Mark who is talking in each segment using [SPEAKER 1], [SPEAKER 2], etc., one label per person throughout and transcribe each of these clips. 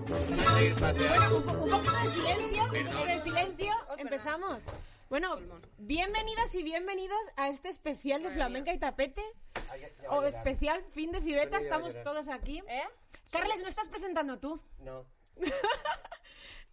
[SPEAKER 1] Bueno, un, po- un poquito de silencio, un poquito de silencio. Empezamos. Bueno, bienvenidas y bienvenidos a este especial de flamenca y tapete. O especial fin de cibeta,
[SPEAKER 2] Yo ya voy a
[SPEAKER 1] estamos
[SPEAKER 2] llorar. Eh,
[SPEAKER 1] todos aquí.
[SPEAKER 3] ¿Eh?
[SPEAKER 1] Carles, no estás presentando tú.
[SPEAKER 2] No.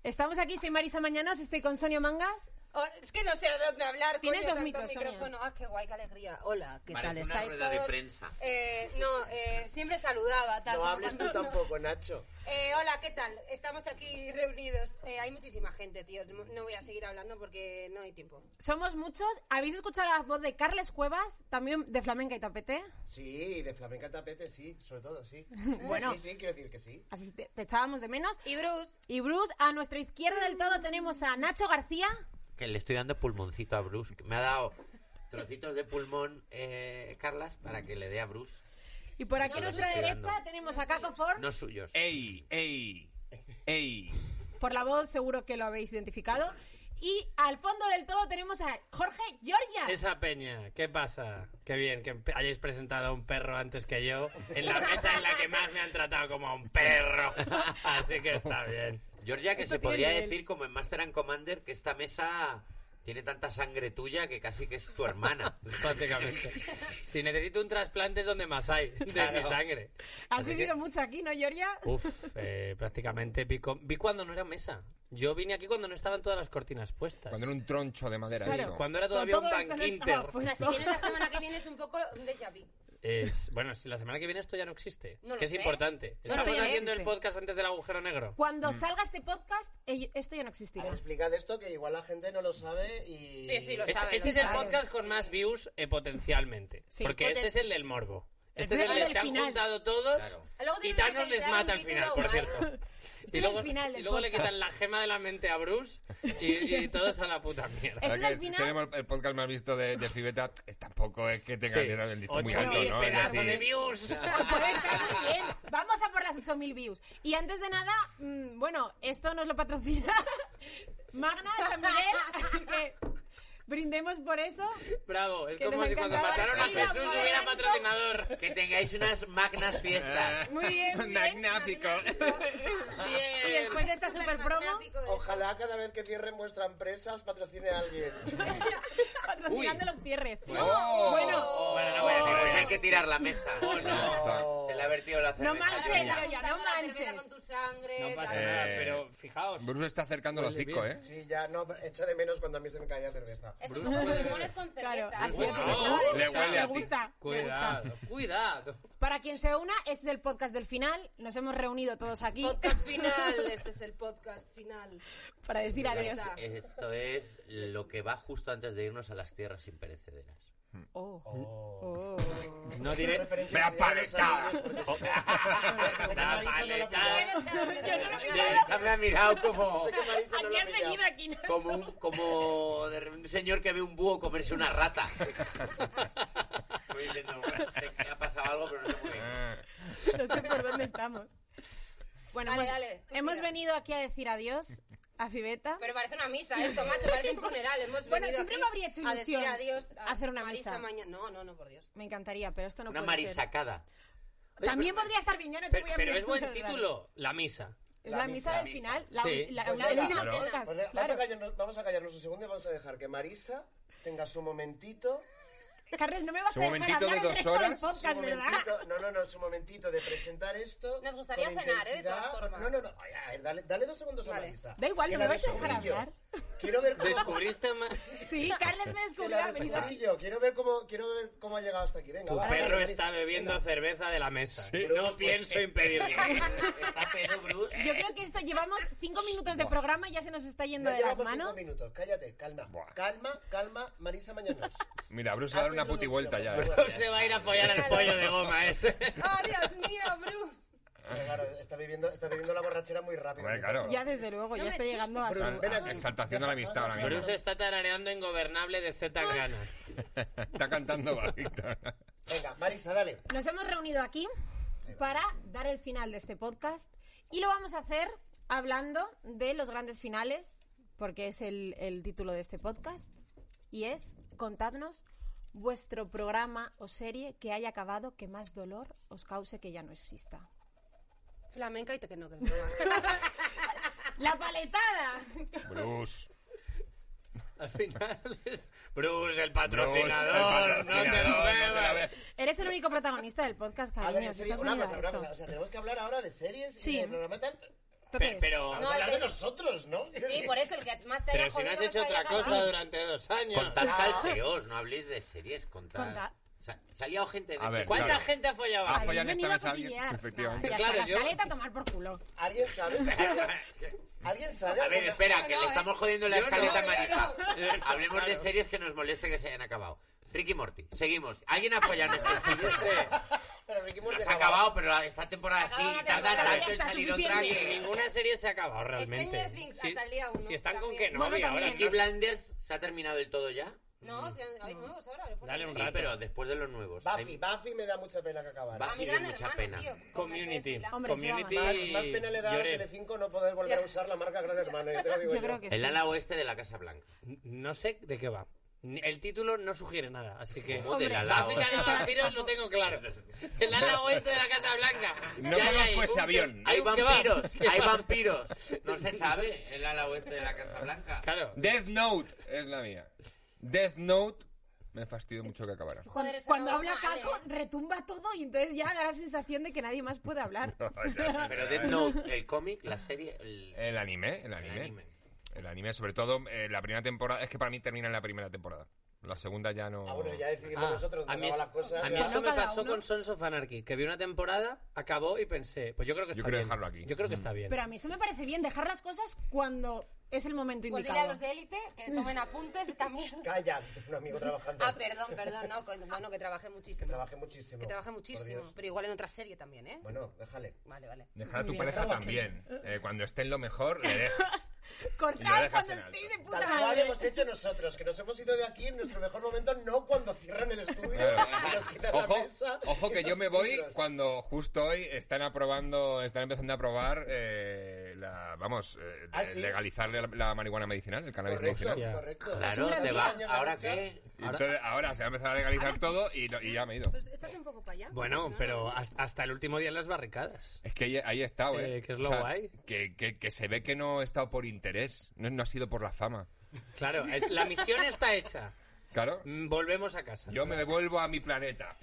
[SPEAKER 1] Estamos aquí, soy Marisa Mañanas, estoy con Sonia Mangas.
[SPEAKER 3] Oh, Es que no sé de dónde hablar.
[SPEAKER 1] Tienes
[SPEAKER 3] coño,
[SPEAKER 1] dos
[SPEAKER 3] tanto
[SPEAKER 1] micros, Sonia.
[SPEAKER 3] micrófono. Ah, qué guay, qué alegría. Hola, ¿qué
[SPEAKER 4] Parece
[SPEAKER 3] tal?
[SPEAKER 4] una
[SPEAKER 3] ¿Estáis
[SPEAKER 4] rueda de
[SPEAKER 3] todos?
[SPEAKER 4] prensa.
[SPEAKER 3] Eh, no, eh, siempre saludaba. Tal,
[SPEAKER 2] No
[SPEAKER 3] como
[SPEAKER 2] hables tú
[SPEAKER 3] cuando-
[SPEAKER 2] tampoco, Nacho.
[SPEAKER 3] Eh, hola, ¿qué tal? Estamos aquí reunidos. Eh, hay muchísima gente, tío. No no voy a seguir hablando porque no hay tiempo.
[SPEAKER 1] Somos muchos. ¿Habéis escuchado la voz de Carles Cuevas, también de flamenca y tapete?
[SPEAKER 2] Sí, de flamenca tapete, sí, sobre todo, sí.
[SPEAKER 1] Bueno.
[SPEAKER 2] Sí, sí, quiero decir que sí.
[SPEAKER 1] Así te, te echábamos de menos.
[SPEAKER 3] Y Bruce,
[SPEAKER 1] Y Bruce, a nuestra izquierda del todo tenemos a Nacho García.
[SPEAKER 4] Que le estoy dando pulmoncito a Bruce. que Me ha dado trocitos de pulmón, eh, Carlas, para que le dé a Bruce.
[SPEAKER 1] Y por aquí
[SPEAKER 4] No,
[SPEAKER 1] a nuestra
[SPEAKER 4] no estoy
[SPEAKER 1] derecha
[SPEAKER 4] dando.
[SPEAKER 1] tenemos a Caco Ford.
[SPEAKER 4] No suyos.
[SPEAKER 5] Eh,
[SPEAKER 6] ¡Ey! ¡Ey! ¡Ey!
[SPEAKER 1] Por la voz seguro que lo habéis identificado. Y al fondo del todo tenemos a Jorge Giorgia.
[SPEAKER 5] Esa peña, ¿qué pasa? Qué bien que empe- hayáis presentado a un perro antes que yo en la mesa en la que más me han tratado como a un perro. Así que está bien.
[SPEAKER 4] Georgia, que
[SPEAKER 1] Esto
[SPEAKER 4] se
[SPEAKER 1] tiene
[SPEAKER 4] podría
[SPEAKER 1] nivel.
[SPEAKER 4] decir como en Master and Commander que esta mesa tiene tanta sangre tuya que casi que es tu hermana.
[SPEAKER 5] Prácticamente. Si necesito un trasplante es donde más hay de
[SPEAKER 4] Claro.
[SPEAKER 5] mi sangre.
[SPEAKER 1] Has
[SPEAKER 5] Así que-
[SPEAKER 1] vivido mucho aquí, ¿no, Giorgia?
[SPEAKER 5] Uf, eh, prácticamente vi, co- vi cuando no era mesa. Yo vine aquí cuando no estaban todas las cortinas puestas.
[SPEAKER 7] Cuando era un troncho de madera
[SPEAKER 1] Claro.
[SPEAKER 7] esto.
[SPEAKER 5] Cuando era todavía
[SPEAKER 1] Con
[SPEAKER 5] un
[SPEAKER 1] todo esto no Ah, pues
[SPEAKER 5] banquinter.
[SPEAKER 1] estaba
[SPEAKER 3] o sea, si
[SPEAKER 1] puesto.
[SPEAKER 3] vienes la semana que viene es un poco un déjà vu.
[SPEAKER 5] Es- bueno, si la semana que viene esto ya no existe.
[SPEAKER 3] No lo
[SPEAKER 5] que es
[SPEAKER 3] sé.
[SPEAKER 5] importante.
[SPEAKER 1] No,
[SPEAKER 5] Estamos
[SPEAKER 1] esto ya no
[SPEAKER 5] haciendo
[SPEAKER 1] existe.
[SPEAKER 5] el podcast antes del agujero negro.
[SPEAKER 1] Cuando salga este podcast, ello- esto ya no
[SPEAKER 5] Ah,
[SPEAKER 1] existirá.
[SPEAKER 2] Explicad esto que igual la gente no lo sabe y.
[SPEAKER 3] Sí, sí, lo
[SPEAKER 5] Este,
[SPEAKER 3] sabe.
[SPEAKER 5] ese
[SPEAKER 3] lo
[SPEAKER 5] es el
[SPEAKER 3] sabe.
[SPEAKER 5] podcast con más views eh, potencialmente.
[SPEAKER 1] Sí.
[SPEAKER 5] porque
[SPEAKER 3] Poten-
[SPEAKER 5] este es el del morbo. Este
[SPEAKER 1] Este
[SPEAKER 5] es
[SPEAKER 1] es
[SPEAKER 5] el
[SPEAKER 1] el
[SPEAKER 5] del se
[SPEAKER 1] del
[SPEAKER 5] han
[SPEAKER 1] final.
[SPEAKER 5] juntado todos
[SPEAKER 4] Claro.
[SPEAKER 3] Luego
[SPEAKER 5] y
[SPEAKER 3] tenemos que
[SPEAKER 5] Thanos les
[SPEAKER 3] inventar
[SPEAKER 5] mata
[SPEAKER 3] un
[SPEAKER 5] al final, por
[SPEAKER 3] título
[SPEAKER 5] cierto.
[SPEAKER 1] Este es el final del
[SPEAKER 5] y luego le
[SPEAKER 1] podcast.
[SPEAKER 5] quitan la gema de la mente a Bruce y, y todos a la puta mierda.
[SPEAKER 1] Este
[SPEAKER 7] Ahora
[SPEAKER 1] es
[SPEAKER 7] que
[SPEAKER 1] el final.
[SPEAKER 7] tenemos el podcast más visto de, de Fibeta, eh, tampoco es que tenga
[SPEAKER 5] Sí.
[SPEAKER 7] el listo muy
[SPEAKER 5] Ocho
[SPEAKER 7] alto,
[SPEAKER 5] mil
[SPEAKER 7] ¿no? Es
[SPEAKER 5] pedazos
[SPEAKER 7] decir,
[SPEAKER 5] de views.
[SPEAKER 1] Puede estar muy bien. Vamos a por las 8.000 views. Y antes de nada, mm, bueno, esto nos lo patrocina Magna de San Miguel, así que brindemos por eso.
[SPEAKER 5] Bravo, es
[SPEAKER 1] Que
[SPEAKER 5] como
[SPEAKER 1] les
[SPEAKER 5] si cuando
[SPEAKER 1] encantaba.
[SPEAKER 5] mataron a
[SPEAKER 1] Mira,
[SPEAKER 5] Jesús
[SPEAKER 1] mira,
[SPEAKER 5] hubiera
[SPEAKER 1] mira.
[SPEAKER 5] patrocinador. Ah.
[SPEAKER 4] Que tengáis unas magnas fiestas.
[SPEAKER 1] Muy bien, muy bien.
[SPEAKER 7] Magnífico.
[SPEAKER 1] Y después de esta
[SPEAKER 3] Súper
[SPEAKER 1] super promo,
[SPEAKER 3] magnático de-
[SPEAKER 2] Ojalá cada vez que cierren vuestra empresa os patrocine a alguien.
[SPEAKER 1] patrocinando los cierres.
[SPEAKER 7] Oh.
[SPEAKER 1] Bueno,
[SPEAKER 5] Bueno, no voy a
[SPEAKER 4] Pues
[SPEAKER 5] decir
[SPEAKER 4] hay que tirar la mesa.
[SPEAKER 5] Oh,
[SPEAKER 4] Se le ha vertido la cerveza.
[SPEAKER 1] manches.
[SPEAKER 3] Ahora
[SPEAKER 4] Georgia.
[SPEAKER 3] está
[SPEAKER 1] ya,
[SPEAKER 3] juntando
[SPEAKER 1] no
[SPEAKER 3] la cerveza
[SPEAKER 1] manches.
[SPEAKER 3] Con tu sangre,
[SPEAKER 5] No pasa
[SPEAKER 3] tal.
[SPEAKER 5] nada,
[SPEAKER 7] Eh,
[SPEAKER 5] pero fijaos.
[SPEAKER 7] Bruce está acercando los
[SPEAKER 5] Huele
[SPEAKER 7] hocico,
[SPEAKER 5] bien.
[SPEAKER 7] ¿eh?
[SPEAKER 2] Sí, ya, no, pero echo de menos cuando a mí se me caía cerveza.
[SPEAKER 3] Es un poco pulmones con cerveza.
[SPEAKER 1] claro, al
[SPEAKER 5] Wow.
[SPEAKER 1] final te-
[SPEAKER 7] Le huele
[SPEAKER 1] me
[SPEAKER 7] a ti.
[SPEAKER 1] gusta, me gusta.
[SPEAKER 5] Cuidado, cuidado.
[SPEAKER 1] Para quien se una, este es el podcast del final. Nos hemos reunido todos aquí
[SPEAKER 3] Podcast final, este es el podcast final.
[SPEAKER 1] para decir adiós.
[SPEAKER 3] está.
[SPEAKER 4] Esto es lo que va justo antes de irnos a las tierras imperecederas.
[SPEAKER 1] Oh. Oh.
[SPEAKER 5] No tiene...
[SPEAKER 7] ¡Me ha palestado!
[SPEAKER 5] La paleta.
[SPEAKER 4] Esa me ha mirado como,
[SPEAKER 1] ¿A qué has venido aquí, Nacho?
[SPEAKER 4] como, un, como de re- un señor que ve un búho comerse una rata. Estoy diciendo, bueno, sé que ha pasado algo, pero no sé muy bien.
[SPEAKER 7] ¿eh?
[SPEAKER 1] No sé por dónde estamos. Bueno,
[SPEAKER 3] Dale,
[SPEAKER 1] hemos,
[SPEAKER 3] dale, tú
[SPEAKER 1] hemos
[SPEAKER 3] tira.
[SPEAKER 1] venido aquí a decir adiós a Fibeta.
[SPEAKER 3] Pero parece una misa eso, macho, parece un funeral. Hemos
[SPEAKER 1] Bueno,
[SPEAKER 3] venido
[SPEAKER 1] siempre
[SPEAKER 3] aquí
[SPEAKER 1] me habría hecho
[SPEAKER 3] a decir
[SPEAKER 1] ilusión
[SPEAKER 3] adiós a
[SPEAKER 1] hacer una
[SPEAKER 3] Marisa
[SPEAKER 1] misa.
[SPEAKER 3] mañana. No, no, no, por Dios.
[SPEAKER 1] Me encantaría, pero esto no
[SPEAKER 4] Una
[SPEAKER 1] puede ser.
[SPEAKER 4] marisacada.
[SPEAKER 1] También podría estar bien, yo no te
[SPEAKER 5] Pero,
[SPEAKER 1] voy a
[SPEAKER 5] pero
[SPEAKER 1] mirar.
[SPEAKER 5] es buen título, la misa.
[SPEAKER 1] Es la misa del final, la,
[SPEAKER 5] Sí.
[SPEAKER 1] la-
[SPEAKER 2] Pues
[SPEAKER 1] la- el
[SPEAKER 2] venga,
[SPEAKER 1] último
[SPEAKER 2] pues
[SPEAKER 1] podcast.
[SPEAKER 2] venga, vamos,
[SPEAKER 1] claro.
[SPEAKER 2] a callarnos, vamos a callarnos un segundo y vamos a dejar que Marisa tenga su momentito.
[SPEAKER 1] Carles, no me vas
[SPEAKER 7] Su
[SPEAKER 1] a dejar
[SPEAKER 7] momentito de
[SPEAKER 1] hablar el
[SPEAKER 7] dos
[SPEAKER 1] resto del
[SPEAKER 7] horas,
[SPEAKER 2] su
[SPEAKER 1] Este podcast, ¿verdad?
[SPEAKER 2] momentito- no, no, no, es un momentito de presentar esto.
[SPEAKER 3] Nos gustaría
[SPEAKER 2] con
[SPEAKER 3] cenar, ¿eh? De todas
[SPEAKER 2] intensidad, con-
[SPEAKER 3] formas.
[SPEAKER 2] No, no, no. ay, A ver, dale, dale dos segundos a
[SPEAKER 3] Vale.
[SPEAKER 2] Marisa.
[SPEAKER 1] Da igual,
[SPEAKER 2] Que
[SPEAKER 1] no
[SPEAKER 2] la
[SPEAKER 1] me vais a dejar
[SPEAKER 2] descubrí yo.
[SPEAKER 1] hablar.
[SPEAKER 2] Quiero ver cómo.
[SPEAKER 5] Descubriste más.
[SPEAKER 1] Sí, Carles me
[SPEAKER 2] que
[SPEAKER 1] descubrió,
[SPEAKER 2] la
[SPEAKER 1] ha venido
[SPEAKER 2] descubrí
[SPEAKER 1] aquí.
[SPEAKER 2] yo. Quiero ver cómo, quiero ver cómo ha llegado hasta aquí. Venga,
[SPEAKER 5] Tu
[SPEAKER 2] va,
[SPEAKER 5] perro
[SPEAKER 2] dale,
[SPEAKER 5] está
[SPEAKER 2] Marisa,
[SPEAKER 5] bebiendo
[SPEAKER 2] venga.
[SPEAKER 5] cerveza de la mesa. no pienso impedirle.
[SPEAKER 4] Está pedo, Bruce.
[SPEAKER 1] Yo creo que esto llevamos cinco minutos de programa y ya se nos está yendo
[SPEAKER 2] No
[SPEAKER 1] de las
[SPEAKER 2] llevamos cinco
[SPEAKER 1] manos.
[SPEAKER 2] minutos. Cállate, calma.
[SPEAKER 7] Buah.
[SPEAKER 2] Calma, calma, Marisa Mañanos.
[SPEAKER 7] Mira, Bruce va a dar una puti vuelta ya. ¿eh?
[SPEAKER 5] Bruce se va a ir a follar al pollo de goma ese.
[SPEAKER 3] ¡Oh, Dios mío, Bruce!
[SPEAKER 2] Pero claro, está viviendo, está viviendo la borrachera muy rápido.
[SPEAKER 7] Hombre, claro.
[SPEAKER 1] Ya desde luego, ya está llegando a su...
[SPEAKER 7] Sal- Exaltación de la amistad ahora mismo.
[SPEAKER 5] Bruce está tarareando ingobernable de Z Tangana.
[SPEAKER 7] Está cantando bajita.
[SPEAKER 2] Venga, Marisa, dale.
[SPEAKER 1] Nos hemos reunido aquí para dar el final de este podcast y lo vamos a hacer hablando de los grandes finales, porque es el, el título de este podcast, y es contadnos vuestro programa o serie que haya acabado que más dolor os cause que ya no exista.
[SPEAKER 3] flamenca y te que no, que no.
[SPEAKER 1] ¡La paletada!
[SPEAKER 7] Bruce.
[SPEAKER 5] Al final es Bruce, el
[SPEAKER 7] Bruce, el patrocinador,
[SPEAKER 5] patrocinador, no te lo
[SPEAKER 7] no te la
[SPEAKER 5] bebas.
[SPEAKER 7] bebas.
[SPEAKER 1] Eres el único protagonista del podcast,
[SPEAKER 2] A ver, en
[SPEAKER 1] cariño. Si te
[SPEAKER 2] serio,
[SPEAKER 1] has
[SPEAKER 2] una
[SPEAKER 1] unido
[SPEAKER 2] cosa,
[SPEAKER 1] a
[SPEAKER 2] una
[SPEAKER 1] eso.
[SPEAKER 2] cosa. O sea, tenemos que hablar ahora de series
[SPEAKER 1] Sí.
[SPEAKER 2] y de programa tal.
[SPEAKER 1] ¿Esto qué
[SPEAKER 5] Pe-
[SPEAKER 1] es?
[SPEAKER 5] Pero,
[SPEAKER 2] Vamos
[SPEAKER 3] No,
[SPEAKER 2] a hablar de
[SPEAKER 3] te-
[SPEAKER 2] nosotros, ¿no?
[SPEAKER 3] Sí, por eso el que más te haya
[SPEAKER 5] pero si no
[SPEAKER 3] jodido
[SPEAKER 5] has
[SPEAKER 3] no
[SPEAKER 5] hecho
[SPEAKER 3] te
[SPEAKER 5] otra
[SPEAKER 3] haya
[SPEAKER 5] cosa
[SPEAKER 3] ganado.
[SPEAKER 5] durante dos años. Ah.
[SPEAKER 4] Contad salseos, no habléis de series, contad.
[SPEAKER 1] Contad.
[SPEAKER 4] Sa- se ha liado gente en
[SPEAKER 7] A
[SPEAKER 4] este
[SPEAKER 7] ver,
[SPEAKER 4] país.
[SPEAKER 5] ¿Cuánta
[SPEAKER 7] Claro.
[SPEAKER 5] gente ha follado?
[SPEAKER 7] Ah,
[SPEAKER 5] ahí?
[SPEAKER 1] Habéis
[SPEAKER 7] follan esta
[SPEAKER 1] venido a
[SPEAKER 7] vez a alguien.
[SPEAKER 1] cotillear.
[SPEAKER 7] Efectivamente.
[SPEAKER 1] No, ya
[SPEAKER 5] Claro,
[SPEAKER 1] está, la
[SPEAKER 5] yo-
[SPEAKER 1] escaleta a tomar por culo.
[SPEAKER 2] ¿Alguien sabe? ¿Alguien sabe?
[SPEAKER 4] A ver,
[SPEAKER 2] alguna-
[SPEAKER 4] espera, que
[SPEAKER 3] No,
[SPEAKER 4] le
[SPEAKER 3] eh.
[SPEAKER 4] estamos jodiendo la
[SPEAKER 5] Yo no,
[SPEAKER 4] escaleta a
[SPEAKER 5] yo
[SPEAKER 4] Marisa. Hablemos de series que nos moleste que se hayan acabado. Ricky Morty, seguimos. ¿Alguien ha follado en este estudio?
[SPEAKER 2] Pero Ricky
[SPEAKER 4] No
[SPEAKER 2] Morty
[SPEAKER 4] se ha acabado, pero la- esta temporada
[SPEAKER 3] Acaba
[SPEAKER 4] sí,
[SPEAKER 3] la
[SPEAKER 4] tarda
[SPEAKER 3] temporada,
[SPEAKER 4] tanto
[SPEAKER 1] ya
[SPEAKER 4] en
[SPEAKER 1] está
[SPEAKER 4] salir otra
[SPEAKER 1] suficiente.
[SPEAKER 4] que ninguna.
[SPEAKER 5] Ninguna serie se ha acabado realmente.
[SPEAKER 3] Stranger Things,
[SPEAKER 5] Si-
[SPEAKER 3] hasta el día uno,
[SPEAKER 5] Si están con
[SPEAKER 3] también.
[SPEAKER 5] que no,
[SPEAKER 1] Bueno,
[SPEAKER 5] había ahora
[SPEAKER 1] también.
[SPEAKER 4] Peaky
[SPEAKER 5] no-
[SPEAKER 4] Blinders se ha terminado del todo ya.
[SPEAKER 3] No, si hay nuevos ahora. lo ponen.
[SPEAKER 5] Dale un
[SPEAKER 4] Sí,
[SPEAKER 5] rato.
[SPEAKER 4] pero después de los nuevos.
[SPEAKER 2] Buffy, Buffy me da mucha pena que acabara.
[SPEAKER 4] Buffy.
[SPEAKER 3] A mí
[SPEAKER 4] da
[SPEAKER 3] gran
[SPEAKER 4] mucha
[SPEAKER 3] hermano,
[SPEAKER 4] pena.
[SPEAKER 3] tío, con
[SPEAKER 5] Community.
[SPEAKER 3] Mercedes,
[SPEAKER 1] Hombre, eso da
[SPEAKER 5] community.
[SPEAKER 2] Más, más pena le da
[SPEAKER 5] lloré.
[SPEAKER 2] a Telecinco no poder volver a usar la marca Gran Hermano, yo te lo digo
[SPEAKER 1] Yo creo que sí.
[SPEAKER 4] El ala oeste de la Casa Blanca.
[SPEAKER 5] No sé de qué va. Ni- El título no sugiere nada, así que.
[SPEAKER 4] ¿Cómo del ala
[SPEAKER 5] África
[SPEAKER 4] oeste?
[SPEAKER 5] no vampiros lo tengo claro. El ala oeste de la Casa Blanca.
[SPEAKER 7] No
[SPEAKER 5] Ya hay
[SPEAKER 7] conozco
[SPEAKER 5] un
[SPEAKER 7] ese
[SPEAKER 5] que-
[SPEAKER 7] avión.
[SPEAKER 4] Hay
[SPEAKER 5] un que va.
[SPEAKER 4] vampiros, hay vampiros. No se sabe el ala oeste de la Casa Blanca.
[SPEAKER 5] Claro.
[SPEAKER 7] Death Note es la mía. Death Note me fastidió mucho que acabara.
[SPEAKER 3] Joder, esa
[SPEAKER 1] Cuando
[SPEAKER 3] no
[SPEAKER 1] habla
[SPEAKER 3] vale.
[SPEAKER 1] Caco, retumba todo y entonces ya da la sensación de que nadie más puede hablar.
[SPEAKER 4] Pero Death Note, el cómic, la serie, el...
[SPEAKER 7] El anime, el anime. El
[SPEAKER 4] anime.
[SPEAKER 7] anime, sobre todo eh, la primera temporada. Es que para mí termina en la primera temporada. La segunda ya no.
[SPEAKER 2] Ah, bueno, ya decidimos
[SPEAKER 5] Ah,
[SPEAKER 2] nosotros
[SPEAKER 5] a
[SPEAKER 2] dónde
[SPEAKER 5] mí,
[SPEAKER 2] van
[SPEAKER 5] es-
[SPEAKER 2] las cosas.
[SPEAKER 5] a mí
[SPEAKER 2] ya.
[SPEAKER 5] eso me
[SPEAKER 1] Cada
[SPEAKER 5] pasó
[SPEAKER 1] uno.
[SPEAKER 5] con Sons of Anarchy, que vi una temporada, acabó y pensé, pues yo creo que está
[SPEAKER 7] Yo quiero
[SPEAKER 5] bien.
[SPEAKER 7] dejarlo aquí. Mm.
[SPEAKER 5] Yo creo que está bien.
[SPEAKER 1] Pero a mí eso me parece bien, dejar las cosas cuando es el momento
[SPEAKER 3] Pues dile a
[SPEAKER 1] indicado.
[SPEAKER 3] los de élite que tomen apuntes y también.
[SPEAKER 2] Calla, un amigo trabajando.
[SPEAKER 3] Ah, perdón, perdón, no, con- bueno, que trabajé muchísimo.
[SPEAKER 2] Trabajé muchísimo.
[SPEAKER 3] Que trabajé
[SPEAKER 2] por
[SPEAKER 3] muchísimo,
[SPEAKER 2] Dios.
[SPEAKER 3] pero igual en otra serie también, ¿eh?
[SPEAKER 2] Bueno, déjale.
[SPEAKER 3] Vale, vale.
[SPEAKER 7] Dejar a tu pareja también. Eh, cuando esté en lo mejor, le dejas. Y lo
[SPEAKER 1] Cortar
[SPEAKER 7] dejas
[SPEAKER 1] cuando
[SPEAKER 7] en alto.
[SPEAKER 1] estéis de
[SPEAKER 2] Tal
[SPEAKER 1] puta
[SPEAKER 2] cual
[SPEAKER 1] madre.
[SPEAKER 2] hemos hecho nosotros, que nos hemos ido de aquí en nuestro mejor momento, no cuando cierran el estudio y nos quitan
[SPEAKER 7] Ojo,
[SPEAKER 2] la mesa.
[SPEAKER 7] ojo
[SPEAKER 2] y
[SPEAKER 7] que yo
[SPEAKER 2] los
[SPEAKER 7] me voy
[SPEAKER 2] libros.
[SPEAKER 7] cuando justo hoy están aprobando, están empezando a aprobar, eh, la, vamos, eh,
[SPEAKER 2] Ah, ¿sí?
[SPEAKER 7] legalizar la, la marihuana medicinal, el cannabis
[SPEAKER 2] Correcto,
[SPEAKER 7] medicinal.
[SPEAKER 5] Ya.
[SPEAKER 2] correcto.
[SPEAKER 4] Claro,
[SPEAKER 1] una
[SPEAKER 4] te
[SPEAKER 1] mierda.
[SPEAKER 4] va. ¿Ahora qué?
[SPEAKER 7] Y Entonces, ahora se va a empezar a legalizar
[SPEAKER 2] Ah.
[SPEAKER 7] todo y, lo- y ya me he ido.
[SPEAKER 3] Pues échate un poco para allá.
[SPEAKER 5] Bueno,
[SPEAKER 3] No,
[SPEAKER 5] pero hasta, hasta el último día en las barricadas.
[SPEAKER 7] Es que ahí, ahí he estado, ¿eh?
[SPEAKER 5] Eh, que es lo guay.
[SPEAKER 7] Que, que- que se ve que no he estado por interés, no, no ha sido por la fama.
[SPEAKER 5] Claro, es- la misión está hecha.
[SPEAKER 7] Claro,
[SPEAKER 5] Mm, Volvemos a casa.
[SPEAKER 7] yo me devuelvo a mi planeta.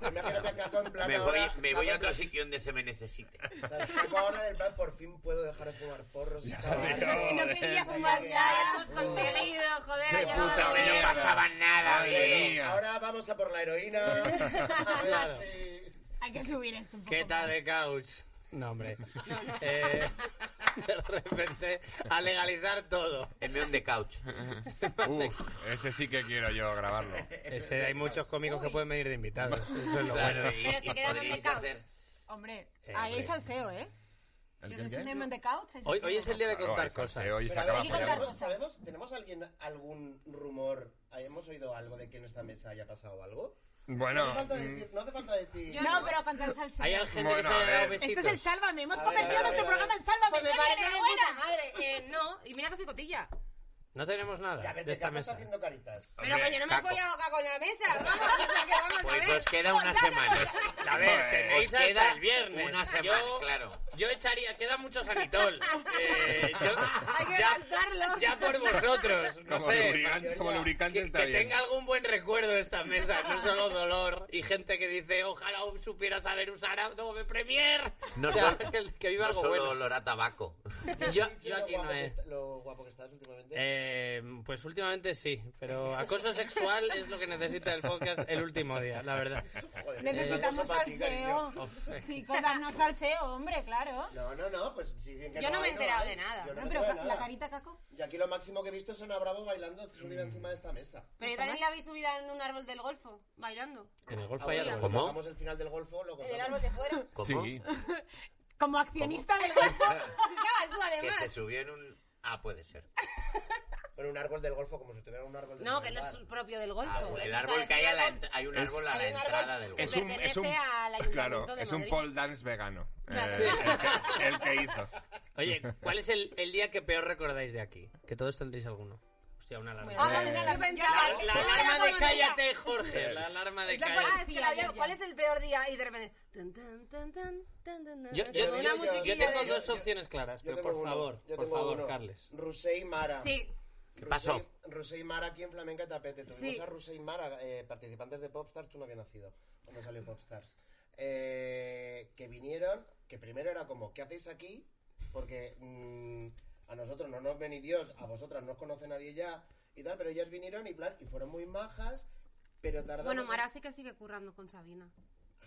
[SPEAKER 2] Imagínate que acabo en plan
[SPEAKER 4] Me voy,
[SPEAKER 2] ahora-
[SPEAKER 4] me voy a
[SPEAKER 2] acabo
[SPEAKER 4] otro
[SPEAKER 2] en
[SPEAKER 4] sitio donde se me necesite.
[SPEAKER 2] plan- o sea, acabo ahora del plan, por fin puedo dejar de fumar porros. estaba-
[SPEAKER 7] tío.
[SPEAKER 3] No quería fumar Pues ya, hemos conseguido, joder, ha
[SPEAKER 7] Qué
[SPEAKER 3] llegado
[SPEAKER 7] puta
[SPEAKER 3] la
[SPEAKER 4] No
[SPEAKER 7] mierda.
[SPEAKER 4] pasaba nada,
[SPEAKER 7] Ay,
[SPEAKER 4] bien.
[SPEAKER 7] mía.
[SPEAKER 2] Ahora vamos a por la heroína. A ver si...
[SPEAKER 1] Hay que subir esto un poco.
[SPEAKER 5] Queta de couch. No, hombre. Eh, de repente, a legalizar todo.
[SPEAKER 4] M on the couch.
[SPEAKER 7] Uf, ese sí que quiero yo grabarlo.
[SPEAKER 5] Ese, hay muchos cómicos que pueden venir de invitados. Eso es lo bueno.
[SPEAKER 4] y-
[SPEAKER 3] Pero se
[SPEAKER 4] y
[SPEAKER 3] quedan on the
[SPEAKER 4] podríais
[SPEAKER 3] couch.
[SPEAKER 4] hacer-
[SPEAKER 1] Hombre, ahí
[SPEAKER 5] hombre.
[SPEAKER 1] hay salseo, ¿eh?
[SPEAKER 7] ¿El
[SPEAKER 1] Si
[SPEAKER 7] qué,
[SPEAKER 1] no es
[SPEAKER 7] qué?
[SPEAKER 1] un Neyman de couch, hay
[SPEAKER 5] Hoy,
[SPEAKER 1] salseo.
[SPEAKER 5] hoy es el día de
[SPEAKER 7] Claro,
[SPEAKER 5] contar
[SPEAKER 7] hay salseo
[SPEAKER 5] cosas.
[SPEAKER 7] y se
[SPEAKER 2] Pero a ver,
[SPEAKER 7] acaba
[SPEAKER 1] hay que contar
[SPEAKER 7] apoyando.
[SPEAKER 2] ¿sabemos, sabemos- ¿Tenemos alguien algún rumor? ¿Hemos oído algo de que en esta mesa haya pasado algo? No
[SPEAKER 7] Bueno,
[SPEAKER 2] hace falta
[SPEAKER 7] mm,
[SPEAKER 2] decir. No hace falta decir
[SPEAKER 1] No, pero contar salseo.
[SPEAKER 5] Hay gente que
[SPEAKER 7] Bueno,
[SPEAKER 5] se
[SPEAKER 7] a
[SPEAKER 5] ha dado
[SPEAKER 7] ver.
[SPEAKER 1] Este
[SPEAKER 5] besitos.
[SPEAKER 1] es el Sálvame. Hemos
[SPEAKER 2] A ver,
[SPEAKER 1] convertido
[SPEAKER 2] a ver,
[SPEAKER 1] nuestro
[SPEAKER 2] a ver.
[SPEAKER 1] programa en Sálvame.
[SPEAKER 3] Pues me
[SPEAKER 1] Sálvame,
[SPEAKER 3] parece de
[SPEAKER 1] enhorabuena.
[SPEAKER 3] puta madre. Eh, no, y mira que soy cotilla.
[SPEAKER 5] No tenemos
[SPEAKER 2] Ya
[SPEAKER 5] nada
[SPEAKER 2] ves,
[SPEAKER 5] de esta
[SPEAKER 2] Caco está
[SPEAKER 5] mesa.
[SPEAKER 2] haciendo caritas.
[SPEAKER 3] Pero
[SPEAKER 4] Hombre,
[SPEAKER 3] coño, no me he
[SPEAKER 4] Caco,
[SPEAKER 3] follado acá con la mesa. Vamos, o sea, que vamos a
[SPEAKER 4] Pues
[SPEAKER 3] ver.
[SPEAKER 4] os queda unas semanas.
[SPEAKER 5] A ver, tenéis
[SPEAKER 4] Os
[SPEAKER 5] hasta
[SPEAKER 4] queda
[SPEAKER 5] el viernes.
[SPEAKER 4] Una semana,
[SPEAKER 5] Yo-
[SPEAKER 4] claro.
[SPEAKER 5] Yo echaría, queda mucho sanitol. Eh, yo-
[SPEAKER 3] Hay que
[SPEAKER 5] ya,
[SPEAKER 3] gastarlo.
[SPEAKER 5] ya por vosotros, no
[SPEAKER 7] como
[SPEAKER 5] sé.
[SPEAKER 7] lubricante, como lubricante
[SPEAKER 5] Que,
[SPEAKER 7] está
[SPEAKER 5] que
[SPEAKER 7] bien.
[SPEAKER 5] tenga algún buen recuerdo de estas mesas, no solo dolor y gente que dice, ojalá supiera saber usar Adobe Premiere.
[SPEAKER 4] No
[SPEAKER 5] O sea,
[SPEAKER 4] solo-
[SPEAKER 5] que, que viva
[SPEAKER 4] No
[SPEAKER 5] algo
[SPEAKER 4] solo
[SPEAKER 5] bueno.
[SPEAKER 4] olor a tabaco.
[SPEAKER 5] Yo,
[SPEAKER 2] ¿Has dicho
[SPEAKER 5] yo
[SPEAKER 2] lo
[SPEAKER 5] aquí no
[SPEAKER 2] guapo que
[SPEAKER 5] he...
[SPEAKER 2] est- Lo guapo que estás últimamente.
[SPEAKER 5] Eh, pues últimamente sí, pero acoso sexual es lo que necesita el podcast el último día, la verdad.
[SPEAKER 2] Joder,
[SPEAKER 1] Necesitamos
[SPEAKER 2] eso para ti,
[SPEAKER 1] salseo.
[SPEAKER 2] cariño.
[SPEAKER 1] Chicos, darnos salseo, hombre, claro.
[SPEAKER 2] No, no, no, pues si bien que
[SPEAKER 3] Yo no me he
[SPEAKER 2] hay,
[SPEAKER 3] enterado
[SPEAKER 2] hay.
[SPEAKER 3] de nada.
[SPEAKER 2] Yo
[SPEAKER 1] No,
[SPEAKER 2] me
[SPEAKER 1] pero
[SPEAKER 2] entero de
[SPEAKER 1] ca-
[SPEAKER 2] nada.
[SPEAKER 1] la carita, Caco.
[SPEAKER 2] Y aquí lo máximo que he visto es a Ana Bravo bailando subida encima de esta mesa.
[SPEAKER 3] Pero yo también la vi subida en un árbol del golfo, bailando.
[SPEAKER 5] En el golf
[SPEAKER 2] Ah,
[SPEAKER 5] hay
[SPEAKER 2] bueno,
[SPEAKER 5] algo.
[SPEAKER 4] ¿Cómo?
[SPEAKER 2] cuando hagamos el final del golfo, lo
[SPEAKER 3] En el
[SPEAKER 2] contamos.
[SPEAKER 3] árbol de fuera.
[SPEAKER 4] ¿Cómo?
[SPEAKER 7] Sí,
[SPEAKER 1] Como accionista del grupo.
[SPEAKER 3] Acabas tú,
[SPEAKER 4] Que se
[SPEAKER 3] además.
[SPEAKER 4] subió en un... Ah, puede ser.
[SPEAKER 2] Bueno, un árbol del golfo, como si tuviera un árbol del
[SPEAKER 3] No, que no
[SPEAKER 2] bar.
[SPEAKER 3] es propio del golfo.
[SPEAKER 4] Ah, bueno, el
[SPEAKER 3] Eso
[SPEAKER 4] árbol
[SPEAKER 3] sabes,
[SPEAKER 4] que hay, a la
[SPEAKER 3] luego-
[SPEAKER 4] ent- hay un árbol a la
[SPEAKER 3] Hay un árbol-
[SPEAKER 4] entrada del
[SPEAKER 7] es un, es un,
[SPEAKER 3] Pertenece al Ayuntamiento
[SPEAKER 7] claro,
[SPEAKER 3] de
[SPEAKER 7] es un
[SPEAKER 3] Madrid.
[SPEAKER 7] pole dance vegano. eh,
[SPEAKER 3] Claro.
[SPEAKER 7] el, que, el que hizo.
[SPEAKER 5] Oye, ¿cuál es el, el día que peor recordáis de aquí? Que todos tendréis alguno. Hostia, una alarma.
[SPEAKER 1] Bueno,
[SPEAKER 3] Ah, vale,
[SPEAKER 1] Eh,
[SPEAKER 3] no la
[SPEAKER 5] La,
[SPEAKER 3] pensaba.
[SPEAKER 5] la
[SPEAKER 3] No,
[SPEAKER 5] alarma
[SPEAKER 3] ya
[SPEAKER 5] de
[SPEAKER 3] conocía.
[SPEAKER 5] cállate, Jorge. La alarma de
[SPEAKER 3] Es la cual- ah,
[SPEAKER 5] cállate.
[SPEAKER 3] es que la
[SPEAKER 1] Ya,
[SPEAKER 3] veo,
[SPEAKER 1] ya,
[SPEAKER 3] ¿Cuál
[SPEAKER 1] ya.
[SPEAKER 3] es el peor día? Y de repente. tan, tan, tan, tan, tan, tan, tan,
[SPEAKER 5] Yo,
[SPEAKER 3] tan,
[SPEAKER 5] yo-
[SPEAKER 3] con
[SPEAKER 5] yo-
[SPEAKER 3] una
[SPEAKER 5] yo
[SPEAKER 3] musiquilla
[SPEAKER 5] tengo
[SPEAKER 3] de-
[SPEAKER 5] dos opciones claras, pero por
[SPEAKER 2] uno,
[SPEAKER 5] favor,
[SPEAKER 2] yo
[SPEAKER 5] por
[SPEAKER 2] tengo
[SPEAKER 5] favor,
[SPEAKER 2] uno.
[SPEAKER 5] Carles.
[SPEAKER 2] Rusei Mara.
[SPEAKER 3] Sí.
[SPEAKER 4] ¿Qué pasó?
[SPEAKER 2] Rusei Mara aquí en Flamenca Tapete. Tuvimos
[SPEAKER 3] Sí.
[SPEAKER 2] a Rusei Mara, eh, participantes de Popstars, tú no habías nacido cuando salió Popstars. Eh, que vinieron, que primero era como, ¿qué hacéis aquí? Porque mm, a nosotros no nos ven ni Dios, a vosotras no os conoce nadie ya y tal, pero ellas vinieron y, plan, y fueron muy majas, pero tardaron.
[SPEAKER 3] Bueno, Mara sí que sigue currando con Sabina.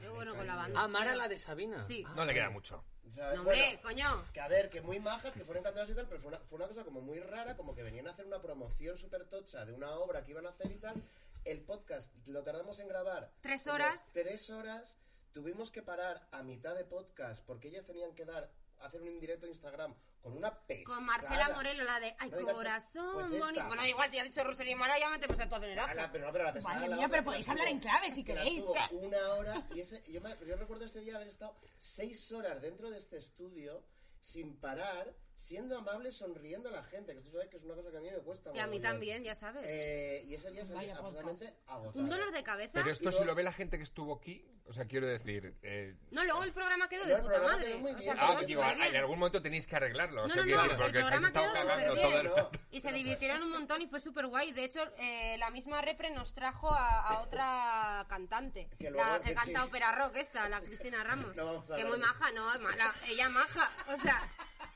[SPEAKER 3] Yo, bueno, con la banda.
[SPEAKER 5] Ah, Mara, la de Sabina.
[SPEAKER 3] Sí.
[SPEAKER 2] Ah,
[SPEAKER 7] No le queda mucho.
[SPEAKER 3] No, hombre, coño.
[SPEAKER 2] Que a ver, que muy majas, que fueron encantadas y tal, pero fue una, fue una cosa como muy rara, como que venían a hacer una promoción súper tocha de una obra que iban a hacer y tal. El podcast lo tardamos en grabar.
[SPEAKER 3] Tres
[SPEAKER 2] como
[SPEAKER 3] horas.
[SPEAKER 2] Tres horas. Tuvimos que parar a mitad de podcast porque ellas tenían que dar, hacer un indirecto de Instagram con una pesada.
[SPEAKER 3] Con Marcela Morelo, la de Ay,
[SPEAKER 2] No digas-
[SPEAKER 3] corazón
[SPEAKER 2] pues esta.
[SPEAKER 3] bonito. Bueno, da igual, si has dicho Russell y Mara, ya me te pasas todas en el
[SPEAKER 2] A
[SPEAKER 3] ajo.
[SPEAKER 2] la- pero no, pero la pesada,
[SPEAKER 8] Madre
[SPEAKER 2] la
[SPEAKER 8] mía,
[SPEAKER 2] otra,
[SPEAKER 8] pero
[SPEAKER 2] que la
[SPEAKER 8] podéis hablar
[SPEAKER 2] estuvo-
[SPEAKER 8] en clave si
[SPEAKER 2] que la
[SPEAKER 8] queréis.
[SPEAKER 2] estuvo Una hora y ese, yo, me- yo recuerdo ese día haber estado seis horas dentro de este estudio sin parar, siendo amable, sonriendo a la gente, que tú sabes que es una cosa que a mí me cuesta.
[SPEAKER 3] Y a mí
[SPEAKER 2] mogollón.
[SPEAKER 3] también, ya sabes.
[SPEAKER 2] Eh, y ese día salí
[SPEAKER 8] Vaya podcast.
[SPEAKER 2] absolutamente agotado.
[SPEAKER 3] Un dolor de cabeza.
[SPEAKER 7] Pero esto
[SPEAKER 2] Y
[SPEAKER 7] si
[SPEAKER 2] luego-
[SPEAKER 7] lo ve la gente que estuvo aquí, o sea, quiero decir... eh,
[SPEAKER 3] No, luego el programa quedó
[SPEAKER 2] No,
[SPEAKER 3] de
[SPEAKER 2] el
[SPEAKER 3] puta
[SPEAKER 2] programa
[SPEAKER 3] madre.
[SPEAKER 2] quedó muy
[SPEAKER 3] O
[SPEAKER 2] bien.
[SPEAKER 3] sea,
[SPEAKER 2] Ah,
[SPEAKER 3] quedó
[SPEAKER 7] Ah,
[SPEAKER 2] que
[SPEAKER 7] digo,
[SPEAKER 3] súper
[SPEAKER 7] en
[SPEAKER 3] bien.
[SPEAKER 7] algún momento tenéis que arreglarlo. o
[SPEAKER 3] No,
[SPEAKER 7] sea,
[SPEAKER 3] no,
[SPEAKER 7] quiero
[SPEAKER 3] no,
[SPEAKER 7] decir,
[SPEAKER 3] el
[SPEAKER 7] porque os habéis
[SPEAKER 3] programa
[SPEAKER 7] estado
[SPEAKER 3] quedó
[SPEAKER 7] cagando
[SPEAKER 3] superbién.
[SPEAKER 7] todo el rato.
[SPEAKER 3] Y se divirtieron un montón y fue súper guay. De hecho, eh, la misma repre nos trajo a, a otra cantante.
[SPEAKER 2] Que luego-
[SPEAKER 3] la que
[SPEAKER 2] que
[SPEAKER 3] canta
[SPEAKER 2] sí.
[SPEAKER 3] ópera rock esta, la Cristina Ramos.
[SPEAKER 2] No vamos a
[SPEAKER 3] que
[SPEAKER 2] hablar
[SPEAKER 3] muy
[SPEAKER 2] de eso.
[SPEAKER 3] maja, no, es mala. Ella maja. O sea,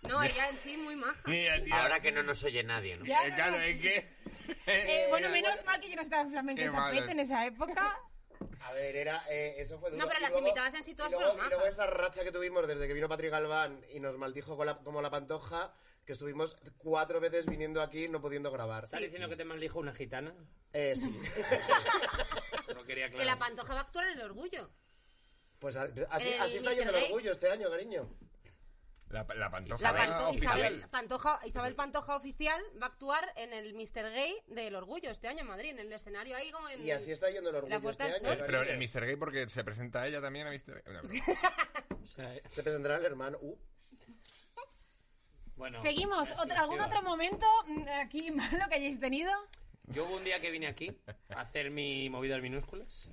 [SPEAKER 3] no, ella en sí muy maja.
[SPEAKER 7] Mira, tía,
[SPEAKER 4] Ahora que no nos oye nadie, ¿no?
[SPEAKER 8] Ya,
[SPEAKER 7] eh, claro, es que...
[SPEAKER 8] Eh, bueno, menos mal que yo no estaba en flamenco
[SPEAKER 7] Qué
[SPEAKER 8] en tapete
[SPEAKER 7] malos.
[SPEAKER 8] en esa época.
[SPEAKER 2] A ver, era, eh, eso fue duro.
[SPEAKER 3] No, pero
[SPEAKER 2] Y
[SPEAKER 3] las
[SPEAKER 2] luego-
[SPEAKER 3] invitadas en sí todas
[SPEAKER 2] y luego-
[SPEAKER 3] fueron
[SPEAKER 2] Y luego
[SPEAKER 3] majas.
[SPEAKER 2] esa racha que tuvimos desde que vino Patrick Galván y nos maldijo con la- como la pantoja, que estuvimos cuatro veces viniendo aquí no pudiendo grabar.
[SPEAKER 5] ¿Estás diciendo que te maldijo una gitana?
[SPEAKER 2] Eh, sí.
[SPEAKER 5] No quería
[SPEAKER 3] Que la pantoja va a actuar en el orgullo.
[SPEAKER 2] Pues a- así,
[SPEAKER 3] El
[SPEAKER 2] así está
[SPEAKER 3] Mr.
[SPEAKER 2] yendo el
[SPEAKER 3] Gay.
[SPEAKER 2] orgullo este año, cariño.
[SPEAKER 7] La, la pantoja.
[SPEAKER 3] La
[SPEAKER 7] ¿verdad?
[SPEAKER 3] Panto-
[SPEAKER 7] Oficial.
[SPEAKER 3] Isabel, Pantoja, Isabel Pantoja oficial va a actuar en el Mr. Gay del Orgullo este año en Madrid, en el escenario ahí como en...
[SPEAKER 2] Y así está yendo el orgullo
[SPEAKER 3] La puerta
[SPEAKER 2] este
[SPEAKER 3] del
[SPEAKER 2] año.
[SPEAKER 3] sol.
[SPEAKER 7] Eh, Pero
[SPEAKER 2] cariño.
[SPEAKER 7] el Mr. Gay, porque se presenta a ella también a Mr. Gay. No, no.
[SPEAKER 5] O sea, eh,
[SPEAKER 2] Se presentará el hermano. Uh,
[SPEAKER 5] bueno,
[SPEAKER 8] Seguimos.
[SPEAKER 5] una
[SPEAKER 8] Otro- ¿Algún
[SPEAKER 5] exclusiva.
[SPEAKER 8] otro momento mm, aquí malo que hayáis tenido?
[SPEAKER 5] Yo hubo un día que vine aquí a hacer mi movidas minúsculas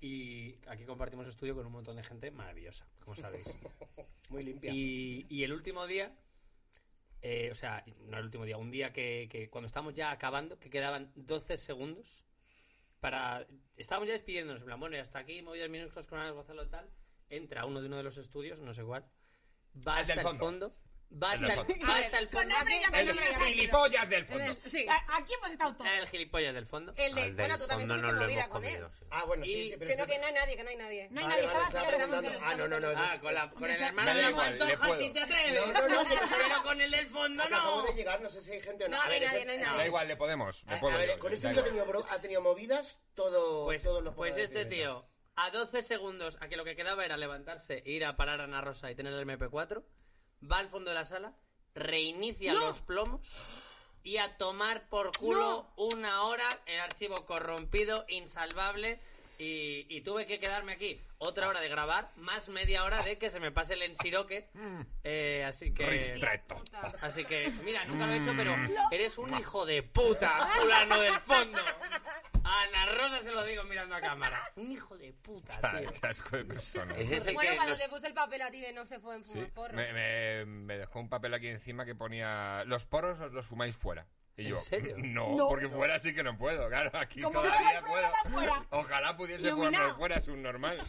[SPEAKER 5] y aquí compartimos estudio con un montón de gente maravillosa, como sabéis.
[SPEAKER 2] muy limpia.
[SPEAKER 5] Y, y el último día, eh, o sea, no el último día, un día que, que cuando estábamos ya acabando, que quedaban 12 segundos para... Estábamos ya despidiéndonos, en plan, bueno, y hasta aquí, movidas minúsculas con Ana Gonzalo tal, entra uno de uno de los estudios, no sé cuál, va
[SPEAKER 7] El del
[SPEAKER 5] hasta el
[SPEAKER 7] fondo.
[SPEAKER 5] fondo, va
[SPEAKER 7] El del
[SPEAKER 5] hasta el,
[SPEAKER 7] fondo.
[SPEAKER 5] va hasta el fondo,
[SPEAKER 8] nombre y
[SPEAKER 5] el,
[SPEAKER 8] apellido.
[SPEAKER 3] nombre y
[SPEAKER 7] El gilipollas del fondo.
[SPEAKER 3] El- sí.
[SPEAKER 8] A- Aquí hemos estado todos.
[SPEAKER 5] el gilipollas del fondo.
[SPEAKER 3] El de...
[SPEAKER 4] Al del
[SPEAKER 3] bueno, tú también
[SPEAKER 4] fondo
[SPEAKER 3] tuviste
[SPEAKER 4] nos lo
[SPEAKER 3] movida
[SPEAKER 4] hemos
[SPEAKER 3] con
[SPEAKER 4] comido.
[SPEAKER 3] él.
[SPEAKER 4] sí.
[SPEAKER 2] Ah, bueno, sí,
[SPEAKER 5] Y
[SPEAKER 2] sí, pero
[SPEAKER 3] Que no,
[SPEAKER 2] sí.
[SPEAKER 3] que no hay nadie, que no hay nadie.
[SPEAKER 8] No hay nadie, estaba
[SPEAKER 2] estaba
[SPEAKER 8] haciendo
[SPEAKER 2] preguntando.
[SPEAKER 8] los
[SPEAKER 2] Ah, no, no, no.
[SPEAKER 5] Ah,
[SPEAKER 2] sí.
[SPEAKER 5] con, la- con el hermano
[SPEAKER 7] Me da
[SPEAKER 5] de la
[SPEAKER 7] igual, le
[SPEAKER 5] Pantoja,
[SPEAKER 7] puedo.
[SPEAKER 5] si te atreves.
[SPEAKER 2] No, no, no.
[SPEAKER 5] Pero con el del fondo,
[SPEAKER 2] Acabamos
[SPEAKER 5] no.
[SPEAKER 2] de llegar, no sé si hay gente o no.
[SPEAKER 3] No,
[SPEAKER 2] A
[SPEAKER 3] no
[SPEAKER 2] ver,
[SPEAKER 3] hay nadie,
[SPEAKER 2] ese-
[SPEAKER 3] no hay
[SPEAKER 2] ese-
[SPEAKER 3] nadie.
[SPEAKER 7] Da igual, le podemos.
[SPEAKER 2] A,
[SPEAKER 7] Le puedo
[SPEAKER 2] a ver,
[SPEAKER 7] yo,
[SPEAKER 2] con
[SPEAKER 7] da
[SPEAKER 2] ese tío ha
[SPEAKER 7] igual.
[SPEAKER 2] tenido, bro- ha tenido movidas todo,
[SPEAKER 5] Pues,
[SPEAKER 2] todos los
[SPEAKER 5] pues
[SPEAKER 2] programas de
[SPEAKER 5] este
[SPEAKER 2] Pimienta.
[SPEAKER 5] tío, a 12 segundos, a que lo que quedaba era levantarse, ir a parar a Ana Rosa y tener el MP4, va al fondo de la sala, reinicia los plomos y a tomar por culo una hora el archivo corrompido, insalvable. Y, y tuve que quedarme aquí otra hora de grabar, más media hora de que se me pase el ensiroque. Eh, así que.
[SPEAKER 7] Ristretto.
[SPEAKER 3] Puta.
[SPEAKER 5] Así que, mira, nunca lo he hecho,
[SPEAKER 7] Mm.
[SPEAKER 5] pero eres un hijo de puta, fulano del fondo. A Ana Rosa se lo digo mirando a cámara. Un hijo de puta,
[SPEAKER 7] Ay,
[SPEAKER 5] tío.
[SPEAKER 7] qué asco de persona.
[SPEAKER 4] Ese es el
[SPEAKER 3] Bueno,
[SPEAKER 4] que
[SPEAKER 3] cuando
[SPEAKER 4] nos-
[SPEAKER 3] te puse el papel a ti de no se fue en
[SPEAKER 7] Sí.
[SPEAKER 3] fumar porros.
[SPEAKER 7] Me, me- me dejó un papel aquí encima que ponía los poros os los fumáis fuera. Y
[SPEAKER 5] ¿En
[SPEAKER 7] yo,
[SPEAKER 5] serio?
[SPEAKER 7] No,
[SPEAKER 8] No.
[SPEAKER 7] porque fuera sí que no puedo, claro, aquí
[SPEAKER 8] Como lleva
[SPEAKER 7] todavía
[SPEAKER 8] el
[SPEAKER 7] puedo.
[SPEAKER 8] programa fuera.
[SPEAKER 7] Ojalá pudiese
[SPEAKER 8] Iluminado.
[SPEAKER 7] fumarme fuera, es un normal.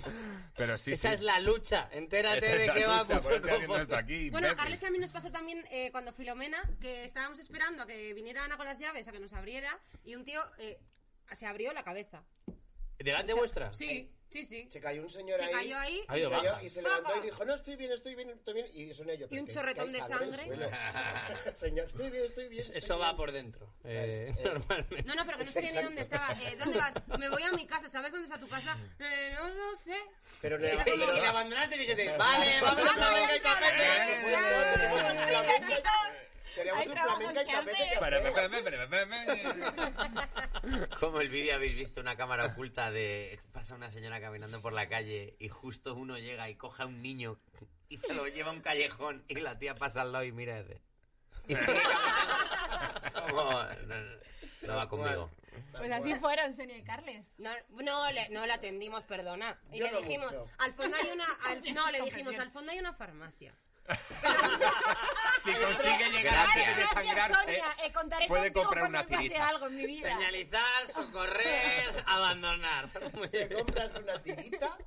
[SPEAKER 7] Pero sí,
[SPEAKER 5] Esa
[SPEAKER 7] sí.
[SPEAKER 5] es la lucha. Entérate
[SPEAKER 7] Esa es
[SPEAKER 5] de
[SPEAKER 7] la
[SPEAKER 5] qué va
[SPEAKER 7] lucha,
[SPEAKER 5] por
[SPEAKER 7] por eso estoy
[SPEAKER 5] poco
[SPEAKER 7] haciendo esto
[SPEAKER 5] fondo.
[SPEAKER 7] aquí,
[SPEAKER 3] Bueno, a
[SPEAKER 7] imbécil.
[SPEAKER 3] Carles también nos pasó también eh, cuando Filomena, que estábamos esperando a que viniera Ana con las llaves, a que nos abriera, y un tío eh, se abrió la cabeza.
[SPEAKER 5] ¿Delante vuestra?
[SPEAKER 3] Sí, sí, sí.
[SPEAKER 2] Se cayó un señor
[SPEAKER 3] Se
[SPEAKER 2] ahí.
[SPEAKER 3] cayó ahí.
[SPEAKER 5] Ha habido
[SPEAKER 2] y, cayó,
[SPEAKER 5] baja.
[SPEAKER 2] y se levantó y
[SPEAKER 3] Faca.
[SPEAKER 2] dijo, no, estoy bien, estoy bien, estoy bien. Y son ellos.
[SPEAKER 3] Y un
[SPEAKER 2] que-
[SPEAKER 3] chorretón
[SPEAKER 2] que hay
[SPEAKER 3] de
[SPEAKER 2] en el suelo. Señor, estoy bien, estoy bien. estoy
[SPEAKER 5] Eso
[SPEAKER 2] bien.
[SPEAKER 5] va por dentro. eh,
[SPEAKER 2] Es- es-
[SPEAKER 5] Normalmente.
[SPEAKER 3] No, no, pero que no sabía ni dónde estaba. Eh, ¿Dónde vas? Me voy a mi casa. ¿Sabes dónde está tu casa? Eh, no, no sé.
[SPEAKER 2] Pero
[SPEAKER 5] Y
[SPEAKER 2] le
[SPEAKER 5] la-
[SPEAKER 2] pero-
[SPEAKER 5] y la abandonaste y dijiste, vale, vamos a
[SPEAKER 3] Ah, no,
[SPEAKER 5] la venga y
[SPEAKER 3] ya está,
[SPEAKER 5] tapete.
[SPEAKER 3] ya está.
[SPEAKER 2] Teníamos un flamenca- Teníamos
[SPEAKER 8] Hay
[SPEAKER 2] un
[SPEAKER 8] trabajos
[SPEAKER 2] flamenca en
[SPEAKER 8] que
[SPEAKER 2] tapete
[SPEAKER 8] hacer.
[SPEAKER 2] que
[SPEAKER 7] Espera,
[SPEAKER 2] hacer.
[SPEAKER 7] espera, espera, espera, espera.
[SPEAKER 4] Como el vídeo habéis visto una cámara oculta de pasa una señora caminando por la calle y justo uno llega y coge a un niño y se lo lleva a un callejón y la tía pasa al lado y mira y hace- y sigue caminando. Como, no, no. No va conmigo.
[SPEAKER 8] Pues así fueron Sonia y Carles.
[SPEAKER 3] No, no, le, no la atendimos, perdona. Y
[SPEAKER 2] Yo
[SPEAKER 3] le
[SPEAKER 2] no
[SPEAKER 3] dijimos,
[SPEAKER 2] mucho.
[SPEAKER 3] al fondo hay una... al- no, le dijimos, al fondo hay una farmacia.
[SPEAKER 7] Si consigue llegar antes de
[SPEAKER 4] Gracias,
[SPEAKER 7] desangrarse,
[SPEAKER 8] Sonia, eh, contaré
[SPEAKER 7] puede
[SPEAKER 8] contigo
[SPEAKER 7] comprar
[SPEAKER 8] cuando
[SPEAKER 7] una
[SPEAKER 8] pase
[SPEAKER 7] tirita.
[SPEAKER 8] algo en mi vida.
[SPEAKER 5] Señalizar, socorrer, abandonar. Muy
[SPEAKER 2] Te
[SPEAKER 5] bien.
[SPEAKER 2] compras una tirita.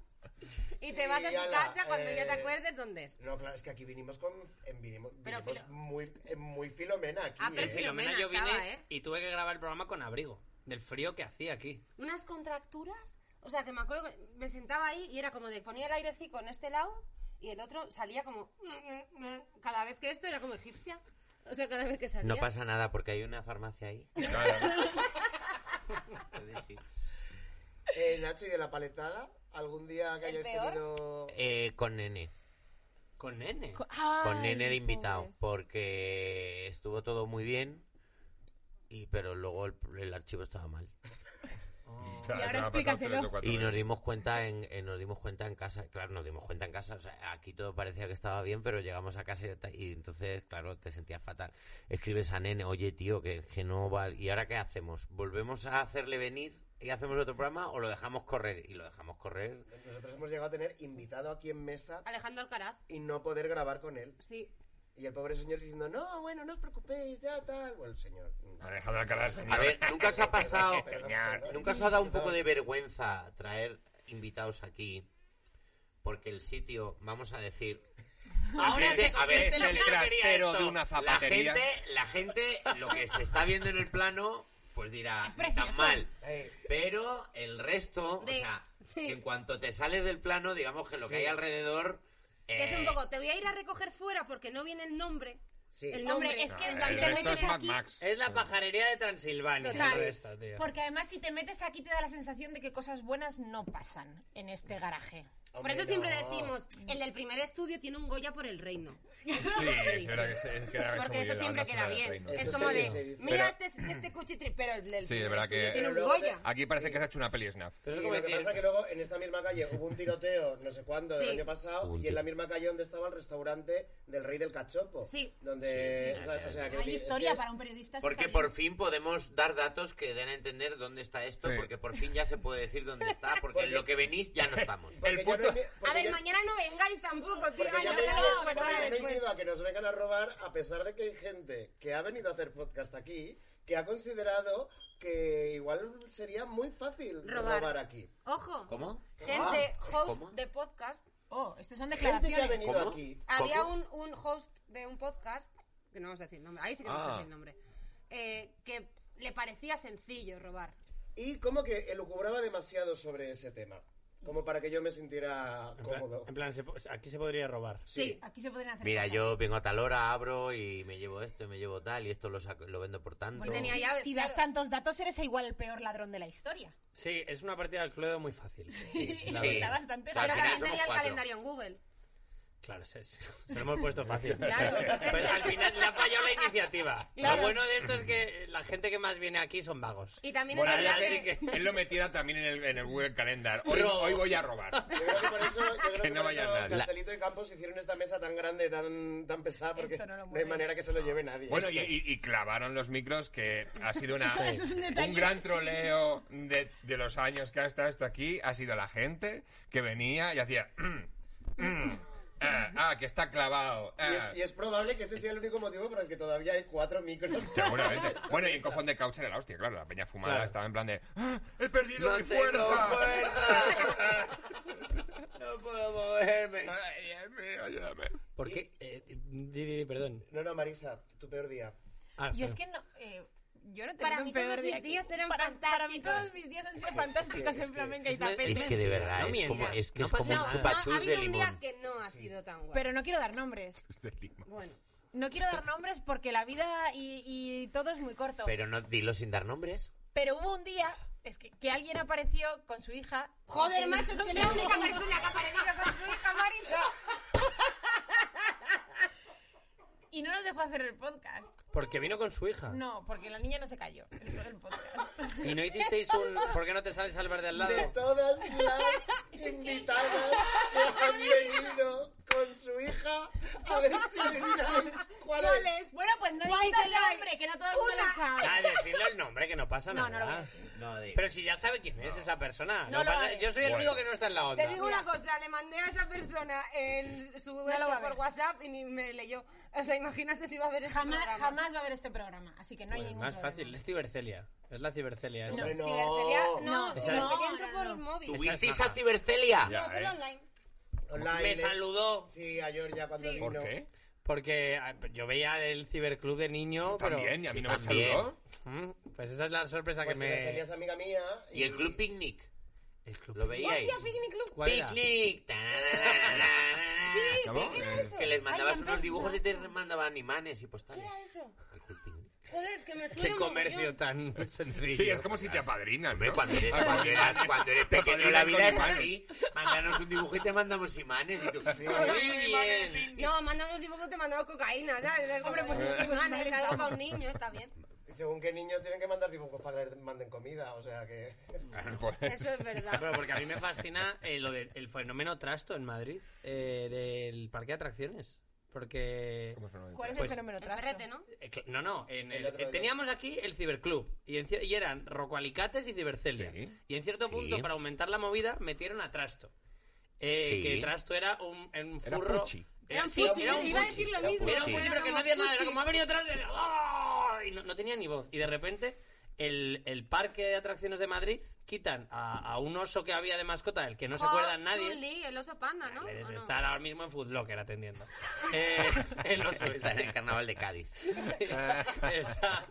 [SPEAKER 3] Y te vas a
[SPEAKER 2] ala,
[SPEAKER 3] tu casa cuando ya te
[SPEAKER 2] eh,
[SPEAKER 3] acuerdes dónde es.
[SPEAKER 2] No, claro, es que aquí vinimos con. en- vinimos
[SPEAKER 3] Pero
[SPEAKER 2] vinimos
[SPEAKER 3] Filo-
[SPEAKER 2] muy, eh, muy filomena aquí.
[SPEAKER 3] Ah, pero
[SPEAKER 2] ¿eh?
[SPEAKER 3] Filo- Filomena
[SPEAKER 5] yo vine
[SPEAKER 3] estaba, ¿eh?
[SPEAKER 5] y tuve que grabar el programa con abrigo, del frío que hacía aquí.
[SPEAKER 3] Unas contracturas, o sea, que me acuerdo que me sentaba ahí y era como de ponía el airecito en este lado y el otro salía como... Cada vez que esto era como egipcia. O sea, cada vez que salía.
[SPEAKER 4] No pasa nada porque hay una farmacia ahí.
[SPEAKER 7] Claro.
[SPEAKER 4] Entonces, sí.
[SPEAKER 2] Eh, Nacho, ¿y de la paletada? ¿Algún día que
[SPEAKER 3] ¿El
[SPEAKER 2] hayáis
[SPEAKER 3] peor?
[SPEAKER 2] tenido.?
[SPEAKER 4] Eh, con nene.
[SPEAKER 5] Con nene.
[SPEAKER 4] con
[SPEAKER 8] Ay,
[SPEAKER 4] nene de invitado
[SPEAKER 8] pobres.
[SPEAKER 4] porque estuvo todo muy bien y pero luego el, el archivo estaba mal
[SPEAKER 7] O sea,
[SPEAKER 8] Y ahora
[SPEAKER 7] se me ha pasado
[SPEAKER 8] explícaselo.
[SPEAKER 7] tres o cuatro
[SPEAKER 4] y nos
[SPEAKER 7] veces.
[SPEAKER 4] dimos cuenta en, en- nos dimos cuenta en casa claro nos dimos cuenta en casa o sea, aquí todo parecía que estaba bien pero llegamos a casa y, ta- y entonces claro te sentías fatal escribes a nene oye tío que, que no va y ahora qué hacemos volvemos a hacerle venir y hacemos otro programa o lo dejamos correr y lo dejamos correr
[SPEAKER 2] Nosotros hemos llegado a tener invitado aquí en mesa
[SPEAKER 3] Alejandro Alcaraz,
[SPEAKER 2] y no poder grabar con él.
[SPEAKER 3] sí.
[SPEAKER 2] Y el pobre señor diciendo, no, bueno, no os preocupéis, ya tal. Bueno, el señor.
[SPEAKER 7] Alejandro Alcaraz, señor.
[SPEAKER 4] a ver nunca os ha pasado
[SPEAKER 7] Señor.
[SPEAKER 4] ¿Nunca os ha dado un poco de vergüenza traer invitados aquí? Porque el sitio, vamos a decir... la
[SPEAKER 5] Ahora
[SPEAKER 4] gente-
[SPEAKER 5] se
[SPEAKER 4] a ver,
[SPEAKER 7] Es
[SPEAKER 5] Pero
[SPEAKER 7] el
[SPEAKER 5] ¿quién quería
[SPEAKER 7] trastero
[SPEAKER 5] esto?
[SPEAKER 7] de una
[SPEAKER 4] la
[SPEAKER 7] zapatería.
[SPEAKER 4] gente, la gente, lo que se está viendo en el plano, pues dirá, "Ni tan
[SPEAKER 8] precioso".
[SPEAKER 4] mal.
[SPEAKER 2] Eh,
[SPEAKER 4] Pero el resto, o
[SPEAKER 3] De-
[SPEAKER 4] sea,
[SPEAKER 3] sí.
[SPEAKER 4] en cuanto te sales del plano, digamos que lo que hay alrededor...
[SPEAKER 3] Que es un
[SPEAKER 4] eh,
[SPEAKER 3] poco, te voy a ir a recoger fuera porque no viene el nombre.
[SPEAKER 2] Sí.
[SPEAKER 3] El nombre
[SPEAKER 8] Hombre, es
[SPEAKER 7] No,
[SPEAKER 8] que
[SPEAKER 7] Eh, el
[SPEAKER 8] cuando
[SPEAKER 7] resto
[SPEAKER 8] metes
[SPEAKER 7] es Mad
[SPEAKER 8] aquí-
[SPEAKER 7] Max.
[SPEAKER 5] Es la pajarería de Transilvania.
[SPEAKER 3] Total.
[SPEAKER 5] todo esto, tío.
[SPEAKER 8] Porque además si te metes aquí te da la sensación de que cosas buenas no pasan en este garaje.
[SPEAKER 3] Por
[SPEAKER 2] hombre,
[SPEAKER 3] eso siempre
[SPEAKER 2] no.
[SPEAKER 3] decimos, el del primer estudio tiene un Goya por el reino.
[SPEAKER 7] Sí, es verdad que se- es que era eso
[SPEAKER 3] Porque
[SPEAKER 7] muy
[SPEAKER 3] eso
[SPEAKER 7] bien,
[SPEAKER 3] siempre
[SPEAKER 7] la banda
[SPEAKER 3] queda
[SPEAKER 7] sonora del
[SPEAKER 3] bien.
[SPEAKER 7] reino.
[SPEAKER 3] Es
[SPEAKER 2] Eso
[SPEAKER 3] como
[SPEAKER 2] sí,
[SPEAKER 3] de,
[SPEAKER 2] sí, sí.
[SPEAKER 3] mira
[SPEAKER 7] Pero-
[SPEAKER 3] este, este cuchitri, pero el del
[SPEAKER 7] Sí, es
[SPEAKER 3] primer
[SPEAKER 7] verdad que-
[SPEAKER 3] estudio tiene un
[SPEAKER 2] Pero luego-
[SPEAKER 3] Goya.
[SPEAKER 7] Aquí parece que se ha hecho una peli snap.
[SPEAKER 2] Pero
[SPEAKER 5] Sí,
[SPEAKER 2] eso es como
[SPEAKER 5] lo
[SPEAKER 2] que
[SPEAKER 5] que
[SPEAKER 2] pasa que luego en esta misma calle hubo un tiroteo, no sé cuándo, del
[SPEAKER 3] Sí.
[SPEAKER 2] año pasado, y en la misma calle donde estaba el restaurante del Rey del Cachopo.
[SPEAKER 3] Sí.
[SPEAKER 2] Donde.
[SPEAKER 4] Sí, sí,
[SPEAKER 2] o sea,
[SPEAKER 4] ya,
[SPEAKER 2] o sea, que-
[SPEAKER 8] Hay
[SPEAKER 2] es
[SPEAKER 8] historia
[SPEAKER 2] que-
[SPEAKER 8] para un
[SPEAKER 3] Pues
[SPEAKER 8] periodista.
[SPEAKER 4] Porque por fin podemos dar datos que den a entender dónde está esto,
[SPEAKER 7] Sí.
[SPEAKER 4] porque por fin ya se puede decir dónde está, porque en lo que venís ya no estamos.
[SPEAKER 2] porque
[SPEAKER 7] El
[SPEAKER 2] yo
[SPEAKER 7] puto-
[SPEAKER 2] no he mi-
[SPEAKER 3] A
[SPEAKER 2] porque
[SPEAKER 3] ver,
[SPEAKER 2] yo-
[SPEAKER 3] mañana no vengáis tampoco, tío.
[SPEAKER 2] porque
[SPEAKER 3] Ah,
[SPEAKER 2] yo
[SPEAKER 3] no,
[SPEAKER 2] no he
[SPEAKER 3] sale
[SPEAKER 2] ido-
[SPEAKER 3] después,
[SPEAKER 2] porque
[SPEAKER 3] sale
[SPEAKER 2] yo no he
[SPEAKER 3] después.
[SPEAKER 2] ido a que nos vengan a robar, a pesar de que hay gente que ha venido a hacer podcast aquí, que ha considerado que igual sería muy fácil
[SPEAKER 3] Robar.
[SPEAKER 2] robar, aquí.
[SPEAKER 3] Ojo,
[SPEAKER 4] ¿Cómo?
[SPEAKER 3] gente, host
[SPEAKER 4] ¿Cómo?
[SPEAKER 3] de podcast.
[SPEAKER 8] Oh, estos son
[SPEAKER 2] Gente que ha
[SPEAKER 8] declaraciones.
[SPEAKER 2] venido
[SPEAKER 4] ¿Cómo?
[SPEAKER 2] aquí.
[SPEAKER 3] Había
[SPEAKER 4] ¿Cómo?
[SPEAKER 3] un, un host de un podcast, que no vamos a decir nombre, ahí sí que no vamos a
[SPEAKER 4] Ah.
[SPEAKER 3] decir nombre, eh, que le parecía sencillo robar.
[SPEAKER 2] Y como que elucubraba demasiado sobre ese tema. Como para que yo me sintiera
[SPEAKER 5] En plan,
[SPEAKER 2] cómodo.
[SPEAKER 5] en plan, se po- aquí se podría robar.
[SPEAKER 3] Sí.
[SPEAKER 8] Aquí se pueden hacer.
[SPEAKER 4] Mira,
[SPEAKER 8] cosas.
[SPEAKER 4] yo vengo a tal hora, abro y me llevo esto y me llevo tal, y esto lo, saco- lo vendo por tanto.
[SPEAKER 8] Bueno,
[SPEAKER 3] Pues tenía
[SPEAKER 8] si,
[SPEAKER 3] llaves,
[SPEAKER 8] si
[SPEAKER 3] claro.
[SPEAKER 8] das tantos datos eres igual el peor ladrón de la historia.
[SPEAKER 5] Sí, es una partida al Cluedo muy fácil.
[SPEAKER 4] la
[SPEAKER 8] Está
[SPEAKER 4] verdad.
[SPEAKER 8] bastante
[SPEAKER 3] Pero
[SPEAKER 4] Claro, al final
[SPEAKER 3] también
[SPEAKER 4] somos
[SPEAKER 3] tenía el
[SPEAKER 4] cuatro.
[SPEAKER 3] calendario en Google.
[SPEAKER 5] Claro, se, se- se lo hemos puesto fácil.
[SPEAKER 3] Claro, entonces-
[SPEAKER 5] Pero al final le ha fallado la iniciativa.
[SPEAKER 8] Claro.
[SPEAKER 5] Lo bueno de esto es que la gente que más viene aquí son vagos.
[SPEAKER 3] Y también
[SPEAKER 7] Bueno,
[SPEAKER 2] este
[SPEAKER 3] es verdad
[SPEAKER 5] así
[SPEAKER 3] que...
[SPEAKER 5] que-
[SPEAKER 7] Él lo metiera también en el, en el Google Calendar. Hoy,
[SPEAKER 5] Robo.
[SPEAKER 7] hoy voy a robar.
[SPEAKER 2] Yo creo que por eso, yo creo
[SPEAKER 7] Que
[SPEAKER 2] que
[SPEAKER 7] no
[SPEAKER 2] por
[SPEAKER 7] vaya
[SPEAKER 2] eso
[SPEAKER 7] nadie.
[SPEAKER 2] Castelito y Campos hicieron esta mesa tan grande, tan, tan pesada, porque
[SPEAKER 8] Esto no lo
[SPEAKER 2] no, hay
[SPEAKER 8] mueve.
[SPEAKER 2] manera que se lo lleve nadie.
[SPEAKER 7] Ah. Bueno, y, y- y clavaron los micros, que ha sido una,
[SPEAKER 8] Eso- eso es un detalle.
[SPEAKER 7] gran troleo de, de los años que ha estado esto aquí. Ha sido la gente que venía y hacía... "Mm, mm, ah, ah, que está clavado.
[SPEAKER 2] Y
[SPEAKER 7] ah".
[SPEAKER 2] es, y es probable que ese sea el único motivo por el que todavía hay cuatro micros.
[SPEAKER 7] Seguramente. Bueno, y en cofón de couch era la hostia, claro. La peña fumada
[SPEAKER 5] Claro.
[SPEAKER 7] estaba en plan de... "Ah, ¡He perdido
[SPEAKER 4] ¡No
[SPEAKER 7] mi
[SPEAKER 4] tengo
[SPEAKER 7] fuerza!
[SPEAKER 4] fuerza! ¡No puedo moverme!
[SPEAKER 7] Ay, Dios mío, ayúdame.
[SPEAKER 5] ¿Por qué? Eh, di, di, di, perdón.
[SPEAKER 2] No, no, Marisa, tu peor día.
[SPEAKER 5] Ah,
[SPEAKER 8] Yo es
[SPEAKER 5] claro.
[SPEAKER 8] que no. eh, yo no he
[SPEAKER 3] Para
[SPEAKER 8] tenido
[SPEAKER 3] mí
[SPEAKER 8] un peor
[SPEAKER 3] todos
[SPEAKER 8] día
[SPEAKER 3] mis
[SPEAKER 8] aquí.
[SPEAKER 3] días eran
[SPEAKER 8] para, Para mí
[SPEAKER 3] fantásticos.
[SPEAKER 8] todos mis días han sido fantásticos
[SPEAKER 2] es
[SPEAKER 8] en
[SPEAKER 2] que-
[SPEAKER 8] flamenca y
[SPEAKER 5] es que-
[SPEAKER 8] tapete.
[SPEAKER 4] Es que de verdad,
[SPEAKER 5] No
[SPEAKER 4] es
[SPEAKER 5] mientas,
[SPEAKER 4] como, es que
[SPEAKER 5] no
[SPEAKER 4] es como un
[SPEAKER 5] pasa nada.
[SPEAKER 3] ha
[SPEAKER 4] chupachus de
[SPEAKER 3] habido un día
[SPEAKER 4] limón.
[SPEAKER 3] que no ha sido tan guay.
[SPEAKER 8] Pero no quiero dar nombres.
[SPEAKER 7] Este limón.
[SPEAKER 3] Bueno,
[SPEAKER 8] No quiero dar nombres porque la vida y, y todo es muy corto. Pero,
[SPEAKER 4] Pero no dilo sin dar nombres.
[SPEAKER 8] hubo un día es que, que alguien apareció con su hija.
[SPEAKER 3] joder,
[SPEAKER 8] en-
[SPEAKER 3] macho, es que la única persona que ha parecido con su hija Marisa.
[SPEAKER 8] Y no nos dejó hacer el podcast.
[SPEAKER 5] Porque vino con su hija.
[SPEAKER 8] No, porque la niña no se cayó. después del podcast.
[SPEAKER 5] Y no hicisteis un... ¿Por qué no te sales al bar de al lado?
[SPEAKER 2] De todas las invitadas que han venido con su hija a ver si adivináis cuál es.
[SPEAKER 8] Bueno, pues no
[SPEAKER 1] ¿Cuál
[SPEAKER 8] digas
[SPEAKER 1] es
[SPEAKER 8] el
[SPEAKER 1] el
[SPEAKER 8] nombre, que no todo el mundo lo sabe.
[SPEAKER 5] Ah, decirle el nombre, que no pasa
[SPEAKER 1] No, no lo
[SPEAKER 5] nada.
[SPEAKER 4] No, digo.
[SPEAKER 5] Pero si ya sabe quién es esa persona.
[SPEAKER 1] No
[SPEAKER 5] No
[SPEAKER 1] lo
[SPEAKER 5] pasa-
[SPEAKER 1] vale.
[SPEAKER 5] Yo soy el
[SPEAKER 7] Bueno.
[SPEAKER 5] único que no está en la onda.
[SPEAKER 3] Te digo una cosa, le mandé a esa persona el, su este
[SPEAKER 8] va a
[SPEAKER 3] por
[SPEAKER 8] ver.
[SPEAKER 3] WhatsApp y ni me leyó. O sea, imagínate si iba a ver este
[SPEAKER 1] Jamás,
[SPEAKER 3] programa.
[SPEAKER 1] jamás va a haber este programa, así que no hay
[SPEAKER 5] Pues
[SPEAKER 1] ningún
[SPEAKER 5] más
[SPEAKER 1] problema.
[SPEAKER 5] fácil, es cibercelia. Es la cibercelia. esa.
[SPEAKER 2] Hombre, no.
[SPEAKER 3] Cibercelia,
[SPEAKER 1] No,
[SPEAKER 3] no,
[SPEAKER 5] esa-
[SPEAKER 3] no,
[SPEAKER 1] no,
[SPEAKER 3] entro
[SPEAKER 1] no,
[SPEAKER 3] por
[SPEAKER 1] no.
[SPEAKER 3] el móvil.
[SPEAKER 4] ¿Tuvisteis a Cibercelia?
[SPEAKER 7] Ya,
[SPEAKER 3] No, solo
[SPEAKER 7] ¿eh?
[SPEAKER 3] online.
[SPEAKER 2] Online,
[SPEAKER 5] Me
[SPEAKER 2] eh.
[SPEAKER 5] saludó
[SPEAKER 2] Sí, a Georgia cuando
[SPEAKER 3] Sí.
[SPEAKER 2] vino. Pues
[SPEAKER 7] ¿Por qué?
[SPEAKER 5] porque ah, yo veía el ciberclub de niño, pero...
[SPEAKER 7] También, y a mí no
[SPEAKER 4] Yo
[SPEAKER 7] me
[SPEAKER 4] también.
[SPEAKER 7] saludó.
[SPEAKER 5] Mm, Pues esa es la sorpresa
[SPEAKER 2] Pues
[SPEAKER 5] que
[SPEAKER 2] Celia
[SPEAKER 5] me...
[SPEAKER 2] es amiga mía.
[SPEAKER 4] ¿Y el Club Picnic? ¿Lo veíais?
[SPEAKER 3] Hostia, Picnic Club.
[SPEAKER 5] ¿Cuál era?
[SPEAKER 4] ¡Picnic! Tarararara.
[SPEAKER 3] Sí,
[SPEAKER 7] ¿Cómo?
[SPEAKER 3] ¿qué era
[SPEAKER 7] Eh,
[SPEAKER 3] eso?
[SPEAKER 4] Ah, Que les mandabas
[SPEAKER 1] Ay,
[SPEAKER 4] unos
[SPEAKER 1] empezó.
[SPEAKER 4] dibujos y te mandaban imanes y pues,
[SPEAKER 3] ¿Qué
[SPEAKER 4] postales.
[SPEAKER 3] era eso?
[SPEAKER 4] El Club Picnic.
[SPEAKER 3] Joder, es que me suena
[SPEAKER 5] Qué comercio
[SPEAKER 3] mogollón.
[SPEAKER 5] tan sencillo.
[SPEAKER 7] Sí, es como si te apadrinan,
[SPEAKER 4] Hombre,
[SPEAKER 7] ¿no?
[SPEAKER 4] cuando eres,
[SPEAKER 7] Ah,
[SPEAKER 4] cuando eras- cuando eres
[SPEAKER 7] te
[SPEAKER 4] pequeño
[SPEAKER 7] apadrinan
[SPEAKER 4] la vida
[SPEAKER 7] con
[SPEAKER 4] es
[SPEAKER 7] imanes.
[SPEAKER 4] así. Mándanos un dibujo y te mandamos imanes. Y tú,
[SPEAKER 5] Muy bien.
[SPEAKER 3] No, mandando dibujos te mandaba cocaína, ¿sabes? Hombre, pues unos imanes, algo para un niño, está bien.
[SPEAKER 2] Y según qué niños tienen que mandar dibujos para que les manden comida, o sea que...
[SPEAKER 7] Ah,
[SPEAKER 3] Eso es verdad.
[SPEAKER 5] Pero porque a mí me fascina eh, lo del el fenómeno trasto en Madrid, eh, del parque de atracciones. Porque...
[SPEAKER 7] ¿Cómo suena?
[SPEAKER 8] ¿Cuál es
[SPEAKER 5] Pues-
[SPEAKER 8] el fenómeno
[SPEAKER 3] El
[SPEAKER 8] trasto?
[SPEAKER 3] perrete, ¿no?
[SPEAKER 5] Eh, cl- No, no, en
[SPEAKER 2] El
[SPEAKER 5] el-
[SPEAKER 2] otro, el
[SPEAKER 5] teníamos aquí el ciberclub y, en cier- y eran Rocoalicates y Cibercelia.
[SPEAKER 7] Sí.
[SPEAKER 5] Y en cierto
[SPEAKER 4] Sí.
[SPEAKER 5] punto, para aumentar la movida, metieron a Trasto. Eh,
[SPEAKER 4] Sí.
[SPEAKER 5] Que Trasto era un, en un
[SPEAKER 7] Era
[SPEAKER 5] furro.
[SPEAKER 7] puchi.
[SPEAKER 5] Era
[SPEAKER 3] un
[SPEAKER 5] sí,
[SPEAKER 3] puchi,
[SPEAKER 5] era un
[SPEAKER 3] iba a
[SPEAKER 5] puchi.
[SPEAKER 3] decir lo
[SPEAKER 4] Era
[SPEAKER 3] mismo.
[SPEAKER 4] puchi.
[SPEAKER 5] Era un puchi, pero que no hacía nada. Era como ha venido Trasto. era, ¡oh! Y no, no tenía ni voz. Y de repente, el, el parque de atracciones de Madrid quitan a, a un oso que había de mascota, del que no se acuerda nadie. ¿eh?
[SPEAKER 3] Chun-Li, Oh, el oso panda, ¿no?
[SPEAKER 5] Vale,
[SPEAKER 3] ¿O no?
[SPEAKER 5] Está ahora mismo en Food Locker atendiendo. Eh, el oso
[SPEAKER 4] Está en
[SPEAKER 5] ese.
[SPEAKER 4] el carnaval de Cádiz.
[SPEAKER 7] Ah.
[SPEAKER 5] está,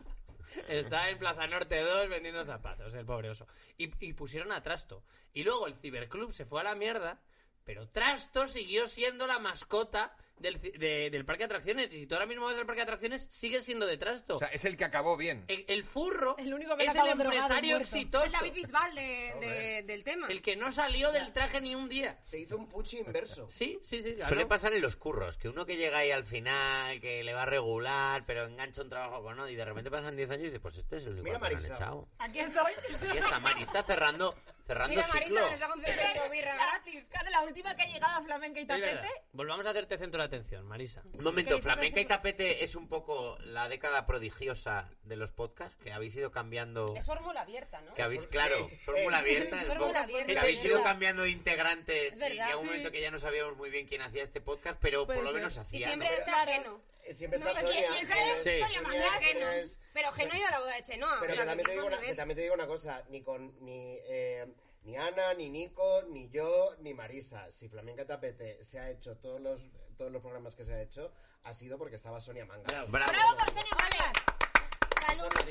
[SPEAKER 5] está en Plaza Norte 2 vendiendo zapatos, el pobre oso. Y, y pusieron a Trasto. Y luego el ciberclub se fue a la mierda, pero Trasto siguió siendo la mascota del, ci- de- del parque de atracciones. Y si tú ahora mismo vas al parque de atracciones, sigue siendo de Trasto.
[SPEAKER 7] O sea, es el que acabó bien.
[SPEAKER 5] el, el furro
[SPEAKER 8] El único que
[SPEAKER 5] es
[SPEAKER 8] le
[SPEAKER 5] el
[SPEAKER 8] acabó drogado y
[SPEAKER 5] empresario
[SPEAKER 8] muerto.
[SPEAKER 3] Es
[SPEAKER 5] exitoso.
[SPEAKER 3] el Pues David Bisbal de- de- del tema.
[SPEAKER 5] El que no salió del traje ni un día.
[SPEAKER 2] Se hizo un puchi inverso.
[SPEAKER 5] Sí, sí, sí. ganó.
[SPEAKER 4] Suele pasar en los curros, que uno que llega ahí al final, que le va a regular, pero engancha un trabajo con otro y de repente pasan 10 años y dice, pues este es el único
[SPEAKER 2] Mira
[SPEAKER 4] que me han
[SPEAKER 2] Marisa.
[SPEAKER 4] echado.
[SPEAKER 8] Aquí estoy.
[SPEAKER 4] Y está Marisa cerrando, cerrando
[SPEAKER 3] Mira,
[SPEAKER 4] ciclo.
[SPEAKER 3] Marisa, nos ha concedido birra gratis.
[SPEAKER 8] Claro, la última que ha llegado a Flamenca y
[SPEAKER 5] Es verdad.
[SPEAKER 8] Tapete.
[SPEAKER 5] Volvamos a hacerte centro de atención, Marisa.
[SPEAKER 4] Un momento,
[SPEAKER 8] que dice
[SPEAKER 4] Flamenca y Tapete es un poco la década prodigiosa de los podcasts, que habéis ido cambiando...
[SPEAKER 3] Es fórmula abierta, ¿no?
[SPEAKER 4] Que habéis, claro,
[SPEAKER 2] Sí.
[SPEAKER 4] fórmula abierta.
[SPEAKER 3] Fórmula
[SPEAKER 4] supongo,
[SPEAKER 3] abierta.
[SPEAKER 4] Que
[SPEAKER 5] Es
[SPEAKER 4] habéis ido
[SPEAKER 5] verdad.
[SPEAKER 4] cambiando de integrantes.
[SPEAKER 3] Es
[SPEAKER 4] y
[SPEAKER 3] verdad,
[SPEAKER 4] llega un
[SPEAKER 3] sí.
[SPEAKER 4] momento que ya no sabíamos muy bien quién hacía este podcast, pero por
[SPEAKER 8] Puede
[SPEAKER 4] lo
[SPEAKER 8] ser.
[SPEAKER 4] menos
[SPEAKER 3] Y
[SPEAKER 4] Pues hacía.
[SPEAKER 3] siempre
[SPEAKER 4] ¿no?
[SPEAKER 3] está Geno.
[SPEAKER 2] Eh, Siempre está
[SPEAKER 8] No, es que-
[SPEAKER 2] Sonia.
[SPEAKER 8] es que-
[SPEAKER 5] Sí.
[SPEAKER 2] Sonia,
[SPEAKER 8] Sonia
[SPEAKER 2] Sonia
[SPEAKER 3] Geno.
[SPEAKER 2] es-
[SPEAKER 3] Pero Geno ha ido a la boda de Chenoa.
[SPEAKER 2] Pues, Pero
[SPEAKER 3] o
[SPEAKER 2] que
[SPEAKER 3] sea,
[SPEAKER 2] también,
[SPEAKER 3] mismo
[SPEAKER 2] te digo una, que
[SPEAKER 3] nivel.
[SPEAKER 2] también te digo una cosa, ni con ni, eh, ni Ana, ni Nico, ni yo, ni Marisa, si Flamenca Tapete se ha hecho todos los todos los programas que se ha hecho, ha sido porque estaba Sonia Manga.
[SPEAKER 4] Bravo.
[SPEAKER 1] ¡Bravo por Sonia Mangas!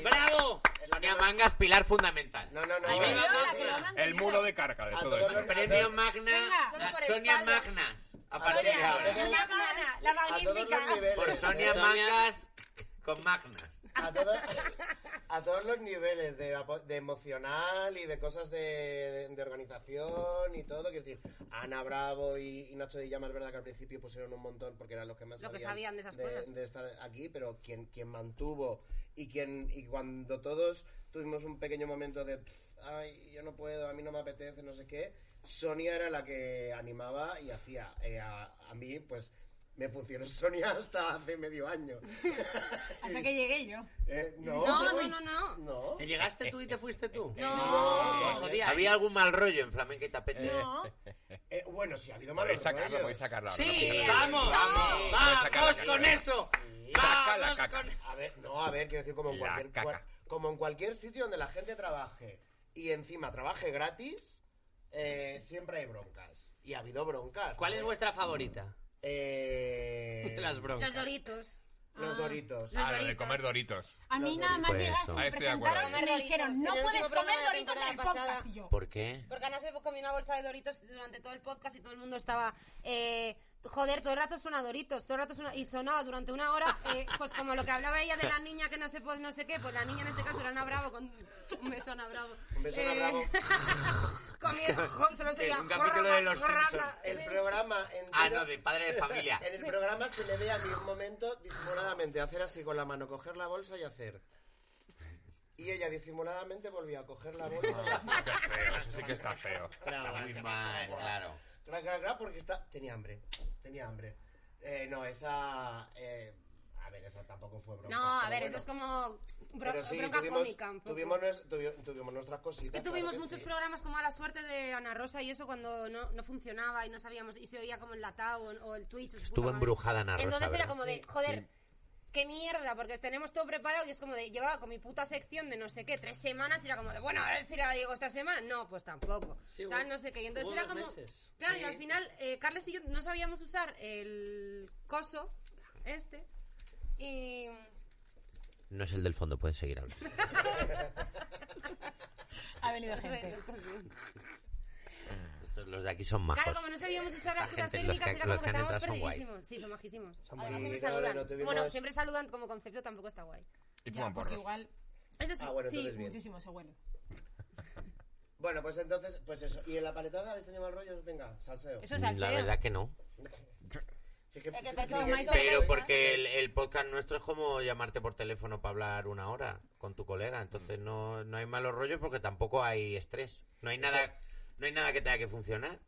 [SPEAKER 5] ¡Bravo!
[SPEAKER 4] Sonia Mangas, pilar fundamental.
[SPEAKER 2] No, no, no.
[SPEAKER 4] Ahí
[SPEAKER 2] no,
[SPEAKER 5] va,
[SPEAKER 2] no,
[SPEAKER 5] va,
[SPEAKER 2] no,
[SPEAKER 5] va.
[SPEAKER 2] no, no.
[SPEAKER 7] El muro de carga de
[SPEAKER 2] A
[SPEAKER 7] todo
[SPEAKER 2] todos
[SPEAKER 7] esto.
[SPEAKER 2] los-
[SPEAKER 4] Premio Magna,
[SPEAKER 8] Venga,
[SPEAKER 3] solo por
[SPEAKER 4] Sonia
[SPEAKER 3] espalda.
[SPEAKER 4] Magnas. A partir de
[SPEAKER 2] Sonia,
[SPEAKER 4] ahora.
[SPEAKER 2] Sonia-
[SPEAKER 8] La magna, la
[SPEAKER 2] a todos
[SPEAKER 8] magnífica.
[SPEAKER 2] los niveles.
[SPEAKER 4] Por Sonia
[SPEAKER 2] ¿eh?
[SPEAKER 4] Mangas con Magnas.
[SPEAKER 2] a, todo- a todos los niveles de, apo- de emocional y de cosas de, de- de organización y todo. Quiero decir, Ana Bravo y, y Nacho de Llama es verdad que al principio pusieron un montón porque eran los que más
[SPEAKER 3] Lo que sabían de esas cosas.
[SPEAKER 2] de estar aquí, pero quien, quien mantuvo y quien y cuando todos tuvimos un pequeño momento de "Pff, ay, yo no puedo, a mí no me apetece, no sé qué, Sonia era la que animaba y hacía. Eh, a, a mí, pues, me funcionó Sonia hasta hace medio año.
[SPEAKER 8] Hasta que llegué yo.
[SPEAKER 2] Eh, no,
[SPEAKER 3] No,
[SPEAKER 2] Uy.
[SPEAKER 3] no, no, no.
[SPEAKER 2] No.
[SPEAKER 5] ¿Llegaste tú y te fuiste tú?
[SPEAKER 3] No.
[SPEAKER 5] Os odiáis.
[SPEAKER 4] ¿Había algún mal rollo en Flamenca y Tapete?
[SPEAKER 8] No.
[SPEAKER 2] Eh, bueno, sí, ha habido malos
[SPEAKER 7] Podéis sacarlo,
[SPEAKER 2] rollos.
[SPEAKER 7] podéis sacarlo. ahora, no
[SPEAKER 5] Sí,
[SPEAKER 7] pasa nada.
[SPEAKER 5] vamos, vamos,
[SPEAKER 7] Voy a sacar la
[SPEAKER 5] vamos
[SPEAKER 7] caca.
[SPEAKER 5] con eso.
[SPEAKER 7] Saca la
[SPEAKER 5] Vamos
[SPEAKER 7] caca.
[SPEAKER 5] con
[SPEAKER 2] A ver, no, a ver, quiero decir, como en,
[SPEAKER 7] La
[SPEAKER 2] cualquier,
[SPEAKER 7] caca.
[SPEAKER 2] cual- como en cualquier sitio donde la gente trabaje y encima trabaje gratis, eh, siempre hay broncas. Y ha habido broncas.
[SPEAKER 5] ¿Cuál es
[SPEAKER 2] ¿no?
[SPEAKER 5] vuestra favorita?
[SPEAKER 2] Eh,
[SPEAKER 5] De las
[SPEAKER 3] Los
[SPEAKER 5] broncas.
[SPEAKER 3] doritos.
[SPEAKER 2] los Doritos.
[SPEAKER 3] Los
[SPEAKER 7] Ah, lo de
[SPEAKER 3] Doritos.
[SPEAKER 7] comer doritos.
[SPEAKER 8] A mí nada más
[SPEAKER 4] Fue
[SPEAKER 8] llegaste,
[SPEAKER 4] eso.
[SPEAKER 8] me
[SPEAKER 7] Ahí estoy de acuerdo.
[SPEAKER 8] presentaron y me
[SPEAKER 3] Comer
[SPEAKER 8] dijeron,
[SPEAKER 3] doritos,
[SPEAKER 8] no
[SPEAKER 3] el
[SPEAKER 8] puedes
[SPEAKER 3] último
[SPEAKER 8] comer
[SPEAKER 3] programa de la
[SPEAKER 8] doritos en el
[SPEAKER 3] temporada
[SPEAKER 8] podcast.
[SPEAKER 3] pasada.
[SPEAKER 8] Y yo,
[SPEAKER 4] ¿Por qué?
[SPEAKER 3] Porque Ana se comió una bolsa de Doritos durante todo el podcast y todo el mundo estaba, eh, joder, todo el rato suena Doritos, todo el rato suena... Y sonaba durante una hora, eh, pues como lo que hablaba ella de la niña que no sé, pues, no sé qué, pues la niña en este caso era Ana Bravo con... Un beso Ana Bravo. Eh,
[SPEAKER 2] Un beso, Ana Bravo.
[SPEAKER 3] Comiendo... Solo se
[SPEAKER 4] Que
[SPEAKER 3] llama...
[SPEAKER 4] un capítulo de Los
[SPEAKER 3] gorraca,
[SPEAKER 4] Simpson.
[SPEAKER 3] gorraca.
[SPEAKER 2] El programa entero-
[SPEAKER 4] Ah, no, de padre de familia.
[SPEAKER 2] En el programa se le ve a mí un momento disimuladamente hacer así con la mano, coger la bolsa y hacer. Y ella disimuladamente volvía a coger la bolsa y hacer.
[SPEAKER 7] Qué feo, eso sí que está feo.
[SPEAKER 4] Muy mal, claro.
[SPEAKER 2] Gra, gra, gra, porque está... tenía hambre. Tenía hambre. Eh, no, esa. eh, a ver, esa tampoco fue bronca.
[SPEAKER 3] No, a
[SPEAKER 2] pero
[SPEAKER 3] ver,
[SPEAKER 2] bueno.
[SPEAKER 3] eso es como bro-
[SPEAKER 2] Pero sí,
[SPEAKER 3] bronca
[SPEAKER 2] tuvimos,
[SPEAKER 3] cómica. un poco.
[SPEAKER 2] Tuvimos, nues- tuvi- tuvimos nuestras cositas.
[SPEAKER 3] Es que
[SPEAKER 2] claro
[SPEAKER 3] tuvimos muchos
[SPEAKER 2] sí.
[SPEAKER 3] programas como a la suerte de Ana Rosa y eso cuando no, no funcionaba y no sabíamos y se oía como el latao o, o el Twitch. o su
[SPEAKER 4] Estuvo
[SPEAKER 3] puta madre.
[SPEAKER 4] embrujada Ana Rosa,
[SPEAKER 3] Entonces era
[SPEAKER 4] ¿verdad?
[SPEAKER 3] como de, joder, qué mierda, porque tenemos todo preparado y es como de, llevaba con mi puta sección de no sé qué, tres semanas y era como de, bueno, a ver si la digo esta semana. No, pues tampoco.
[SPEAKER 5] Sí,
[SPEAKER 3] Tal,
[SPEAKER 5] hubo-
[SPEAKER 3] no sé qué. Y entonces
[SPEAKER 5] hubo
[SPEAKER 3] era
[SPEAKER 5] dos
[SPEAKER 3] como...
[SPEAKER 5] meses.
[SPEAKER 3] Claro, y al final eh, Carles y yo no sabíamos usar el coso este y...
[SPEAKER 4] No es el del fondo, puedes seguir hablando.
[SPEAKER 8] Ha venido gente.
[SPEAKER 4] Estos- los de aquí son majos.
[SPEAKER 3] Claro, como no sabíamos usar las
[SPEAKER 4] Esta
[SPEAKER 3] cosas
[SPEAKER 4] gente, los
[SPEAKER 3] técnicas,
[SPEAKER 4] que-
[SPEAKER 3] era como
[SPEAKER 4] los
[SPEAKER 3] que
[SPEAKER 4] que han
[SPEAKER 3] estábamos
[SPEAKER 4] entrado son guays.
[SPEAKER 3] perdidísimos. Sí, son majísimos.
[SPEAKER 2] Son
[SPEAKER 3] Además,
[SPEAKER 2] muy
[SPEAKER 3] siempre
[SPEAKER 2] guays,
[SPEAKER 3] saludan.
[SPEAKER 2] no tuvimos-
[SPEAKER 3] Bueno, siempre saludan como concepto, tampoco está guay.
[SPEAKER 7] Y
[SPEAKER 8] Ya,
[SPEAKER 7] fuman
[SPEAKER 8] porque
[SPEAKER 7] porros.
[SPEAKER 8] igual.
[SPEAKER 3] Eso sí.
[SPEAKER 2] Ah, bueno,
[SPEAKER 8] sí,
[SPEAKER 2] entonces bien.
[SPEAKER 8] muchísimo, se huele.
[SPEAKER 2] Bueno, pues entonces, pues eso. ¿Y en la paletada habéis tenido mal rollo? Venga, salseo.
[SPEAKER 8] Eso es salseo.
[SPEAKER 4] La verdad que no.
[SPEAKER 2] Sí que-
[SPEAKER 8] que está todo
[SPEAKER 2] sí que-
[SPEAKER 8] mal.
[SPEAKER 4] Pero porque el, el podcast nuestro es como llamarte por teléfono para hablar una hora con tu colega. Entonces no, no hay malos rollos porque tampoco hay estrés. No hay nada, no hay nada que tenga que funcionar.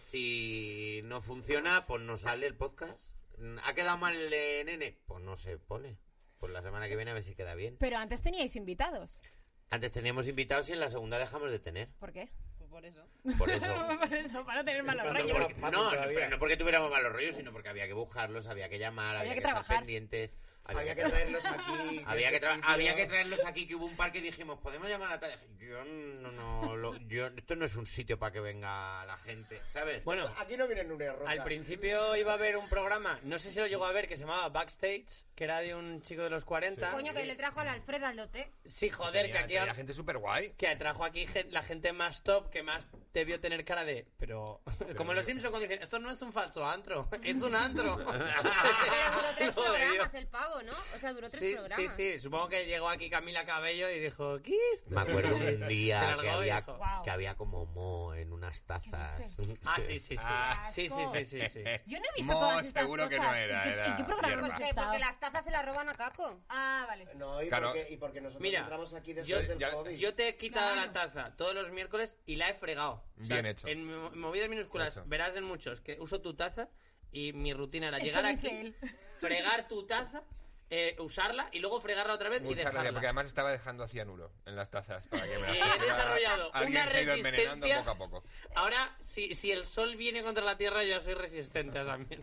[SPEAKER 4] Si no funciona, pues no sale el podcast. Mm, ¿Ha quedado mal el de nene? Pues no se pone. Pues la semana que viene a ver si queda bien.
[SPEAKER 1] Pero antes teníais invitados.
[SPEAKER 4] Antes teníamos invitados y en la segunda dejamos de tener.
[SPEAKER 1] ¿Por qué?
[SPEAKER 3] Pues por eso.
[SPEAKER 4] Por eso.
[SPEAKER 8] Por eso, para no tener malos
[SPEAKER 4] Pero
[SPEAKER 8] rollos.
[SPEAKER 4] porque- no, no, pero no porque tuviéramos malos rollos, sino porque había que buscarlos, había que llamar, había,
[SPEAKER 8] que
[SPEAKER 4] que, estar
[SPEAKER 8] trabajar.
[SPEAKER 4] pendientes.
[SPEAKER 2] Había que traerlos aquí.
[SPEAKER 4] Había que,
[SPEAKER 2] este
[SPEAKER 4] tra-
[SPEAKER 2] sitio.
[SPEAKER 4] había que traerlos aquí, que hubo un parque y dijimos, ¿podemos llamar a tal? Yo no, no, lo- yo, esto no es un sitio para que venga la gente, ¿sabes?
[SPEAKER 5] Bueno,
[SPEAKER 2] Aquí no vienen una roca.
[SPEAKER 5] al principio iba a haber un programa, no sé si lo llegó a ver, que se llamaba Backstage, que era de un chico de los 40.
[SPEAKER 3] Coño, que le trajo al Alfredo al lote.
[SPEAKER 5] Sí, joder, que
[SPEAKER 7] Tenía-
[SPEAKER 5] aquí
[SPEAKER 7] tenía
[SPEAKER 5] ha-
[SPEAKER 7] gente súper guay.
[SPEAKER 5] que atrajo aquí gen- la gente más top que más debió tener cara de pero como los Simpsons cuando dicen esto no es un falso antro es un antro Ah,
[SPEAKER 3] Pero duró tres
[SPEAKER 5] Lo debió.
[SPEAKER 3] programas el pavo, ¿no? O sea, duró tres
[SPEAKER 5] sí,
[SPEAKER 3] programas. Pues,
[SPEAKER 5] sí sí supongo que llegó aquí Camila Cabello y dijo ¿qué es esto?".
[SPEAKER 4] me acuerdo un
[SPEAKER 5] Se
[SPEAKER 4] día
[SPEAKER 5] largó
[SPEAKER 4] que
[SPEAKER 5] y
[SPEAKER 4] había,
[SPEAKER 5] dijo,
[SPEAKER 8] Guau.
[SPEAKER 4] que había como mo en unas tazas.
[SPEAKER 5] ah sí sí sí
[SPEAKER 7] Ah.
[SPEAKER 5] sí sí sí sí, sí.
[SPEAKER 8] Yo no he visto
[SPEAKER 7] Mo,
[SPEAKER 8] todas estas
[SPEAKER 7] seguro
[SPEAKER 8] cosas.
[SPEAKER 7] que no era,
[SPEAKER 8] ¿En, qué,
[SPEAKER 7] era
[SPEAKER 8] en qué programa
[SPEAKER 7] hierba.
[SPEAKER 8] hemos
[SPEAKER 3] Sí,
[SPEAKER 8] estado?
[SPEAKER 3] porque las tazas se las roban a Caco.
[SPEAKER 8] Ah, vale.
[SPEAKER 2] No, y,
[SPEAKER 7] Claro.
[SPEAKER 2] porque, y porque nosotros
[SPEAKER 5] Mira,
[SPEAKER 2] entramos aquí
[SPEAKER 5] yo-
[SPEAKER 2] después del
[SPEAKER 7] ya-
[SPEAKER 2] COVID.
[SPEAKER 5] Yo te he quitado
[SPEAKER 8] Claro.
[SPEAKER 5] la taza todos los miércoles y la he fregado.
[SPEAKER 7] Bien hecho.
[SPEAKER 5] En mo- movidas minúsculas,
[SPEAKER 7] Bien hecho.
[SPEAKER 5] verás en muchos que uso tu taza y mi rutina era
[SPEAKER 8] Eso
[SPEAKER 5] llegar
[SPEAKER 8] dice
[SPEAKER 5] aquí,
[SPEAKER 8] él.
[SPEAKER 5] fregar tu taza, eh, usarla y luego fregarla otra vez y
[SPEAKER 7] Muchas
[SPEAKER 5] dejarla.
[SPEAKER 7] gracias, porque además estaba dejando cianuro en las tazas para que me las
[SPEAKER 5] Y he
[SPEAKER 7] tomara.
[SPEAKER 5] desarrollado
[SPEAKER 7] Alguien
[SPEAKER 5] una
[SPEAKER 7] se ha ido envenenando
[SPEAKER 5] resistencia.
[SPEAKER 7] poco a poco.
[SPEAKER 5] Ahora, si, si el sol viene contra la tierra, yo soy resistente también.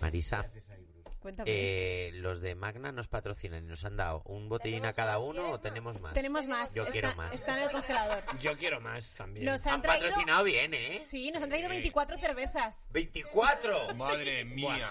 [SPEAKER 4] Marisa,
[SPEAKER 1] Cuéntame.
[SPEAKER 4] eh, los de Magna nos patrocinan y nos han dado un botellín a cada uno o tenemos más.
[SPEAKER 1] Tenemos más.
[SPEAKER 4] Yo
[SPEAKER 1] está,
[SPEAKER 4] quiero más.
[SPEAKER 1] Está en el congelador.
[SPEAKER 5] Yo quiero más también.
[SPEAKER 1] Nos han
[SPEAKER 4] Han
[SPEAKER 1] traído.
[SPEAKER 4] patrocinado bien, ¿eh?
[SPEAKER 1] Sí, nos han traído 24 cervezas.
[SPEAKER 4] ¡24!
[SPEAKER 7] Madre mía.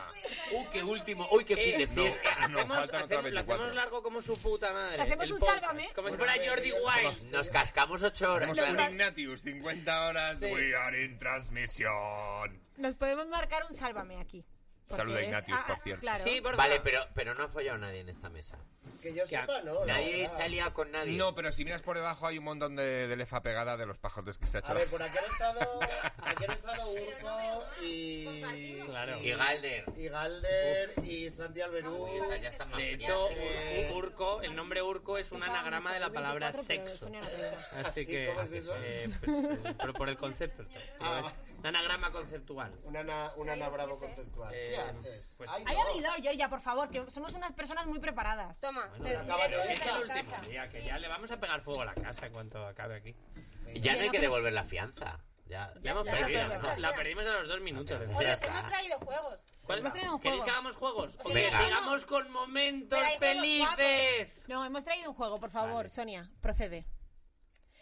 [SPEAKER 4] ¡Uy, qué último! ¡Uy, qué fin de fiesta!
[SPEAKER 7] Nos
[SPEAKER 5] Hacemos,
[SPEAKER 7] faltan otras
[SPEAKER 5] hacemos- lo
[SPEAKER 7] 24.
[SPEAKER 5] hacemos largo como su puta madre.
[SPEAKER 1] Hacemos
[SPEAKER 5] el
[SPEAKER 1] un
[SPEAKER 5] podcast.
[SPEAKER 1] sálvame.
[SPEAKER 5] Como si fuera Jordi Wild.
[SPEAKER 4] Nos cascamos ocho horas.
[SPEAKER 7] Hacemos un Ignatius, 50 horas.
[SPEAKER 5] Sí.
[SPEAKER 7] We are in transmisión.
[SPEAKER 1] Nos podemos marcar un sálvame aquí. Porque
[SPEAKER 7] Saluda a
[SPEAKER 1] es-
[SPEAKER 7] Ignatius,
[SPEAKER 1] ah,
[SPEAKER 7] por cierto.
[SPEAKER 1] Claro.
[SPEAKER 5] Sí, porfa.
[SPEAKER 4] Vale, pero, pero no ha follado nadie en esta mesa.
[SPEAKER 2] que yo sepa, no. la
[SPEAKER 4] nadie
[SPEAKER 2] verdad.
[SPEAKER 4] se ha liado con nadie.
[SPEAKER 7] No, pero si miras por debajo hay un montón de, de lefa pegada de los pajotes que se ha hecho.
[SPEAKER 2] A ver, por aquí han estado. Aquí han estado Urco y.
[SPEAKER 3] compartimos.
[SPEAKER 5] Claro.
[SPEAKER 4] Y Galder.
[SPEAKER 2] Y Galder y Santi Alberú.
[SPEAKER 4] Ya está más
[SPEAKER 5] De
[SPEAKER 4] follado.
[SPEAKER 5] hecho, eh, u- Urco, el nombre Urco es un anagrama de la palabra
[SPEAKER 1] 24, pero
[SPEAKER 5] sexo.
[SPEAKER 1] son anagramas.
[SPEAKER 5] Así
[SPEAKER 2] ¿Sí?
[SPEAKER 5] que,
[SPEAKER 2] ¿Cómo es eso?
[SPEAKER 5] eh, pues, eh, pero por el concepto.
[SPEAKER 2] Ah.
[SPEAKER 5] Es un anagrama conceptual.
[SPEAKER 2] Un Ana, un Ana Bravo conceptual. ¿Qué haces?
[SPEAKER 5] pues-
[SPEAKER 2] Ay,
[SPEAKER 8] Hay
[SPEAKER 2] no.
[SPEAKER 8] abridor, Georgia, por favor, que somos unas personas muy preparadas.
[SPEAKER 3] Toma, te
[SPEAKER 2] acaba
[SPEAKER 3] directo
[SPEAKER 2] de-
[SPEAKER 3] desde
[SPEAKER 5] Es el
[SPEAKER 3] tu
[SPEAKER 5] último
[SPEAKER 3] casa.
[SPEAKER 5] día, que ya le vamos a pegar fuego a la casa en cuanto acabe aquí.
[SPEAKER 4] Ya no hay que devolver la fianza. Ya,
[SPEAKER 5] Ya hemos
[SPEAKER 4] ya
[SPEAKER 5] perdido,
[SPEAKER 4] está.
[SPEAKER 5] ¿no? La perdimos a los dos minutos.
[SPEAKER 4] Ya
[SPEAKER 3] Oye, os
[SPEAKER 4] está.
[SPEAKER 3] hemos traído juegos.
[SPEAKER 5] ¿Cuál-
[SPEAKER 8] Hemos traído un
[SPEAKER 5] ¿Queréis
[SPEAKER 8] juego.
[SPEAKER 5] que hagamos juegos? O que
[SPEAKER 4] Venga.
[SPEAKER 5] sigamos con momentos
[SPEAKER 3] Pero hay juegos
[SPEAKER 5] felices.
[SPEAKER 1] No, hemos traído un juego, por favor, Sonia, procede.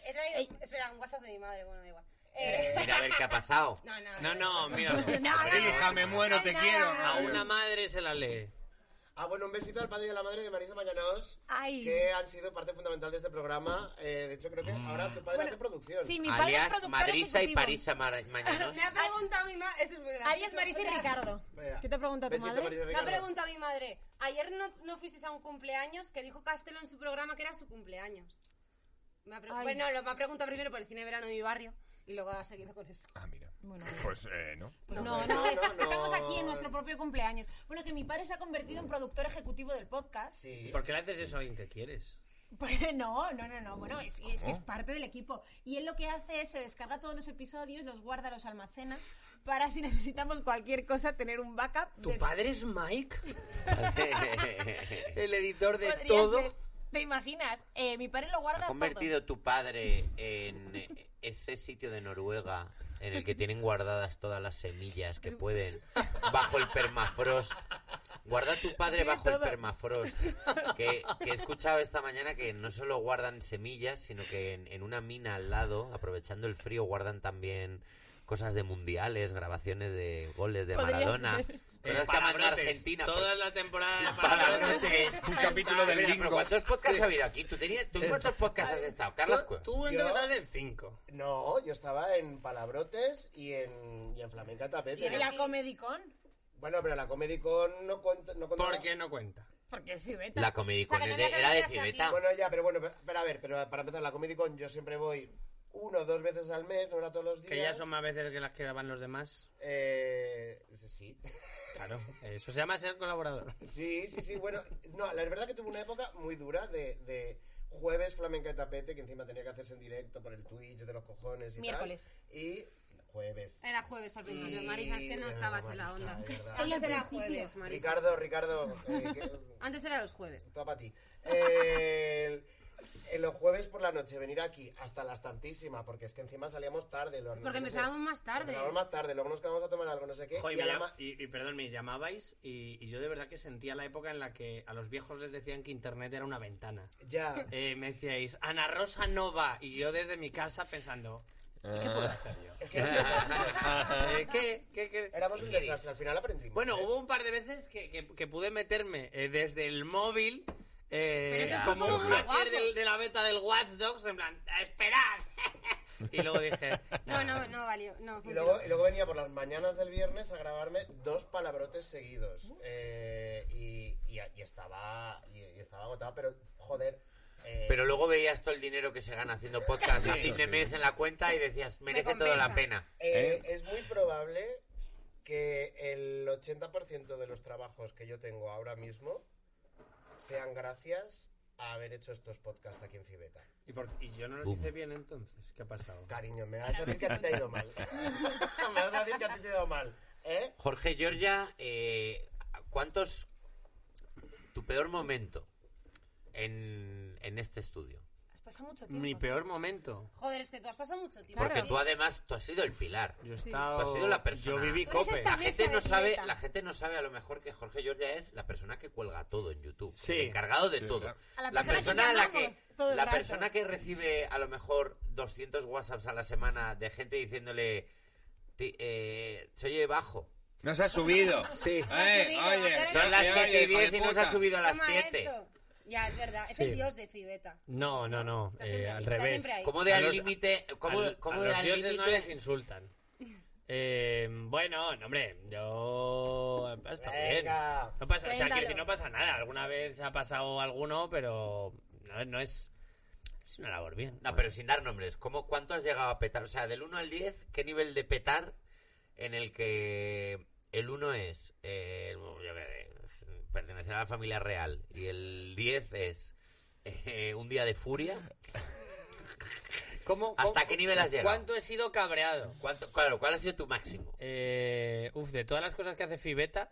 [SPEAKER 3] He traído- Espera, un WhatsApp de mi madre, bueno, da igual. Eh,
[SPEAKER 4] Mira a ver qué ha pasado.
[SPEAKER 3] no, no.
[SPEAKER 5] No, no, mira.
[SPEAKER 7] Hija, me muero, te quiero.
[SPEAKER 5] A una madre se la lee.
[SPEAKER 2] Ah, bueno, un besito al padre y a la madre de Marisa Mañanos,
[SPEAKER 1] Ay.
[SPEAKER 2] que han sido parte fundamental de este programa. Eh, de hecho, creo que
[SPEAKER 5] Mm.
[SPEAKER 2] ahora tu padre hace producción.
[SPEAKER 1] Sí, mi padre es
[SPEAKER 4] Alias
[SPEAKER 1] productor
[SPEAKER 4] Madrisa y
[SPEAKER 1] ejecutivo.
[SPEAKER 4] Parisa Mar- mañana.
[SPEAKER 3] Me ha preguntado mi madre. Esto es muy gracioso.
[SPEAKER 1] Arias, Marisa
[SPEAKER 3] O
[SPEAKER 1] y
[SPEAKER 3] sea,
[SPEAKER 1] Ricardo.
[SPEAKER 2] Venga.
[SPEAKER 1] ¿Qué te pregunta tu
[SPEAKER 2] Besito,
[SPEAKER 1] madre?
[SPEAKER 3] Me
[SPEAKER 2] Marisa
[SPEAKER 3] ha
[SPEAKER 2] Ricardo.
[SPEAKER 3] preguntado mi madre. Ayer no, no fuisteis a un cumpleaños que dijo Castelo en su programa que era su cumpleaños. Me ha pre-
[SPEAKER 1] Ay.
[SPEAKER 3] Bueno, lo me ha preguntado primero por el cine de verano de mi barrio y luego ha seguido con eso.
[SPEAKER 7] Ah, mira. Pues eh, no.
[SPEAKER 8] Pues no, no,
[SPEAKER 2] no, no, no.
[SPEAKER 8] estamos aquí en nuestro propio cumpleaños. Bueno, que mi padre se ha convertido en productor ejecutivo del podcast.
[SPEAKER 2] Sí.
[SPEAKER 5] ¿Por qué le haces eso a alguien que quieres?
[SPEAKER 8] Pues no, no, no, no. Bueno, es, es que es parte del equipo. Y él lo que hace es se descarga todos los episodios, los guarda, los almacena
[SPEAKER 1] para si necesitamos cualquier cosa tener un backup.
[SPEAKER 5] ¿Tu
[SPEAKER 1] de-
[SPEAKER 5] padre es Mike?
[SPEAKER 4] Ha
[SPEAKER 5] ¿El editor de
[SPEAKER 1] Podría
[SPEAKER 5] todo?
[SPEAKER 1] ser. ¿Te imaginas? Eh, mi padre lo guarda
[SPEAKER 4] convertido tu padre en eh, ese sitio de Noruega en el que tienen guardadas todas las semillas que pueden bajo el permafrost. Guarda tu padre
[SPEAKER 1] Tiene
[SPEAKER 4] bajo el
[SPEAKER 1] todo.
[SPEAKER 4] permafrost. Que, que he escuchado esta mañana que no solo guardan semillas, sino que en, en una mina al lado, aprovechando el frío, guardan también cosas de mundiales, grabaciones de goles de
[SPEAKER 1] Podría
[SPEAKER 4] Maradona.
[SPEAKER 1] ser.
[SPEAKER 4] Cosas que ha mandado Argentina. por-
[SPEAKER 5] Toda la temporada de
[SPEAKER 4] Palabrotes.
[SPEAKER 5] palabrotes.
[SPEAKER 7] Un capítulo
[SPEAKER 4] Mira,
[SPEAKER 7] de
[SPEAKER 4] pero
[SPEAKER 7] Gringo.
[SPEAKER 4] ¿Cuántos podcasts ha habido aquí? ¿Tú, tenías, ¿Tú en cuántos podcasts has estado? Carlos Cuevas.
[SPEAKER 5] Tú en
[SPEAKER 2] Yo-
[SPEAKER 5] total en cinco.
[SPEAKER 2] No, yo estaba en Palabrotes y en, y en Flamenca Tapete.
[SPEAKER 8] Tiene la Comedicón,
[SPEAKER 2] Bueno, pero la Comedy Con no cuenta... No contaba-
[SPEAKER 5] ¿Por qué no cuenta?
[SPEAKER 8] porque es fibeta.
[SPEAKER 4] Pues, La Comedy
[SPEAKER 3] sea,
[SPEAKER 4] Con
[SPEAKER 3] que
[SPEAKER 4] es
[SPEAKER 3] no había
[SPEAKER 4] de-
[SPEAKER 3] que
[SPEAKER 4] era de
[SPEAKER 3] venir hasta
[SPEAKER 4] Civeta.
[SPEAKER 3] aquí.
[SPEAKER 2] Bueno, ya, pero bueno, pero a ver, pero para empezar, la Comedy Con yo siempre voy uno o dos veces al mes, no era todos los días.
[SPEAKER 5] Que ya son más veces que las que van los demás.
[SPEAKER 2] Eh, sí.
[SPEAKER 5] Claro, eso se llama ser colaborador.
[SPEAKER 2] Sí, sí, sí, bueno, no, la verdad que tuve una época muy dura de, de jueves flamenca y tapete, que encima tenía que hacerse en directo por el Twitch de los cojones y tal.
[SPEAKER 8] Miércoles.
[SPEAKER 2] Y jueves.
[SPEAKER 3] Era jueves al principio,
[SPEAKER 2] Y-
[SPEAKER 3] Marisa, es que no
[SPEAKER 2] Ah,
[SPEAKER 3] estabas en la
[SPEAKER 2] Marisa,
[SPEAKER 3] onda.
[SPEAKER 2] es verdad.
[SPEAKER 3] Antes era jueves, Marisa.
[SPEAKER 2] Ricardo, Ricardo, eh, que-
[SPEAKER 3] Antes era los jueves.
[SPEAKER 2] Todo para ti. El- en los jueves por la noche venir aquí hasta las tantísimas, porque es que encima salíamos tarde. los-
[SPEAKER 3] Porque empezábamos más tarde.
[SPEAKER 2] Empezábamos más tarde, luego nos quedamos a tomar algo, no sé qué.
[SPEAKER 5] Joder,
[SPEAKER 2] y a
[SPEAKER 5] me
[SPEAKER 2] la
[SPEAKER 5] llam-
[SPEAKER 2] ma-
[SPEAKER 5] y, y, perdón, me llamabais y, y yo de verdad que sentía la época en la que a los viejos les decían que internet era una ventana.
[SPEAKER 2] Ya.
[SPEAKER 5] Eh, me decíais, Ana Rosa Nova, y yo desde mi casa pensando, ¿y ¿qué puedo hacer yo?
[SPEAKER 2] Es que éramos-
[SPEAKER 5] Eh, ¿Qué? ¿Qué? ¿Qué?
[SPEAKER 2] éramos un
[SPEAKER 5] ¿Qué
[SPEAKER 2] desastre, al
[SPEAKER 5] queréis?
[SPEAKER 2] final aprendimos.
[SPEAKER 5] Bueno,
[SPEAKER 2] ¿eh?
[SPEAKER 5] hubo un par de veces que, que- que pude meterme eh, desde el móvil eh,
[SPEAKER 3] Pero eso fue
[SPEAKER 5] como un
[SPEAKER 3] muy
[SPEAKER 5] hacker
[SPEAKER 3] guapo.
[SPEAKER 5] del- de la beta del Watch Dogs, en plan, ¡esperad! y luego dije,
[SPEAKER 3] No, no, no valió. No,
[SPEAKER 2] Y
[SPEAKER 3] funcionó.
[SPEAKER 2] luego, y luego venía por las mañanas del viernes a grabarme dos palabrotes seguidos.
[SPEAKER 3] Uh.
[SPEAKER 2] Eh, y, y- y estaba y, y estaba agotado, pero joder. eh,
[SPEAKER 4] Pero luego veías todo el dinero que se gana haciendo podcast a fin de mes en la cuenta y decías, merece toda la
[SPEAKER 3] compensa.
[SPEAKER 4] pena.
[SPEAKER 2] Eh, Es muy probable que el 80% de los trabajos que yo tengo ahora mismo sean gracias a haber hecho estos podcasts aquí en Fibeta.
[SPEAKER 5] ¿Y, por- y yo no lo hice bien entonces? ¿Qué ha pasado?
[SPEAKER 2] Cariño, me vas a decir que a ti te ha ido mal. me vas a decir que a ti te ha ido mal. ¿Eh?
[SPEAKER 4] Jorge Giorgia, eh, ¿cuántos... Tu peor momento en, en este estudio?
[SPEAKER 8] Has pasado mucho tiempo.
[SPEAKER 5] Mi peor momento.
[SPEAKER 3] Joder, es que tú has pasado mucho tiempo.
[SPEAKER 4] Porque
[SPEAKER 3] aquí.
[SPEAKER 4] tú además, tú has sido el pilar.
[SPEAKER 5] Yo he
[SPEAKER 4] Tú has
[SPEAKER 5] estado.
[SPEAKER 4] sido la persona.
[SPEAKER 5] Yo viví
[SPEAKER 8] Tú eres
[SPEAKER 5] cope.
[SPEAKER 8] esta
[SPEAKER 4] La gente
[SPEAKER 8] mesa
[SPEAKER 4] no
[SPEAKER 8] de
[SPEAKER 4] sabe,
[SPEAKER 8] dieta.
[SPEAKER 4] la gente no sabe a lo mejor que Jorge Giorgia es la persona que cuelga todo en YouTube,
[SPEAKER 5] Sí.
[SPEAKER 4] el encargado de todo.
[SPEAKER 7] claro.
[SPEAKER 8] A la persona que
[SPEAKER 4] a la que
[SPEAKER 8] llamamos todo el
[SPEAKER 4] la
[SPEAKER 8] rato.
[SPEAKER 4] persona que recibe a lo mejor 200 WhatsApps a la semana de gente diciéndole "Ti- eh, se oye bajo.
[SPEAKER 7] Nos ha subido.
[SPEAKER 5] Sí.
[SPEAKER 7] Eh,
[SPEAKER 3] subido,
[SPEAKER 7] oye,
[SPEAKER 3] pero-
[SPEAKER 4] Son las
[SPEAKER 7] oye,
[SPEAKER 4] 7 y
[SPEAKER 7] oye,
[SPEAKER 4] 10 y
[SPEAKER 7] hijo de
[SPEAKER 4] nos ha
[SPEAKER 7] puta.
[SPEAKER 4] subido a las
[SPEAKER 3] Toma
[SPEAKER 4] 7.
[SPEAKER 3] esto. Ya, es verdad. Es el dios de Fibeta.
[SPEAKER 5] No, no, no. eh,
[SPEAKER 8] siempre ahí,
[SPEAKER 5] al
[SPEAKER 3] está
[SPEAKER 5] revés.
[SPEAKER 3] siempre ahí.
[SPEAKER 4] ¿Cómo de
[SPEAKER 5] A
[SPEAKER 4] al
[SPEAKER 5] los-
[SPEAKER 4] límite? ¿Cómo,
[SPEAKER 5] Al-
[SPEAKER 4] cómo
[SPEAKER 5] a
[SPEAKER 4] de
[SPEAKER 5] los
[SPEAKER 4] al
[SPEAKER 5] dioses no
[SPEAKER 4] límite?
[SPEAKER 5] les insultan. Eh, bueno, no, hombre, yo está bien.
[SPEAKER 2] Venga.
[SPEAKER 5] No pasa, o sea, quiero
[SPEAKER 8] Cuéntalo.
[SPEAKER 5] decir, no pasa nada. Alguna vez se ha pasado alguno, pero no, no es es una labor bien.
[SPEAKER 4] No, pero sin dar nombres, ¿cómo, ¿cuánto has llegado a petar? O sea, del 1 al 10, ¿qué nivel de petar en el que el 1 es, eh, yo qué sé, es, pertenecer a la familia real y el 10 es eh, un día de furia?
[SPEAKER 5] ¿Cómo-
[SPEAKER 4] ¿Hasta
[SPEAKER 5] cómo-
[SPEAKER 4] qué nivel has llegado?
[SPEAKER 5] ¿Cuánto he sido cabreado?
[SPEAKER 4] ¿Cuánto, claro, ¿cuál ha sido tu máximo?
[SPEAKER 5] Eh, uf, de todas las cosas que hace Fibeta,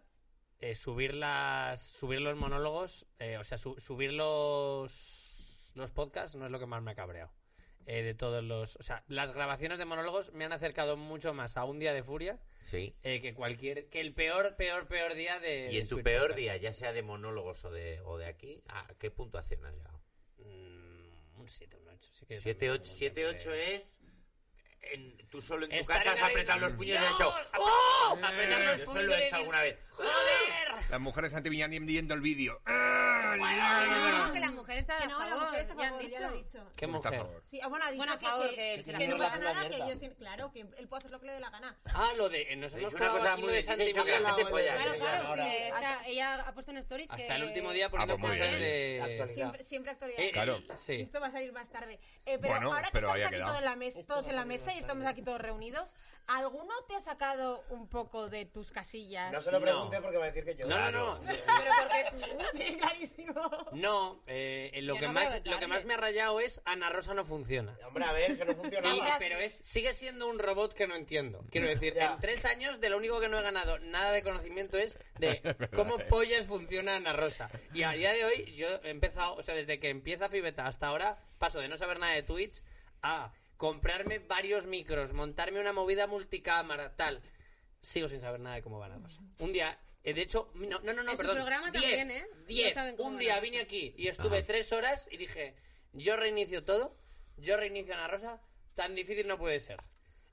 [SPEAKER 5] eh, subir las, subir los monólogos, eh, o sea, su- subir los, los podcasts no es lo que más me ha cabreado. Eh, de todos los, o sea, las grabaciones de monólogos me han acercado mucho más a un día de furia
[SPEAKER 4] Sí.
[SPEAKER 5] eh, que cualquier, que el peor, peor, peor día de.
[SPEAKER 4] Y
[SPEAKER 5] de
[SPEAKER 4] en tu
[SPEAKER 5] subir
[SPEAKER 4] peor
[SPEAKER 5] podcast.
[SPEAKER 4] día, ya sea de monólogos o de, o de aquí, ¿a qué puntuación has llegado?
[SPEAKER 5] Mm, un 7, un 8.
[SPEAKER 4] 7, 8, es... en- tú solo en tu
[SPEAKER 5] Estar
[SPEAKER 4] casa
[SPEAKER 5] en
[SPEAKER 4] has
[SPEAKER 5] la-
[SPEAKER 4] apretado los puños y has hecho...
[SPEAKER 5] Dios,
[SPEAKER 4] ¡Oh!
[SPEAKER 5] apretar los
[SPEAKER 4] Yo solo
[SPEAKER 5] puños y
[SPEAKER 4] lo he
[SPEAKER 5] decir,
[SPEAKER 4] hecho alguna vez.
[SPEAKER 5] ¡Joder!
[SPEAKER 7] Las mujeres ante Villanien viendo el vídeo.
[SPEAKER 4] Ah.
[SPEAKER 3] No, que la mujer está
[SPEAKER 8] Que
[SPEAKER 3] de
[SPEAKER 8] no, la
[SPEAKER 3] favor.
[SPEAKER 8] mujer está a
[SPEAKER 3] ya han
[SPEAKER 8] favor,
[SPEAKER 3] dicho.
[SPEAKER 8] ya lo he dicho.
[SPEAKER 7] Está
[SPEAKER 5] ¿Qué
[SPEAKER 7] a
[SPEAKER 5] mujer?
[SPEAKER 7] favor.
[SPEAKER 8] Sí, ah, bueno, ha dicho
[SPEAKER 3] Bueno, a
[SPEAKER 8] que-
[SPEAKER 3] favor,
[SPEAKER 8] que,
[SPEAKER 3] que
[SPEAKER 8] que no
[SPEAKER 3] se la
[SPEAKER 8] le
[SPEAKER 3] suda.
[SPEAKER 8] pasa nada,
[SPEAKER 2] Mierda.
[SPEAKER 8] que ellos tienen- claro, que él puede hacer lo que le dé la gana.
[SPEAKER 5] Ah, lo de. eh, Nos
[SPEAKER 4] He
[SPEAKER 5] hemos
[SPEAKER 4] dicho una
[SPEAKER 5] colado
[SPEAKER 4] cosa
[SPEAKER 5] aquí lo
[SPEAKER 4] muy
[SPEAKER 5] de
[SPEAKER 4] bien,
[SPEAKER 5] Santi
[SPEAKER 4] he dicho que la
[SPEAKER 5] Vila.
[SPEAKER 4] gente folla.
[SPEAKER 3] Claro,
[SPEAKER 4] Ya,
[SPEAKER 3] claro,
[SPEAKER 2] Eh, ahora.
[SPEAKER 3] sí, está- ella, ella ha puesto en stories que... Ah,
[SPEAKER 5] Hasta el último día
[SPEAKER 4] Ah,
[SPEAKER 5] poniendo
[SPEAKER 7] pues muy
[SPEAKER 5] cosas
[SPEAKER 7] bien.
[SPEAKER 5] de...
[SPEAKER 2] Actualiza.
[SPEAKER 1] Siempre, siempre actualidad.
[SPEAKER 5] Eh,
[SPEAKER 7] Claro.
[SPEAKER 5] el- Sí.
[SPEAKER 1] Esto va a salir más tarde. Eh, pero
[SPEAKER 7] Bueno,
[SPEAKER 1] ahora que
[SPEAKER 7] pero había
[SPEAKER 1] estamos aquí
[SPEAKER 7] quedado.
[SPEAKER 1] todo en la mesa- todos en la mesa y estamos aquí todos reunidos, ¿alguno te ha sacado un poco de tus casillas?
[SPEAKER 2] No se lo
[SPEAKER 5] No.
[SPEAKER 2] pregunte porque va a decir que yo.
[SPEAKER 5] No, no, no.
[SPEAKER 1] Pero porque tú, clarísimo.
[SPEAKER 5] No, eh, eh, lo,
[SPEAKER 3] Yo
[SPEAKER 5] que
[SPEAKER 3] no me
[SPEAKER 5] más,
[SPEAKER 3] hago
[SPEAKER 5] lo que más
[SPEAKER 3] carne.
[SPEAKER 5] me ha rayado es Ana Rosa no funciona.
[SPEAKER 2] Hombre, a ver, que no funciona.
[SPEAKER 5] Y- pero es, sigue siendo un robot que no entiendo. Quiero decir,
[SPEAKER 2] Ya.
[SPEAKER 5] en tres años de lo único que no he ganado nada de conocimiento es de cómo pollas funciona Ana Rosa. Y a día de hoy yo he empezado, o sea, desde que empieza Fibeta hasta ahora, paso de no saber nada de Twitch a comprarme varios micros, montarme una movida multicámara, tal. Sigo sin saber nada de cómo va la cosa. Un día, eh, de hecho, no, no, no,
[SPEAKER 3] En
[SPEAKER 5] no,
[SPEAKER 3] su
[SPEAKER 5] perdón.
[SPEAKER 3] programa
[SPEAKER 5] diez,
[SPEAKER 3] también, ¿eh?
[SPEAKER 5] diez.
[SPEAKER 3] No saben cómo
[SPEAKER 5] un
[SPEAKER 3] va
[SPEAKER 5] día
[SPEAKER 3] la
[SPEAKER 5] vine
[SPEAKER 3] cosa.
[SPEAKER 5] aquí y estuve tres horas y dije, yo reinicio todo, yo reinicio a Ana Rosa, tan difícil no puede ser.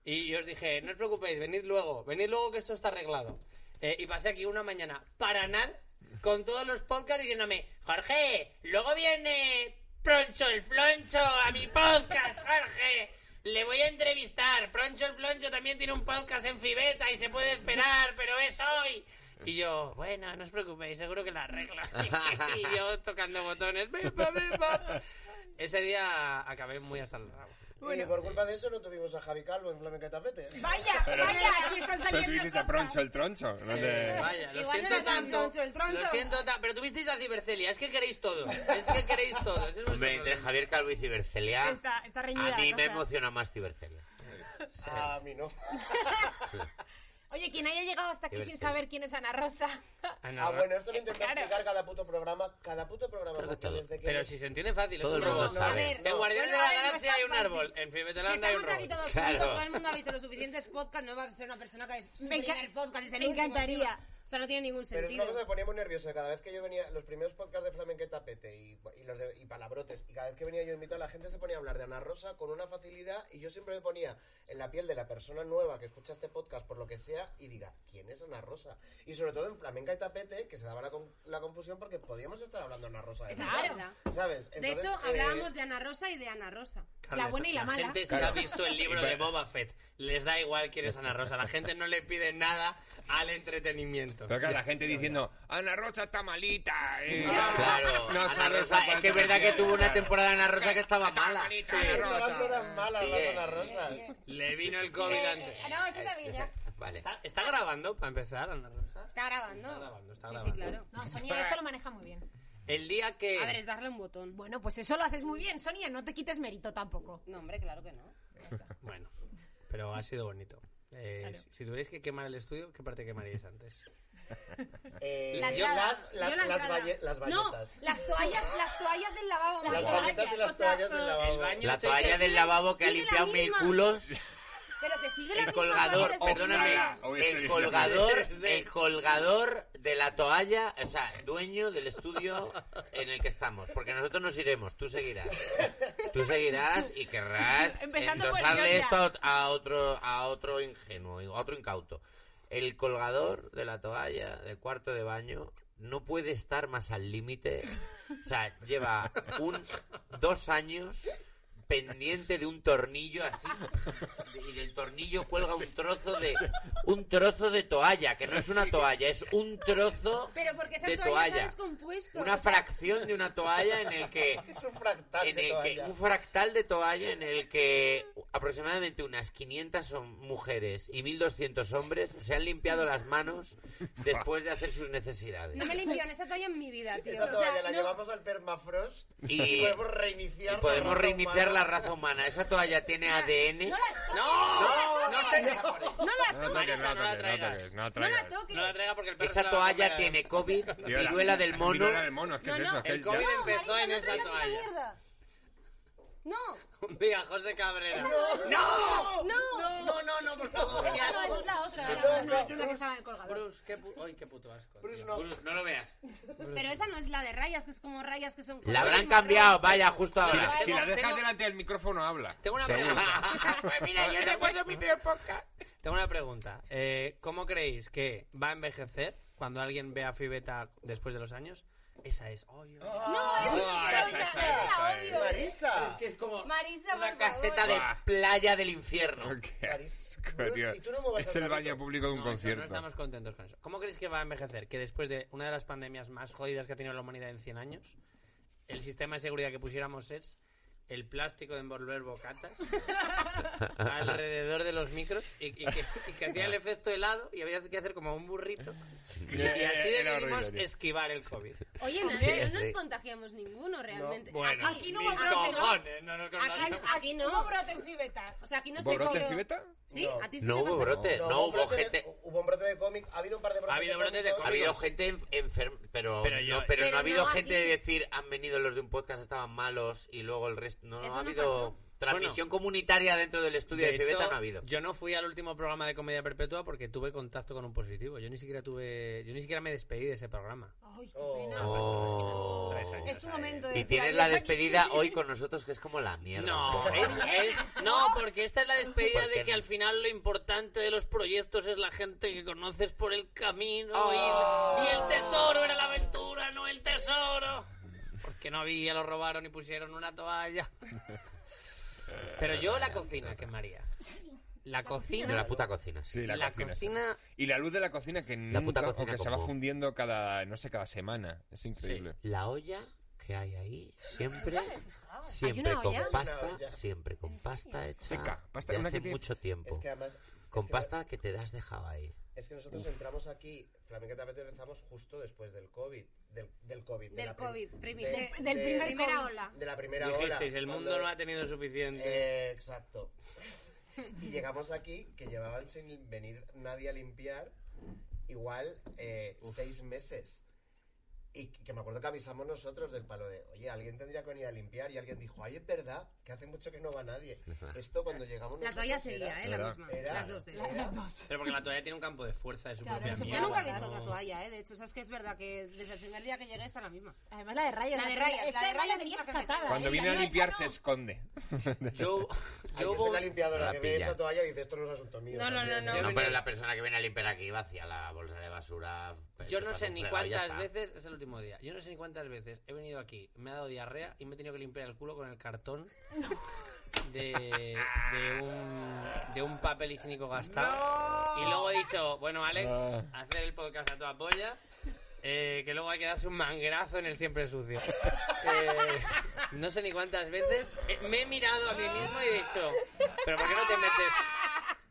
[SPEAKER 5] Y yo os dije, no os preocupéis, venid luego, venid luego que esto está arreglado. Eh, y pasé aquí una mañana para nada con todos los podcasts diciéndome, Jorge, luego viene Proncho el Floncho a mi podcast, Jorge. Le voy a entrevistar. Proncho el Floncho también tiene un podcast en Fibeta y se puede esperar, pero es hoy. Y yo, bueno, no os preocupéis, seguro que la arregla. y yo tocando botones. "Bipa, bipa". Ese día acabé muy hasta el rabo.
[SPEAKER 2] y por culpa de eso no tuvimos a Javi Calvo en Flamenca y Tapete.
[SPEAKER 8] Vaya, vaya, aquí están
[SPEAKER 7] Pero tú
[SPEAKER 8] saliendo
[SPEAKER 7] dices a
[SPEAKER 8] cosas.
[SPEAKER 7] Proncho el troncho. No
[SPEAKER 5] Eh,
[SPEAKER 7] sé.
[SPEAKER 5] Vaya, lo
[SPEAKER 3] Igual no
[SPEAKER 5] siento
[SPEAKER 3] era tan
[SPEAKER 5] tanto.
[SPEAKER 3] troncho el troncho.
[SPEAKER 5] Lo siento tan- Pero tuvisteis a Cibercelia, es que queréis todo. Es que queréis todo. ese es vuestro
[SPEAKER 4] Hombre, entre
[SPEAKER 5] problema.
[SPEAKER 4] Javier Calvo y Cibercelia,
[SPEAKER 8] Está- está reñida
[SPEAKER 4] a
[SPEAKER 8] la
[SPEAKER 4] mí
[SPEAKER 8] cosa.
[SPEAKER 4] me emociona más Cibercelia.
[SPEAKER 2] A mí no.
[SPEAKER 1] Oye, quien haya llegado hasta aquí
[SPEAKER 4] Qué
[SPEAKER 1] sin
[SPEAKER 4] divertido.
[SPEAKER 1] saber quién es Ana Rosa.
[SPEAKER 5] Ana,
[SPEAKER 2] Ah, bueno, esto lo intento
[SPEAKER 8] Claro.
[SPEAKER 2] explicar cada puto programa. Cada puto programa.
[SPEAKER 4] Creo que
[SPEAKER 2] porque
[SPEAKER 4] todo.
[SPEAKER 2] desde que-
[SPEAKER 5] Pero si se entiende fácil.
[SPEAKER 4] Todo el
[SPEAKER 5] es un
[SPEAKER 4] mundo
[SPEAKER 5] árbol.
[SPEAKER 4] sabe.
[SPEAKER 3] A ver,
[SPEAKER 5] En Guardián de
[SPEAKER 3] Bueno, a
[SPEAKER 5] la
[SPEAKER 3] ver, no
[SPEAKER 5] Galaxia
[SPEAKER 3] es
[SPEAKER 5] hay
[SPEAKER 3] tan
[SPEAKER 5] un árbol. En
[SPEAKER 3] Si
[SPEAKER 5] Fibetelanda hay un
[SPEAKER 3] estamos aquí
[SPEAKER 5] robot.
[SPEAKER 3] todos
[SPEAKER 4] Claro.
[SPEAKER 3] juntos, todo el mundo ha visto los suficientes podcasts, no va a ser una persona que es su
[SPEAKER 1] Me enca-
[SPEAKER 3] primer podcast y se
[SPEAKER 1] me encantaría.
[SPEAKER 3] O sea, no tiene ningún
[SPEAKER 2] Pero es una
[SPEAKER 3] sentido.
[SPEAKER 2] cosa que me ponía muy nervioso. que Cada vez que yo venía, los primeros podcasts de Flamenca y Tapete y, y los de- y palabrotes, y cada vez que venía yo invitado, la gente se ponía a hablar de Ana Rosa con una facilidad. Y yo siempre me ponía en la piel de la persona nueva que escucha este podcast, por lo que sea, y diga, ¿quién es Ana Rosa? Y sobre todo en Flamenca y Tapete, que se daba la, con- la confusión porque podíamos estar hablando de Ana Rosa. de
[SPEAKER 3] Eso es
[SPEAKER 2] verdad,
[SPEAKER 3] verdad.
[SPEAKER 2] ¿Sabes?
[SPEAKER 3] de
[SPEAKER 2] Entonces,
[SPEAKER 3] hecho,
[SPEAKER 2] eh,
[SPEAKER 3] hablábamos de Ana Rosa y de Ana Rosa.
[SPEAKER 1] La buena y la mala.
[SPEAKER 5] gente se ha visto el libro de Boba Fett. Les da igual quién es Ana Rosa. La gente no le pide nada al entretenimiento.
[SPEAKER 7] Pero claro, la gente diciendo, Ana Rocha está malita. eh,
[SPEAKER 4] Claro,
[SPEAKER 7] no
[SPEAKER 4] Ana
[SPEAKER 7] sabe
[SPEAKER 4] Rosa,
[SPEAKER 7] cuánto
[SPEAKER 4] es que es verdad que
[SPEAKER 7] quiere,
[SPEAKER 4] tuvo una
[SPEAKER 7] claro.
[SPEAKER 4] temporada de Ana Rosa que estaba mala.
[SPEAKER 7] malita, Ana
[SPEAKER 2] Estaban
[SPEAKER 7] Rocha.
[SPEAKER 2] todas malas las
[SPEAKER 4] Sí.
[SPEAKER 2] Ana Rosas.
[SPEAKER 5] Le vino el
[SPEAKER 3] Eh,
[SPEAKER 5] COVID antes.
[SPEAKER 1] Eh, no, esto
[SPEAKER 2] Eh,
[SPEAKER 1] está bien ya.
[SPEAKER 4] Vale.
[SPEAKER 5] ¿Está, está grabando para empezar, Ana Rosa?
[SPEAKER 3] Está grabando.
[SPEAKER 5] Está grabando, está
[SPEAKER 3] sí,
[SPEAKER 5] grabando.
[SPEAKER 3] sí, claro.
[SPEAKER 1] No, Sonia, esto lo maneja muy bien.
[SPEAKER 5] El día
[SPEAKER 2] Eh,
[SPEAKER 5] que.
[SPEAKER 3] A ver, es darle un botón.
[SPEAKER 1] Bueno, pues eso lo haces muy bien, Sonia, no te quites mérito tampoco.
[SPEAKER 3] No, hombre, claro que no.
[SPEAKER 2] eh,
[SPEAKER 5] Bueno, pero ha sido bonito. Eh, si, si tuvierais que quemar el estudio, ¿qué parte quemaríais antes?
[SPEAKER 2] Eh,
[SPEAKER 3] La
[SPEAKER 2] yo
[SPEAKER 3] entrada.
[SPEAKER 2] las, las,
[SPEAKER 3] Yo la
[SPEAKER 2] las,
[SPEAKER 3] entrada.
[SPEAKER 2] balle- las
[SPEAKER 3] No,
[SPEAKER 2] bayetas.
[SPEAKER 3] las toallas, las toallas del lavabo.
[SPEAKER 2] las
[SPEAKER 3] Marta.
[SPEAKER 2] bayetas y las toallas del lavabo.
[SPEAKER 5] El baño
[SPEAKER 4] La
[SPEAKER 5] ustedes-
[SPEAKER 4] toalla del lavabo que ha
[SPEAKER 3] sigue la
[SPEAKER 4] limpiado mil
[SPEAKER 3] misma.
[SPEAKER 4] culos,
[SPEAKER 3] Pero que sigue la
[SPEAKER 4] el
[SPEAKER 3] misma
[SPEAKER 4] colgador,
[SPEAKER 3] toalla desde
[SPEAKER 4] perdóname,
[SPEAKER 7] Ojalá hubiese
[SPEAKER 4] el
[SPEAKER 7] dicho.
[SPEAKER 4] colgador,
[SPEAKER 5] Desde-
[SPEAKER 4] el colgador de la toalla, o sea, dueño del estudio en el que estamos, porque nosotros nos iremos, tú seguirás, tú seguirás y querrás
[SPEAKER 1] Empezando por
[SPEAKER 4] endosarle
[SPEAKER 1] Yoya.
[SPEAKER 4] esto a ot- a otro, a otro ingenuo, a otro incauto. El colgador de la toalla del cuarto de baño no puede estar más al límite, o sea, lleva un dos años pendiente de un tornillo así y del tornillo cuelga un trozo de un trozo de toalla que no es una toalla es un trozo
[SPEAKER 3] Pero porque esa
[SPEAKER 4] de
[SPEAKER 3] toalla
[SPEAKER 4] toalla
[SPEAKER 3] está descompuesto.
[SPEAKER 4] una fracción de una toalla en el que
[SPEAKER 2] Es un fractal
[SPEAKER 4] en
[SPEAKER 2] de
[SPEAKER 4] el que
[SPEAKER 2] toalla.
[SPEAKER 4] un fractal de toalla en el que aproximadamente unas 500 son mujeres y 1200 hombres se han limpiado las manos después de hacer sus necesidades
[SPEAKER 3] No me limpian esa toalla en mi vida, tío.
[SPEAKER 2] Esa
[SPEAKER 3] O sea,
[SPEAKER 2] toalla la
[SPEAKER 3] no-
[SPEAKER 2] llevamos al permafrost
[SPEAKER 4] Y-
[SPEAKER 2] y, podemos
[SPEAKER 4] y
[SPEAKER 2] reiniciar
[SPEAKER 4] podemos
[SPEAKER 2] raza
[SPEAKER 4] reiniciar la
[SPEAKER 2] humana.
[SPEAKER 4] raza humana esa toalla tiene ADN
[SPEAKER 5] ¡No! ¡No se quema por eso.
[SPEAKER 3] No la
[SPEAKER 7] No
[SPEAKER 3] toques.
[SPEAKER 7] toques, no
[SPEAKER 5] Marisa, no la
[SPEAKER 7] toques, no
[SPEAKER 5] traigas.
[SPEAKER 7] toques, no
[SPEAKER 3] No
[SPEAKER 7] traigas.
[SPEAKER 3] la toques.
[SPEAKER 5] No la traiga porque el perro se
[SPEAKER 4] esa
[SPEAKER 5] la va a
[SPEAKER 4] toalla
[SPEAKER 5] comer.
[SPEAKER 4] tiene COVID
[SPEAKER 7] Tío, la-
[SPEAKER 4] viruela del mono
[SPEAKER 7] Viruela del mono, es que es
[SPEAKER 3] No,
[SPEAKER 7] eso.
[SPEAKER 3] no.
[SPEAKER 7] es que
[SPEAKER 5] El
[SPEAKER 7] ya-
[SPEAKER 5] COVID
[SPEAKER 3] No,
[SPEAKER 5] empezó
[SPEAKER 3] Marisa,
[SPEAKER 5] en
[SPEAKER 3] no
[SPEAKER 5] esa
[SPEAKER 3] traigas esa
[SPEAKER 5] toalla.
[SPEAKER 3] mierda. No.
[SPEAKER 5] Un día, José Cabrera.
[SPEAKER 3] No. No.
[SPEAKER 5] No, no, no, por favor.
[SPEAKER 3] Esa no, esa es la otra.
[SPEAKER 1] No, es una que estaba en el colgador.
[SPEAKER 5] Bruce, qué, pu- ay, qué puto asco. tío.
[SPEAKER 2] no.
[SPEAKER 5] Bruce, no lo veas.
[SPEAKER 3] Pero esa no es la de rayas, que es como rayas que son...
[SPEAKER 4] La habrán cambiado, vaya, justo
[SPEAKER 7] Si,
[SPEAKER 4] ahora.
[SPEAKER 7] si la
[SPEAKER 5] Tengo-
[SPEAKER 7] dejas
[SPEAKER 5] tengo-
[SPEAKER 7] delante del micrófono, habla.
[SPEAKER 5] Tengo una pregunta.
[SPEAKER 4] Mira, yo recuerdo mi primer podcast.
[SPEAKER 5] Tengo una pregunta. Eh, ¿Cómo creéis que va a envejecer cuando alguien ve a Fibeta después de los años, esa es. Oh, yo-
[SPEAKER 7] Ah, esa, esa, esa, esa.
[SPEAKER 2] Marisa.
[SPEAKER 5] Es que es como
[SPEAKER 3] Marisa,
[SPEAKER 5] una
[SPEAKER 3] por favor.
[SPEAKER 5] caseta de
[SPEAKER 7] Buah.
[SPEAKER 5] playa del infierno.
[SPEAKER 7] Qué asco,
[SPEAKER 2] No,
[SPEAKER 7] tío.
[SPEAKER 2] y tú no me vas
[SPEAKER 7] Es
[SPEAKER 2] a
[SPEAKER 7] el
[SPEAKER 2] dar
[SPEAKER 7] baño público de un
[SPEAKER 5] No, eso, no
[SPEAKER 7] concierto.
[SPEAKER 5] estamos contentos con eso. ¿Cómo crees que va a envejecer? Que después de una de las pandemias más jodidas que ha tenido la humanidad en 100 años, el sistema de seguridad que pusiéramos es el plástico de envolver bocatas alrededor de los micros y, y que, y que hacía el efecto helado y había que hacer como un burrito. Y, y así
[SPEAKER 7] Eh, Era
[SPEAKER 5] decidimos
[SPEAKER 7] horrible, tío.
[SPEAKER 5] esquivar el COVID.
[SPEAKER 3] Oye, en realidad no nos contagiamos ninguno realmente.
[SPEAKER 5] Bueno,
[SPEAKER 3] aquí,
[SPEAKER 5] ni cojones, no nos
[SPEAKER 3] aquí,
[SPEAKER 5] contagiamos.
[SPEAKER 3] aquí no.
[SPEAKER 8] No brote en fibeta.
[SPEAKER 3] O sea, aquí no se
[SPEAKER 7] ¿Borrote
[SPEAKER 3] cogió-
[SPEAKER 7] en civeta?
[SPEAKER 3] Sí,
[SPEAKER 2] No.
[SPEAKER 3] a ti sí
[SPEAKER 4] No
[SPEAKER 3] te
[SPEAKER 4] hubo
[SPEAKER 3] pasó.
[SPEAKER 4] brote, no,
[SPEAKER 2] un
[SPEAKER 4] hubo
[SPEAKER 2] brote de-
[SPEAKER 4] gente.
[SPEAKER 2] hubo un brote de cómic, ha habido un par de brotes
[SPEAKER 5] Ha habido
[SPEAKER 2] de
[SPEAKER 5] brotes de
[SPEAKER 2] cómic
[SPEAKER 4] Ha
[SPEAKER 2] hoy.
[SPEAKER 4] habido gente enf- enferma, pero,
[SPEAKER 5] Pero yo-
[SPEAKER 4] no, pero
[SPEAKER 3] Pero
[SPEAKER 4] no ha habido
[SPEAKER 3] no aquí.
[SPEAKER 4] gente de decir han venido los de un podcast, estaban malos y luego el resto. No, no
[SPEAKER 3] Eso
[SPEAKER 4] ha
[SPEAKER 3] no
[SPEAKER 4] habido
[SPEAKER 3] pasó.
[SPEAKER 4] transmisión comunitaria dentro del estudio de,
[SPEAKER 5] De
[SPEAKER 4] Fibeta,
[SPEAKER 5] hecho,
[SPEAKER 4] no ha habido.
[SPEAKER 5] Yo no fui al último programa de Comedia Perpetua porque tuve contacto con un positivo. Yo ni siquiera tuve, yo ni siquiera me despedí de ese programa.
[SPEAKER 8] Ay, qué
[SPEAKER 2] Oh.
[SPEAKER 8] pena.
[SPEAKER 4] Oh.
[SPEAKER 5] Tres años.
[SPEAKER 8] Es tu momento de
[SPEAKER 4] Y tienes
[SPEAKER 8] decir
[SPEAKER 4] la
[SPEAKER 8] adiós
[SPEAKER 4] despedida hoy con nosotros que es como la mierda.
[SPEAKER 5] No, es, es- no, porque esta es la despedida
[SPEAKER 4] ¿Por qué
[SPEAKER 5] de que
[SPEAKER 4] no?
[SPEAKER 5] al final lo importante de los proyectos es la gente que conoces por el camino y,
[SPEAKER 3] Oh.
[SPEAKER 5] y el tesoro era la aventura, no el tesoro. Porque no había, lo robaron y pusieron una toalla. Pero yo la cocina, que María. La
[SPEAKER 4] De
[SPEAKER 5] cocina.
[SPEAKER 4] la puta cocina. sí.
[SPEAKER 7] Sí, la,
[SPEAKER 5] La
[SPEAKER 7] cocina. sí.
[SPEAKER 5] cocina-
[SPEAKER 7] Y la luz de la cocina que
[SPEAKER 4] La puta
[SPEAKER 7] nunca, o
[SPEAKER 4] cocina
[SPEAKER 7] que se
[SPEAKER 4] como-
[SPEAKER 7] va fundiendo cada, no sé, cada semana. Es increíble.
[SPEAKER 4] La olla que hay ahí, siempre,
[SPEAKER 1] ¿Hay
[SPEAKER 4] siempre
[SPEAKER 1] una
[SPEAKER 4] con
[SPEAKER 1] olla?
[SPEAKER 2] Una
[SPEAKER 4] pasta,
[SPEAKER 2] olla.
[SPEAKER 4] siempre con pasta hecha.
[SPEAKER 7] Seca, pasta,
[SPEAKER 4] de
[SPEAKER 7] una
[SPEAKER 4] hace
[SPEAKER 7] que tiene-
[SPEAKER 4] mucho tiempo.
[SPEAKER 2] Es que además.
[SPEAKER 4] Con
[SPEAKER 2] es que-
[SPEAKER 4] pasta que te das dejaba ahí.
[SPEAKER 2] Es que nosotros entramos aquí, Flamenca Tapete empezamos justo después del COVID. Del, del COVID. de
[SPEAKER 3] Del
[SPEAKER 2] la pri-
[SPEAKER 3] COVID, primi-
[SPEAKER 2] de-
[SPEAKER 3] de-
[SPEAKER 8] del
[SPEAKER 2] de-
[SPEAKER 8] primer
[SPEAKER 3] primera
[SPEAKER 8] COVID.
[SPEAKER 3] ola.
[SPEAKER 2] De la primera hora.
[SPEAKER 5] Dijisteis, el mundo no ha tenido suficiente.
[SPEAKER 3] Eh,
[SPEAKER 2] exacto. Y llegamos aquí, que llevaban sin venir nadie a limpiar, igual eh, seis meses. Y que me acuerdo que avisamos nosotros del palo de, oye, alguien tendría que venir a limpiar. Y alguien dijo, ay, es verdad, que hace mucho que no va nadie. Esto cuando llegamos.
[SPEAKER 3] La
[SPEAKER 2] nosotros
[SPEAKER 3] toalla
[SPEAKER 2] era-
[SPEAKER 3] seguía, ¿eh? La
[SPEAKER 7] Era-
[SPEAKER 3] misma.
[SPEAKER 2] era-
[SPEAKER 3] Las dos de
[SPEAKER 2] era-
[SPEAKER 5] Pero porque la toalla tiene un campo de fuerza de su
[SPEAKER 8] Claro,
[SPEAKER 5] propia
[SPEAKER 8] no se
[SPEAKER 3] Yo
[SPEAKER 8] puede
[SPEAKER 5] mierda.
[SPEAKER 3] nunca he
[SPEAKER 8] guardar.
[SPEAKER 3] visto otra toalla, ¿eh? De hecho, sabes que es verdad que desde el primer día que llegué está la misma.
[SPEAKER 1] Además, la de rayas.
[SPEAKER 3] La de
[SPEAKER 1] tenía-
[SPEAKER 3] rayas,
[SPEAKER 1] esta
[SPEAKER 3] la de rayas
[SPEAKER 1] tenía
[SPEAKER 3] es la que me
[SPEAKER 1] escatada,
[SPEAKER 7] Cuando
[SPEAKER 1] ¿eh?
[SPEAKER 7] viene a
[SPEAKER 1] Esa
[SPEAKER 7] limpiar
[SPEAKER 1] no.
[SPEAKER 7] se esconde.
[SPEAKER 5] Yo,
[SPEAKER 2] Ay,
[SPEAKER 5] yo
[SPEAKER 2] yo
[SPEAKER 5] hubo-
[SPEAKER 2] soy la limpiadora
[SPEAKER 4] La
[SPEAKER 2] que ve
[SPEAKER 4] pilla.
[SPEAKER 2] esa toalla y dice, esto no es asunto mío.
[SPEAKER 3] No, no,
[SPEAKER 2] también".
[SPEAKER 3] no,
[SPEAKER 4] No,
[SPEAKER 5] venía-
[SPEAKER 4] pero la persona que viene a limpiar aquí vacía la bolsa de basura. pues,
[SPEAKER 5] Yo
[SPEAKER 4] se
[SPEAKER 5] no
[SPEAKER 4] pasa
[SPEAKER 5] sé
[SPEAKER 4] un
[SPEAKER 5] ni
[SPEAKER 4] fregado y ya
[SPEAKER 5] cuántas
[SPEAKER 4] está.
[SPEAKER 5] veces, es el último día, yo no sé ni cuántas veces he venido aquí, me ha dado diarrea y me he tenido que limpiar el culo con el cartón de, de, un, de un papel higiénico gastado. Y luego he dicho, bueno, Alex,
[SPEAKER 7] No.
[SPEAKER 4] Ah.
[SPEAKER 5] hacer el podcast a toda polla, eh, que luego hay que darse un mangrazo en el siempre sucio. Eh, no sé ni cuántas veces eh, me he mirado a mí mismo y he dicho, pero ¿por qué no te metes...?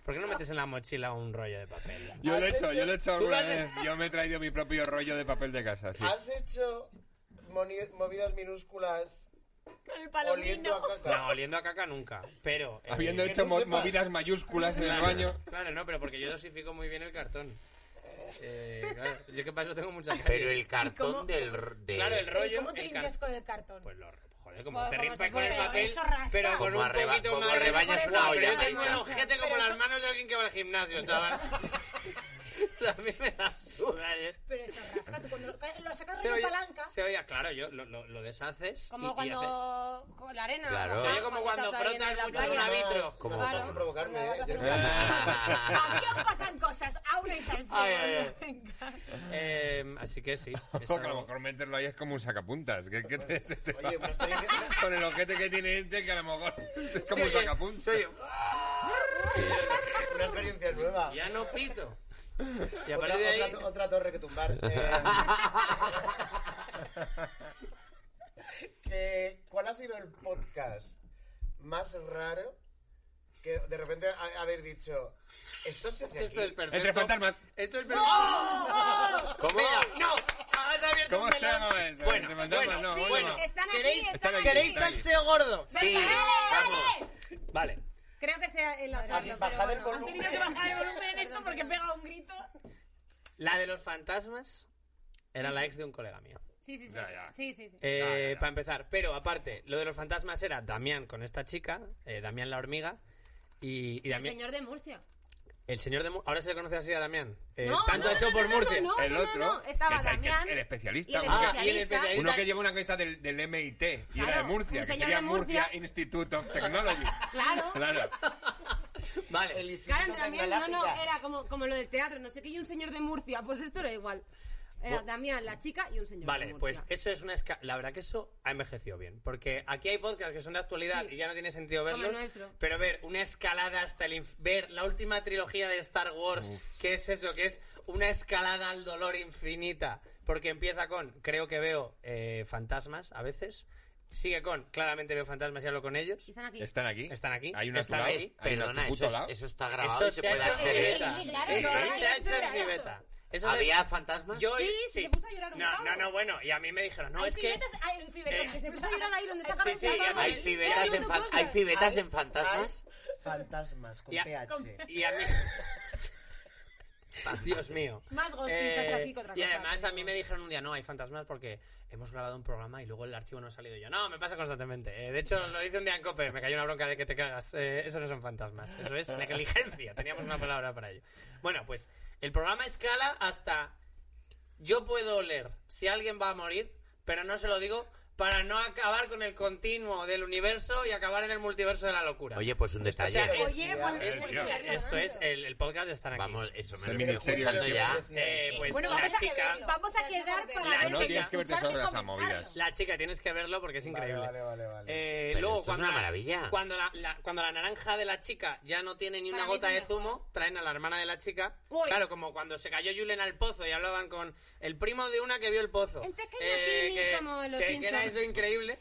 [SPEAKER 5] ¿Por qué no metes en la mochila un rollo de papel?
[SPEAKER 7] Yo lo he hecho, yo lo he hecho
[SPEAKER 5] Tú lo
[SPEAKER 7] alguna
[SPEAKER 5] has
[SPEAKER 7] vez. Yo me he traído mi propio rollo de papel de casa, sí.
[SPEAKER 2] Has hecho moni- movidas minúsculas oliendo a caca.
[SPEAKER 5] No, oliendo a caca nunca. Pero. eh,
[SPEAKER 7] Habiendo
[SPEAKER 2] que
[SPEAKER 7] hecho
[SPEAKER 2] tú
[SPEAKER 7] mo-
[SPEAKER 2] sepas.
[SPEAKER 7] movidas mayúsculas en el baño.
[SPEAKER 5] Claro, no, pero porque yo dosifico muy bien el cartón. Eh, claro, yo que paso tengo mucha
[SPEAKER 4] Pero
[SPEAKER 5] caries.
[SPEAKER 4] el cartón del. r- de-
[SPEAKER 5] Claro, el rollo.
[SPEAKER 8] ¿Cómo te
[SPEAKER 5] el
[SPEAKER 8] limpias
[SPEAKER 5] car-
[SPEAKER 8] con el cartón?
[SPEAKER 5] Pues lo. Joder, como
[SPEAKER 3] Como-
[SPEAKER 5] te
[SPEAKER 3] como
[SPEAKER 5] limpias
[SPEAKER 3] se
[SPEAKER 5] con el
[SPEAKER 3] puede,
[SPEAKER 5] papel,
[SPEAKER 8] eso raspa.
[SPEAKER 5] pero con
[SPEAKER 4] Como
[SPEAKER 5] un
[SPEAKER 4] arreba-
[SPEAKER 5] poquito
[SPEAKER 4] como
[SPEAKER 5] más. de-
[SPEAKER 4] arrebañas una
[SPEAKER 5] No, pero
[SPEAKER 4] olla,
[SPEAKER 5] Yo tengo el
[SPEAKER 4] Isa.
[SPEAKER 5] ojete como las manos de alguien que va al gimnasio, chaval. A mí me la suda, eh.
[SPEAKER 8] Pero eso rasca. Tú cuando lo, lo sacas
[SPEAKER 5] Se
[SPEAKER 8] con
[SPEAKER 5] oye,
[SPEAKER 8] la palanca.
[SPEAKER 5] se oye, claro, yo lo, lo, lo deshaces. y-
[SPEAKER 3] Como
[SPEAKER 5] y hace-
[SPEAKER 3] cuando... Con la arena.
[SPEAKER 4] Claro.
[SPEAKER 5] Se
[SPEAKER 4] Ah,
[SPEAKER 5] oye como cuando
[SPEAKER 3] estás ahí en
[SPEAKER 5] frotas
[SPEAKER 3] la
[SPEAKER 5] mucho un
[SPEAKER 3] playa.
[SPEAKER 5] vitro.
[SPEAKER 4] Como-
[SPEAKER 2] Acabas de
[SPEAKER 4] como-
[SPEAKER 2] provocarme,
[SPEAKER 8] como
[SPEAKER 2] ¿eh?
[SPEAKER 8] vas a
[SPEAKER 2] Yo-
[SPEAKER 8] Aquí aún pasan cosas. Aula y salseo.
[SPEAKER 5] Ay, ay, ay. Eh, así que sí. eso-
[SPEAKER 7] Ojo, que a lo mejor meterlo ahí es como un sacapuntas. Que, que te- se te va
[SPEAKER 2] Oye, una experiencia-
[SPEAKER 7] Con el ojete que tiene este, que a lo mejor es como
[SPEAKER 5] Se
[SPEAKER 7] un
[SPEAKER 5] oye-
[SPEAKER 7] sacapuntas.
[SPEAKER 5] se oye,
[SPEAKER 2] una experiencia nueva.
[SPEAKER 5] Ya no pito. Y a
[SPEAKER 2] Otra,
[SPEAKER 5] partir de ahí,
[SPEAKER 2] otra- otra torre que tumbar. Eh, que- ¿Cuál ha sido el podcast más raro que de repente ha- habéis dicho, esto se hace
[SPEAKER 5] esto es
[SPEAKER 2] aquí?
[SPEAKER 5] perfecto.
[SPEAKER 7] Entre fantasmas.
[SPEAKER 5] Esto es perfecto.
[SPEAKER 4] ¿Cómo?
[SPEAKER 5] Mira, no, has abierto
[SPEAKER 7] ¿Cómo
[SPEAKER 5] un
[SPEAKER 7] se
[SPEAKER 5] melón.
[SPEAKER 7] llama eso?
[SPEAKER 5] Bueno,
[SPEAKER 7] Entre fantasmas,
[SPEAKER 5] bueno,
[SPEAKER 7] no,
[SPEAKER 5] sí,
[SPEAKER 7] bueno.
[SPEAKER 5] bueno.
[SPEAKER 3] Están aquí,
[SPEAKER 5] ¿Queréis,
[SPEAKER 3] están
[SPEAKER 7] aquí,
[SPEAKER 5] ¿Queréis
[SPEAKER 7] están aquí.
[SPEAKER 5] salseo gordo?
[SPEAKER 4] Sí, vamos.
[SPEAKER 5] Vale.
[SPEAKER 3] Creo que sea el
[SPEAKER 2] Aquí,
[SPEAKER 3] azarlo,
[SPEAKER 2] bajad el
[SPEAKER 3] pero bueno.
[SPEAKER 8] Han tenido que bajar el volumen en esto porque pega un grito.
[SPEAKER 5] La de los fantasmas era la ex de un colega mío.
[SPEAKER 3] Sí, sí, sí.
[SPEAKER 7] Ya, ya.
[SPEAKER 3] Sí, sí, sí.
[SPEAKER 5] Eh, Para empezar, pero aparte, lo de los fantasmas era Damián con esta chica, eh, Damián la hormiga, y, y
[SPEAKER 3] El
[SPEAKER 5] Damián...
[SPEAKER 3] señor de Murcia.
[SPEAKER 5] El señor de Mu- ahora se le conoce así a Damián. Eh,
[SPEAKER 3] No,
[SPEAKER 5] tanto
[SPEAKER 3] no,
[SPEAKER 5] ha hecho
[SPEAKER 3] no,
[SPEAKER 5] por
[SPEAKER 3] no, no,
[SPEAKER 5] Murcia.
[SPEAKER 3] no,
[SPEAKER 7] el otro,
[SPEAKER 3] no, estaba
[SPEAKER 7] que- que-
[SPEAKER 3] Damián
[SPEAKER 7] el
[SPEAKER 3] y
[SPEAKER 7] especialista,
[SPEAKER 3] el
[SPEAKER 7] porque-
[SPEAKER 5] Ah, y el especialista.
[SPEAKER 7] uno que lleva una cesta del, del MIT y era de
[SPEAKER 3] Claro,
[SPEAKER 7] Murcia,
[SPEAKER 3] un
[SPEAKER 7] que
[SPEAKER 3] señor
[SPEAKER 7] sería
[SPEAKER 3] de Murcia.
[SPEAKER 7] Murcia Institute of Technology.
[SPEAKER 3] Claro.
[SPEAKER 7] Claro.
[SPEAKER 5] Vale.
[SPEAKER 2] El Instituto
[SPEAKER 3] Claro, también, no, eh. no,
[SPEAKER 2] Tecnológica.
[SPEAKER 3] era como, como lo del teatro, no sé qué, y un señor de Murcia, pues esto era igual. Era Damián, la chica y un señor de
[SPEAKER 5] Vale, pues
[SPEAKER 3] Murcia.
[SPEAKER 5] eso es una esca- La verdad que eso ha envejecido bien. Porque aquí hay podcasts que son de actualidad y ya no tiene sentido
[SPEAKER 3] Como el
[SPEAKER 5] verlos.
[SPEAKER 3] nuestro.
[SPEAKER 5] Pero ver una escalada hasta el inf- ver la última trilogía de Star Wars, que es eso, que es una escalada al dolor infinita. Porque empieza con creo que veo eh, fantasmas a veces. Sigue con claramente veo fantasmas y hablo con ellos.
[SPEAKER 3] Y están aquí.
[SPEAKER 7] ¿Están aquí?
[SPEAKER 5] Están aquí,
[SPEAKER 7] Hay unas
[SPEAKER 5] están
[SPEAKER 7] tu lado,
[SPEAKER 5] aquí.
[SPEAKER 7] hay unas
[SPEAKER 4] Perdona,
[SPEAKER 7] tu puto
[SPEAKER 4] eso, es-
[SPEAKER 7] lado.
[SPEAKER 4] eso está grabado
[SPEAKER 5] Eso
[SPEAKER 4] y se,
[SPEAKER 5] se ha
[SPEAKER 4] puede
[SPEAKER 5] hecho en
[SPEAKER 4] hacer
[SPEAKER 5] beta.
[SPEAKER 8] Sí, claro,
[SPEAKER 5] Eso
[SPEAKER 8] no, no,
[SPEAKER 5] se
[SPEAKER 8] no,
[SPEAKER 5] ha hecho en
[SPEAKER 8] no, no.
[SPEAKER 5] beta. Eso se-
[SPEAKER 4] ¿Había fantasmas?
[SPEAKER 5] Yo-
[SPEAKER 3] Sí, sí, se puso a llorar un
[SPEAKER 5] No,
[SPEAKER 3] pavo.
[SPEAKER 5] no, no, bueno, y a mí me dijeron, no,
[SPEAKER 8] hay
[SPEAKER 5] es que... Eh,
[SPEAKER 8] pibetas- hay pibetas que se
[SPEAKER 3] Empezó a llorar ahí donde está
[SPEAKER 5] Sí,
[SPEAKER 3] Carlos
[SPEAKER 5] sí, y a
[SPEAKER 3] Salvador.
[SPEAKER 4] ¿Hay
[SPEAKER 5] mí-
[SPEAKER 4] cibetas, en, fan- ¿hay cibetas en fantasmas?
[SPEAKER 2] Fantasmas con
[SPEAKER 5] Ya.
[SPEAKER 2] PH.
[SPEAKER 5] Y a mí... Dios mío.
[SPEAKER 8] Más ghosting
[SPEAKER 5] Eh,
[SPEAKER 8] se ha hecho aquí que otra
[SPEAKER 5] y
[SPEAKER 8] cosa,
[SPEAKER 5] además a
[SPEAKER 8] pero-
[SPEAKER 5] mí me dijeron un día, no, hay fantasmas porque hemos grabado un programa y luego el archivo no ha salido yo. No, me pasa constantemente. Eh, de hecho, lo hice un día en Cope, me cayó una bronca de que te cagas. Eh, eso no son fantasmas, eso es negligencia. Teníamos una palabra para ello. Bueno, pues el programa escala hasta yo puedo oler si alguien va a morir, pero no se lo digo para no acabar con el continuo del universo y acabar en el multiverso de la locura.
[SPEAKER 4] Oye, pues un
[SPEAKER 5] O
[SPEAKER 4] detalle.
[SPEAKER 5] sea, es-
[SPEAKER 3] Oye, pues
[SPEAKER 7] Eh,
[SPEAKER 3] eso es
[SPEAKER 7] tío,
[SPEAKER 3] llorar
[SPEAKER 5] esto es el, el podcast de estar aquí.
[SPEAKER 4] Vamos, eso me lo
[SPEAKER 7] El
[SPEAKER 4] estoy
[SPEAKER 7] ministerio
[SPEAKER 4] escuchando
[SPEAKER 7] de
[SPEAKER 4] ya.
[SPEAKER 7] Educación.
[SPEAKER 5] Eh, pues
[SPEAKER 8] Bueno,
[SPEAKER 5] la
[SPEAKER 8] vamos a, que
[SPEAKER 5] chica,
[SPEAKER 8] verlo. vamos a quedar para
[SPEAKER 5] La
[SPEAKER 8] ver
[SPEAKER 7] No,
[SPEAKER 5] chica.
[SPEAKER 7] tienes que verte
[SPEAKER 8] escucharle
[SPEAKER 7] todas las
[SPEAKER 8] comentarlo.
[SPEAKER 7] movidas.
[SPEAKER 5] la chica tienes que verlo porque es increíble.
[SPEAKER 2] Vale, vale, vale.
[SPEAKER 5] Eh,
[SPEAKER 4] Pero
[SPEAKER 5] luego,
[SPEAKER 4] esto es
[SPEAKER 5] cuando,
[SPEAKER 4] una
[SPEAKER 5] la-
[SPEAKER 4] maravilla.
[SPEAKER 5] cuando la, la- cuando la naranja de la chica ya no tiene ni una
[SPEAKER 3] Para mí
[SPEAKER 5] gota
[SPEAKER 3] es
[SPEAKER 5] de
[SPEAKER 3] mejor.
[SPEAKER 5] zumo, traen a la hermana de la chica.
[SPEAKER 3] Uy.
[SPEAKER 5] Claro, como cuando se cayó Julen al pozo y hablaban con el primo de una que vio el pozo. Eh,
[SPEAKER 3] El pequeño Timmy, como los
[SPEAKER 5] que- que
[SPEAKER 3] Simpsons.
[SPEAKER 5] era eso increíble.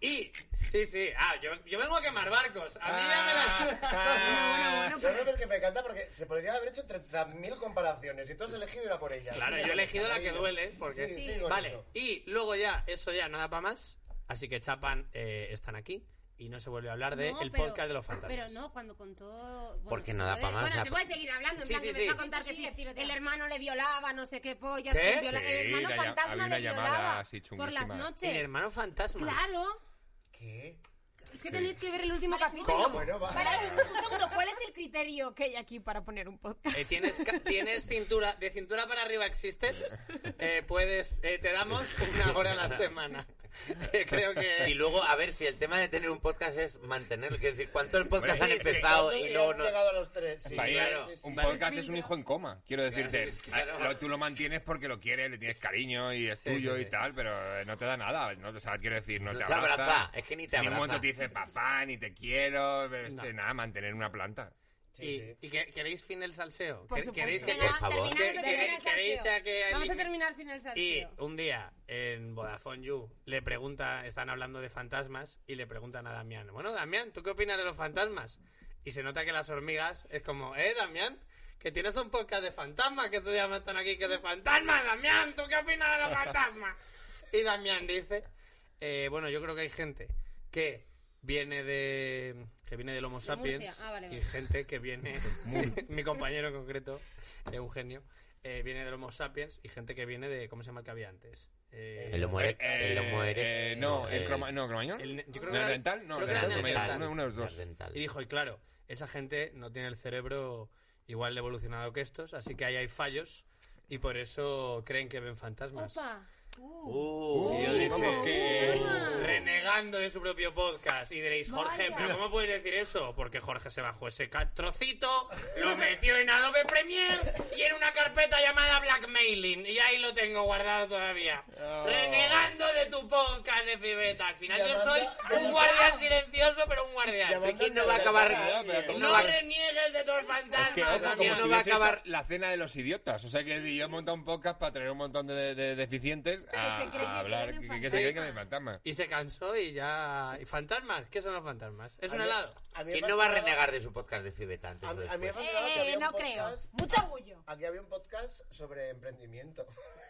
[SPEAKER 5] Y, sí, sí, ah, yo, yo vengo a quemar barcos. A mí ya me
[SPEAKER 2] Ah.
[SPEAKER 5] la suda.
[SPEAKER 2] Yo creo que es que me encanta porque se podrían haber hecho 30.000 comparaciones y tú has elegido ir a por ella.
[SPEAKER 5] Claro,
[SPEAKER 2] Sí,
[SPEAKER 5] yo he elegido la que
[SPEAKER 2] cariño.
[SPEAKER 5] duele, porque
[SPEAKER 2] Sí, sí, con
[SPEAKER 5] Vale,
[SPEAKER 2] eso.
[SPEAKER 5] y luego ya, eso ya, no da para más. Así que Chapan eh, están aquí y no se vuelve a hablar del
[SPEAKER 3] No,
[SPEAKER 5] el
[SPEAKER 3] pero-
[SPEAKER 5] podcast de los fantasmas.
[SPEAKER 3] Pero no, cuando contó. bueno,
[SPEAKER 4] Porque
[SPEAKER 3] se
[SPEAKER 4] no da
[SPEAKER 3] puede-
[SPEAKER 4] pa' más, o
[SPEAKER 3] Bueno,
[SPEAKER 4] sea,
[SPEAKER 3] se puede seguir hablando. En
[SPEAKER 5] Sí,
[SPEAKER 3] plan,
[SPEAKER 5] sí,
[SPEAKER 3] que
[SPEAKER 5] sí.
[SPEAKER 3] empezó a contar que sí, el hermano le violaba, no sé qué pollas.
[SPEAKER 5] ¿Qué?
[SPEAKER 3] que viola-
[SPEAKER 7] Sí,
[SPEAKER 3] el hermano
[SPEAKER 7] la ll-
[SPEAKER 3] fantasma
[SPEAKER 7] había una
[SPEAKER 3] le
[SPEAKER 7] llamada
[SPEAKER 3] violaba
[SPEAKER 7] así
[SPEAKER 3] por las
[SPEAKER 7] chunguísima.
[SPEAKER 5] El
[SPEAKER 3] noches.
[SPEAKER 5] hermano fantasma.
[SPEAKER 3] Claro.
[SPEAKER 2] ¿Qué?
[SPEAKER 3] Es que tenéis que ver el último capítulo.
[SPEAKER 5] ¿Cómo?
[SPEAKER 2] Bueno, va.
[SPEAKER 1] Para, un segundo, ¿cuál es el criterio que hay aquí para poner un podcast?
[SPEAKER 5] Eh, tienes, ca- tienes cintura, de cintura para arriba existes, eh, puedes, eh, te damos una hora a la semana. Eh, creo que...
[SPEAKER 4] Si luego, a ver, si el tema de tener un podcast es mantenerlo, quiero decir, ¿cuántos podcasts han
[SPEAKER 7] Hombre, sí,
[SPEAKER 4] empezado
[SPEAKER 2] ¿Cuántos
[SPEAKER 4] y
[SPEAKER 2] ya
[SPEAKER 4] luego
[SPEAKER 2] han
[SPEAKER 4] no...?
[SPEAKER 2] llegado a los tres. Sí,
[SPEAKER 7] Hasta ahí,
[SPEAKER 4] claro.
[SPEAKER 2] sí, sí.
[SPEAKER 7] un
[SPEAKER 5] Vale.
[SPEAKER 7] podcast es un hijo en coma, quiero decirte.
[SPEAKER 4] Claro,
[SPEAKER 7] Ah,
[SPEAKER 4] claro.
[SPEAKER 7] lo- tú lo mantienes porque lo quieres, le tienes cariño y es
[SPEAKER 5] Sí,
[SPEAKER 7] tuyo
[SPEAKER 5] sí,
[SPEAKER 7] y
[SPEAKER 5] sí.
[SPEAKER 7] tal, pero eh, no te da nada. No, o sea, quiero decir, no,
[SPEAKER 4] No
[SPEAKER 7] te
[SPEAKER 4] te
[SPEAKER 7] abraza.
[SPEAKER 4] abraza, es que ni te
[SPEAKER 7] En ningún
[SPEAKER 4] abraza.
[SPEAKER 7] momento te dice papá, ni te quiero, pero este,
[SPEAKER 5] No.
[SPEAKER 7] nada, mantener una planta.
[SPEAKER 5] y, y que- ¿Queréis fin del salseo?
[SPEAKER 1] Por
[SPEAKER 5] ¿Que- ¿Queréis que-
[SPEAKER 4] supuesto. Venga,
[SPEAKER 3] Venga,
[SPEAKER 4] Por
[SPEAKER 3] terminamos
[SPEAKER 4] favor.
[SPEAKER 3] de
[SPEAKER 5] ¿Queréis-
[SPEAKER 3] terminar el
[SPEAKER 5] queréis a que
[SPEAKER 3] salseo. Vamos a
[SPEAKER 5] alguien-
[SPEAKER 3] terminar final
[SPEAKER 5] Y
[SPEAKER 3] salseo.
[SPEAKER 5] un día en Vodafone You le pregunta, están hablando de fantasmas y le preguntan a Damián, bueno, Damián, ¿tú qué opinas de los fantasmas? Y se nota que las hormigas es como, eh, Damián, que tienes un podcast de fantasmas, que tú llamas tan aquí que de fantasmas, Damián, ¿tú qué opinas de los fantasmas? Y Damián dice, eh, bueno, yo creo que hay gente que viene de que viene del Homo sapiens
[SPEAKER 3] Murcia. Ah, vale,
[SPEAKER 5] y
[SPEAKER 3] vale.
[SPEAKER 5] gente que viene sí, mi compañero en concreto Eugenio eh, viene del Homo sapiens y gente que viene de cómo se llama el que había antes Eh,
[SPEAKER 4] El homo erect-
[SPEAKER 7] Eh,
[SPEAKER 4] el homo erect-
[SPEAKER 7] eh, no, el,
[SPEAKER 4] el-
[SPEAKER 7] croma, no, cromañón.
[SPEAKER 5] el ne- yo creo que era-
[SPEAKER 7] Neandertal, no,
[SPEAKER 5] creo que era
[SPEAKER 7] neandertal,
[SPEAKER 5] neandertal.
[SPEAKER 7] uno, uno de los dos.
[SPEAKER 4] Neandertal.
[SPEAKER 5] y dijo y claro esa gente no tiene el cerebro igual de evolucionado que estos así que ahí hay fallos y por eso creen que ven fantasmas
[SPEAKER 3] Opa.
[SPEAKER 4] Uh,
[SPEAKER 7] Y yo dije que
[SPEAKER 5] renegando de su propio podcast. Y diréis, Jorge, ¿pero cómo puedes decir eso? Porque Jorge se bajó ese ca- trocito, lo metió en Adobe Premiere y en una carpeta llamada Blackmailing. Y ahí lo tengo guardado todavía. Renegando de tu podcast de Fibeta. Al final yo
[SPEAKER 2] Llamando-
[SPEAKER 5] soy un
[SPEAKER 2] llamando-
[SPEAKER 5] guardián silencioso, pero un guardián.
[SPEAKER 2] Llamando
[SPEAKER 4] ¿Quién no va a
[SPEAKER 7] Claro,
[SPEAKER 4] acabar...?
[SPEAKER 7] pero
[SPEAKER 4] ¿Quién
[SPEAKER 7] ¿cómo
[SPEAKER 4] no
[SPEAKER 5] No
[SPEAKER 4] va a
[SPEAKER 5] reniegues de tus fantasmas.
[SPEAKER 7] Que ojo, como
[SPEAKER 5] Damián.
[SPEAKER 4] Ah, no
[SPEAKER 7] si
[SPEAKER 4] va a
[SPEAKER 7] hubiese
[SPEAKER 4] acabar-
[SPEAKER 7] hecho la cena de los idiotas. O sea, que si yo he montado un podcast para traer un montón de, de- de deficientes a,
[SPEAKER 8] se cree
[SPEAKER 7] a
[SPEAKER 8] que
[SPEAKER 7] hablar.
[SPEAKER 8] tienen
[SPEAKER 7] Que, que se
[SPEAKER 8] fantasmas.
[SPEAKER 7] creen que me fantasma.
[SPEAKER 5] Y se cansó y ya... ¿Y fantasmas? ¿Qué son los fantasmas? Es un
[SPEAKER 2] A mí-
[SPEAKER 5] helado.
[SPEAKER 2] a mí me
[SPEAKER 4] ¿Quién no va a
[SPEAKER 2] fascinaba-
[SPEAKER 4] renegar de su podcast de Fibeta antes
[SPEAKER 2] A,
[SPEAKER 4] o
[SPEAKER 2] mí- a mí me
[SPEAKER 4] después?
[SPEAKER 2] fascinaba que
[SPEAKER 8] Eh,
[SPEAKER 2] había un
[SPEAKER 8] no creo.
[SPEAKER 2] podcast-
[SPEAKER 8] Mucho orgullo.
[SPEAKER 2] Aquí había un podcast sobre emprendimiento.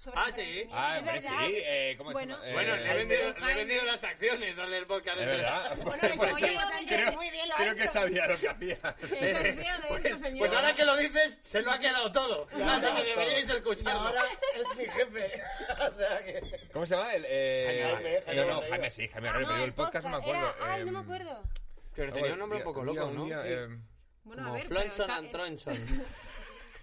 [SPEAKER 8] Sobre
[SPEAKER 5] Ah, sí.
[SPEAKER 7] Ah,
[SPEAKER 3] es
[SPEAKER 7] hombre, sí.
[SPEAKER 3] verdad.
[SPEAKER 7] eh, ¿Cómo
[SPEAKER 8] Bueno.
[SPEAKER 7] se llama?
[SPEAKER 5] Bueno,
[SPEAKER 7] Eh,
[SPEAKER 5] le he vendido,
[SPEAKER 3] Jaime.
[SPEAKER 5] le he vendido las acciones al del podcast.
[SPEAKER 7] Es verdad.
[SPEAKER 3] Bueno,
[SPEAKER 7] Pues
[SPEAKER 3] oye,
[SPEAKER 7] sí,
[SPEAKER 3] pues Andrés,
[SPEAKER 7] creo,
[SPEAKER 3] muy bien lo
[SPEAKER 7] creo
[SPEAKER 3] has
[SPEAKER 7] que
[SPEAKER 3] hecho.
[SPEAKER 7] sabía lo que hacía.
[SPEAKER 3] Se confía de esto,
[SPEAKER 5] Pues,
[SPEAKER 3] señor.
[SPEAKER 5] pues ahora que lo dices, se lo ha quedado todo. Así que deberíais
[SPEAKER 8] Ah.
[SPEAKER 5] escucharlo.
[SPEAKER 2] Ahora es mi jefe. o sea que.
[SPEAKER 7] ¿Cómo se llama? El, eh,
[SPEAKER 2] Jaime, Jaime, Jaime
[SPEAKER 7] no, no,
[SPEAKER 2] Barreiro.
[SPEAKER 7] Jaime sí, Jaime
[SPEAKER 3] Ah,
[SPEAKER 7] Barreiro,
[SPEAKER 3] no,
[SPEAKER 7] pero yo el podcast no me acuerdo.
[SPEAKER 3] era- Ay, no me
[SPEAKER 7] em,
[SPEAKER 3] acuerdo.
[SPEAKER 5] Pero
[SPEAKER 7] Oye, día- día- un día, em,
[SPEAKER 5] Como Flonson and Tronson.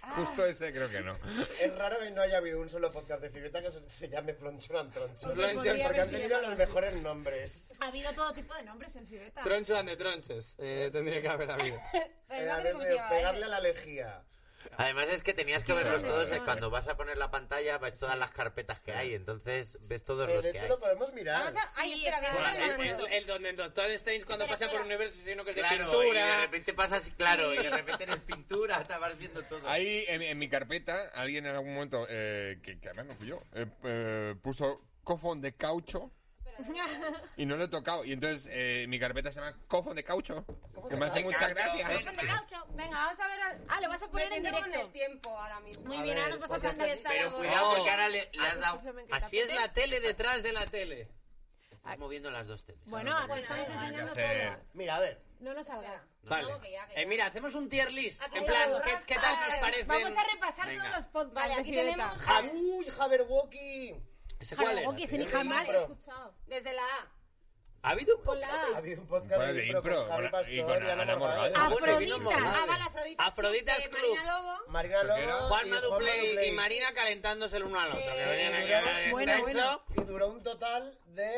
[SPEAKER 3] Ah.
[SPEAKER 7] Justo ese creo que no.
[SPEAKER 2] Es raro que no haya habido un solo podcast de figurita que se, se llame Flonchon and Tronchon.
[SPEAKER 5] Flonchon,
[SPEAKER 2] porque han tenido los mejores nombres.
[SPEAKER 8] Ha habido todo tipo de nombres en Figureta.
[SPEAKER 5] Troncho and de tronches. eh, tendría que haber habido.
[SPEAKER 8] Pero
[SPEAKER 2] Eh,
[SPEAKER 8] no sé cómo se
[SPEAKER 2] desde
[SPEAKER 8] llamaba,
[SPEAKER 2] pegarle
[SPEAKER 8] ¿eh?
[SPEAKER 2] a la lejía.
[SPEAKER 4] Además es que tenías que verlos todos. eh, Cuando vas a poner la pantalla, ves todas las carpetas que hay. Entonces ves todos
[SPEAKER 2] Eh,
[SPEAKER 4] los
[SPEAKER 2] de
[SPEAKER 4] que
[SPEAKER 2] hecho,
[SPEAKER 4] hay.
[SPEAKER 2] lo podemos mirar.
[SPEAKER 3] Vamos a... Ay,
[SPEAKER 8] Sí,
[SPEAKER 3] espera, voy a
[SPEAKER 8] espera.
[SPEAKER 3] poner la
[SPEAKER 5] El,
[SPEAKER 3] mano.
[SPEAKER 5] el- el donde el Doctor Strange cuando
[SPEAKER 8] Espera,
[SPEAKER 5] pasea por
[SPEAKER 8] espera.
[SPEAKER 5] un universo, sino que es de
[SPEAKER 4] Claro, y de
[SPEAKER 5] pintura.
[SPEAKER 4] repente pasas, claro, y de repente eres pintura, te vas viendo todo.
[SPEAKER 7] Ahí en, en mi carpeta, alguien en algún momento, eh, que, que además no fui yo, eh, eh, puso cofón de caucho y no lo he tocado. Y entonces eh, mi carpeta se llama cofón de caucho, que me hace muchas gracias.
[SPEAKER 3] Venga, vamos a ver... a-
[SPEAKER 8] Ah, lo vas a poner
[SPEAKER 3] Me
[SPEAKER 8] en
[SPEAKER 3] siento con
[SPEAKER 8] directo.
[SPEAKER 3] el tiempo ahora mismo.
[SPEAKER 8] Muy bien, ahora nos vas a cantar esta.
[SPEAKER 4] Pero
[SPEAKER 3] enamorado.
[SPEAKER 4] cuidado porque ahora le, le
[SPEAKER 7] Ah,
[SPEAKER 4] has dado...
[SPEAKER 5] Así es la tele detrás de la tele.
[SPEAKER 4] Estás moviendo las dos teles.
[SPEAKER 1] Bueno, aquí
[SPEAKER 3] pues
[SPEAKER 1] estamos
[SPEAKER 7] Hay que
[SPEAKER 1] enseñando
[SPEAKER 7] hacer-
[SPEAKER 1] todo.
[SPEAKER 2] Mira, a ver.
[SPEAKER 1] No lo salgas.
[SPEAKER 5] Vale.
[SPEAKER 3] que ya, que ya.
[SPEAKER 5] Eh, mira, hacemos un tier list.
[SPEAKER 3] Aquí
[SPEAKER 5] En
[SPEAKER 3] está
[SPEAKER 5] plan,
[SPEAKER 3] la
[SPEAKER 5] ¿qué,
[SPEAKER 3] borrasca.
[SPEAKER 5] qué tal nos
[SPEAKER 3] Vale,
[SPEAKER 5] parecen?
[SPEAKER 1] Vamos a repasar
[SPEAKER 4] Venga.
[SPEAKER 1] todos los podcasts.
[SPEAKER 3] Vale,
[SPEAKER 1] de
[SPEAKER 3] aquí
[SPEAKER 1] Figureta.
[SPEAKER 3] tenemos-
[SPEAKER 2] ¡Jabuy, Jaberwocky!
[SPEAKER 5] ¿Ese cuál
[SPEAKER 1] Jarago,
[SPEAKER 5] era?
[SPEAKER 1] que ese ni jamás he
[SPEAKER 2] Pero-
[SPEAKER 1] escuchado.
[SPEAKER 3] Desde la A.
[SPEAKER 5] ¿Ha habido un
[SPEAKER 1] Hola.
[SPEAKER 5] podcast?
[SPEAKER 2] Ha habido un
[SPEAKER 7] Un
[SPEAKER 2] podcast
[SPEAKER 7] par de impro
[SPEAKER 2] con Javi
[SPEAKER 7] con-
[SPEAKER 2] Pastor
[SPEAKER 7] y con
[SPEAKER 2] y Ana
[SPEAKER 7] Ana
[SPEAKER 2] Morgade.
[SPEAKER 7] Morgade.
[SPEAKER 5] Bueno, vino
[SPEAKER 1] Afrodita.
[SPEAKER 5] Morgade.
[SPEAKER 1] Ah,
[SPEAKER 3] Haga la Afrodita.
[SPEAKER 5] Afroditas
[SPEAKER 3] de
[SPEAKER 5] Club.
[SPEAKER 3] Marina Lobo.
[SPEAKER 2] Marina
[SPEAKER 7] Esto que
[SPEAKER 2] Lobo
[SPEAKER 7] era-
[SPEAKER 2] y
[SPEAKER 5] Juan Maduplay
[SPEAKER 2] Maduplay.
[SPEAKER 5] y Marina calentándose el uno al otro. que no
[SPEAKER 2] Y
[SPEAKER 5] tiene nada que
[SPEAKER 2] duró-
[SPEAKER 5] ver el
[SPEAKER 1] Bueno,
[SPEAKER 5] sexo.
[SPEAKER 1] bueno.
[SPEAKER 2] Y duró un total de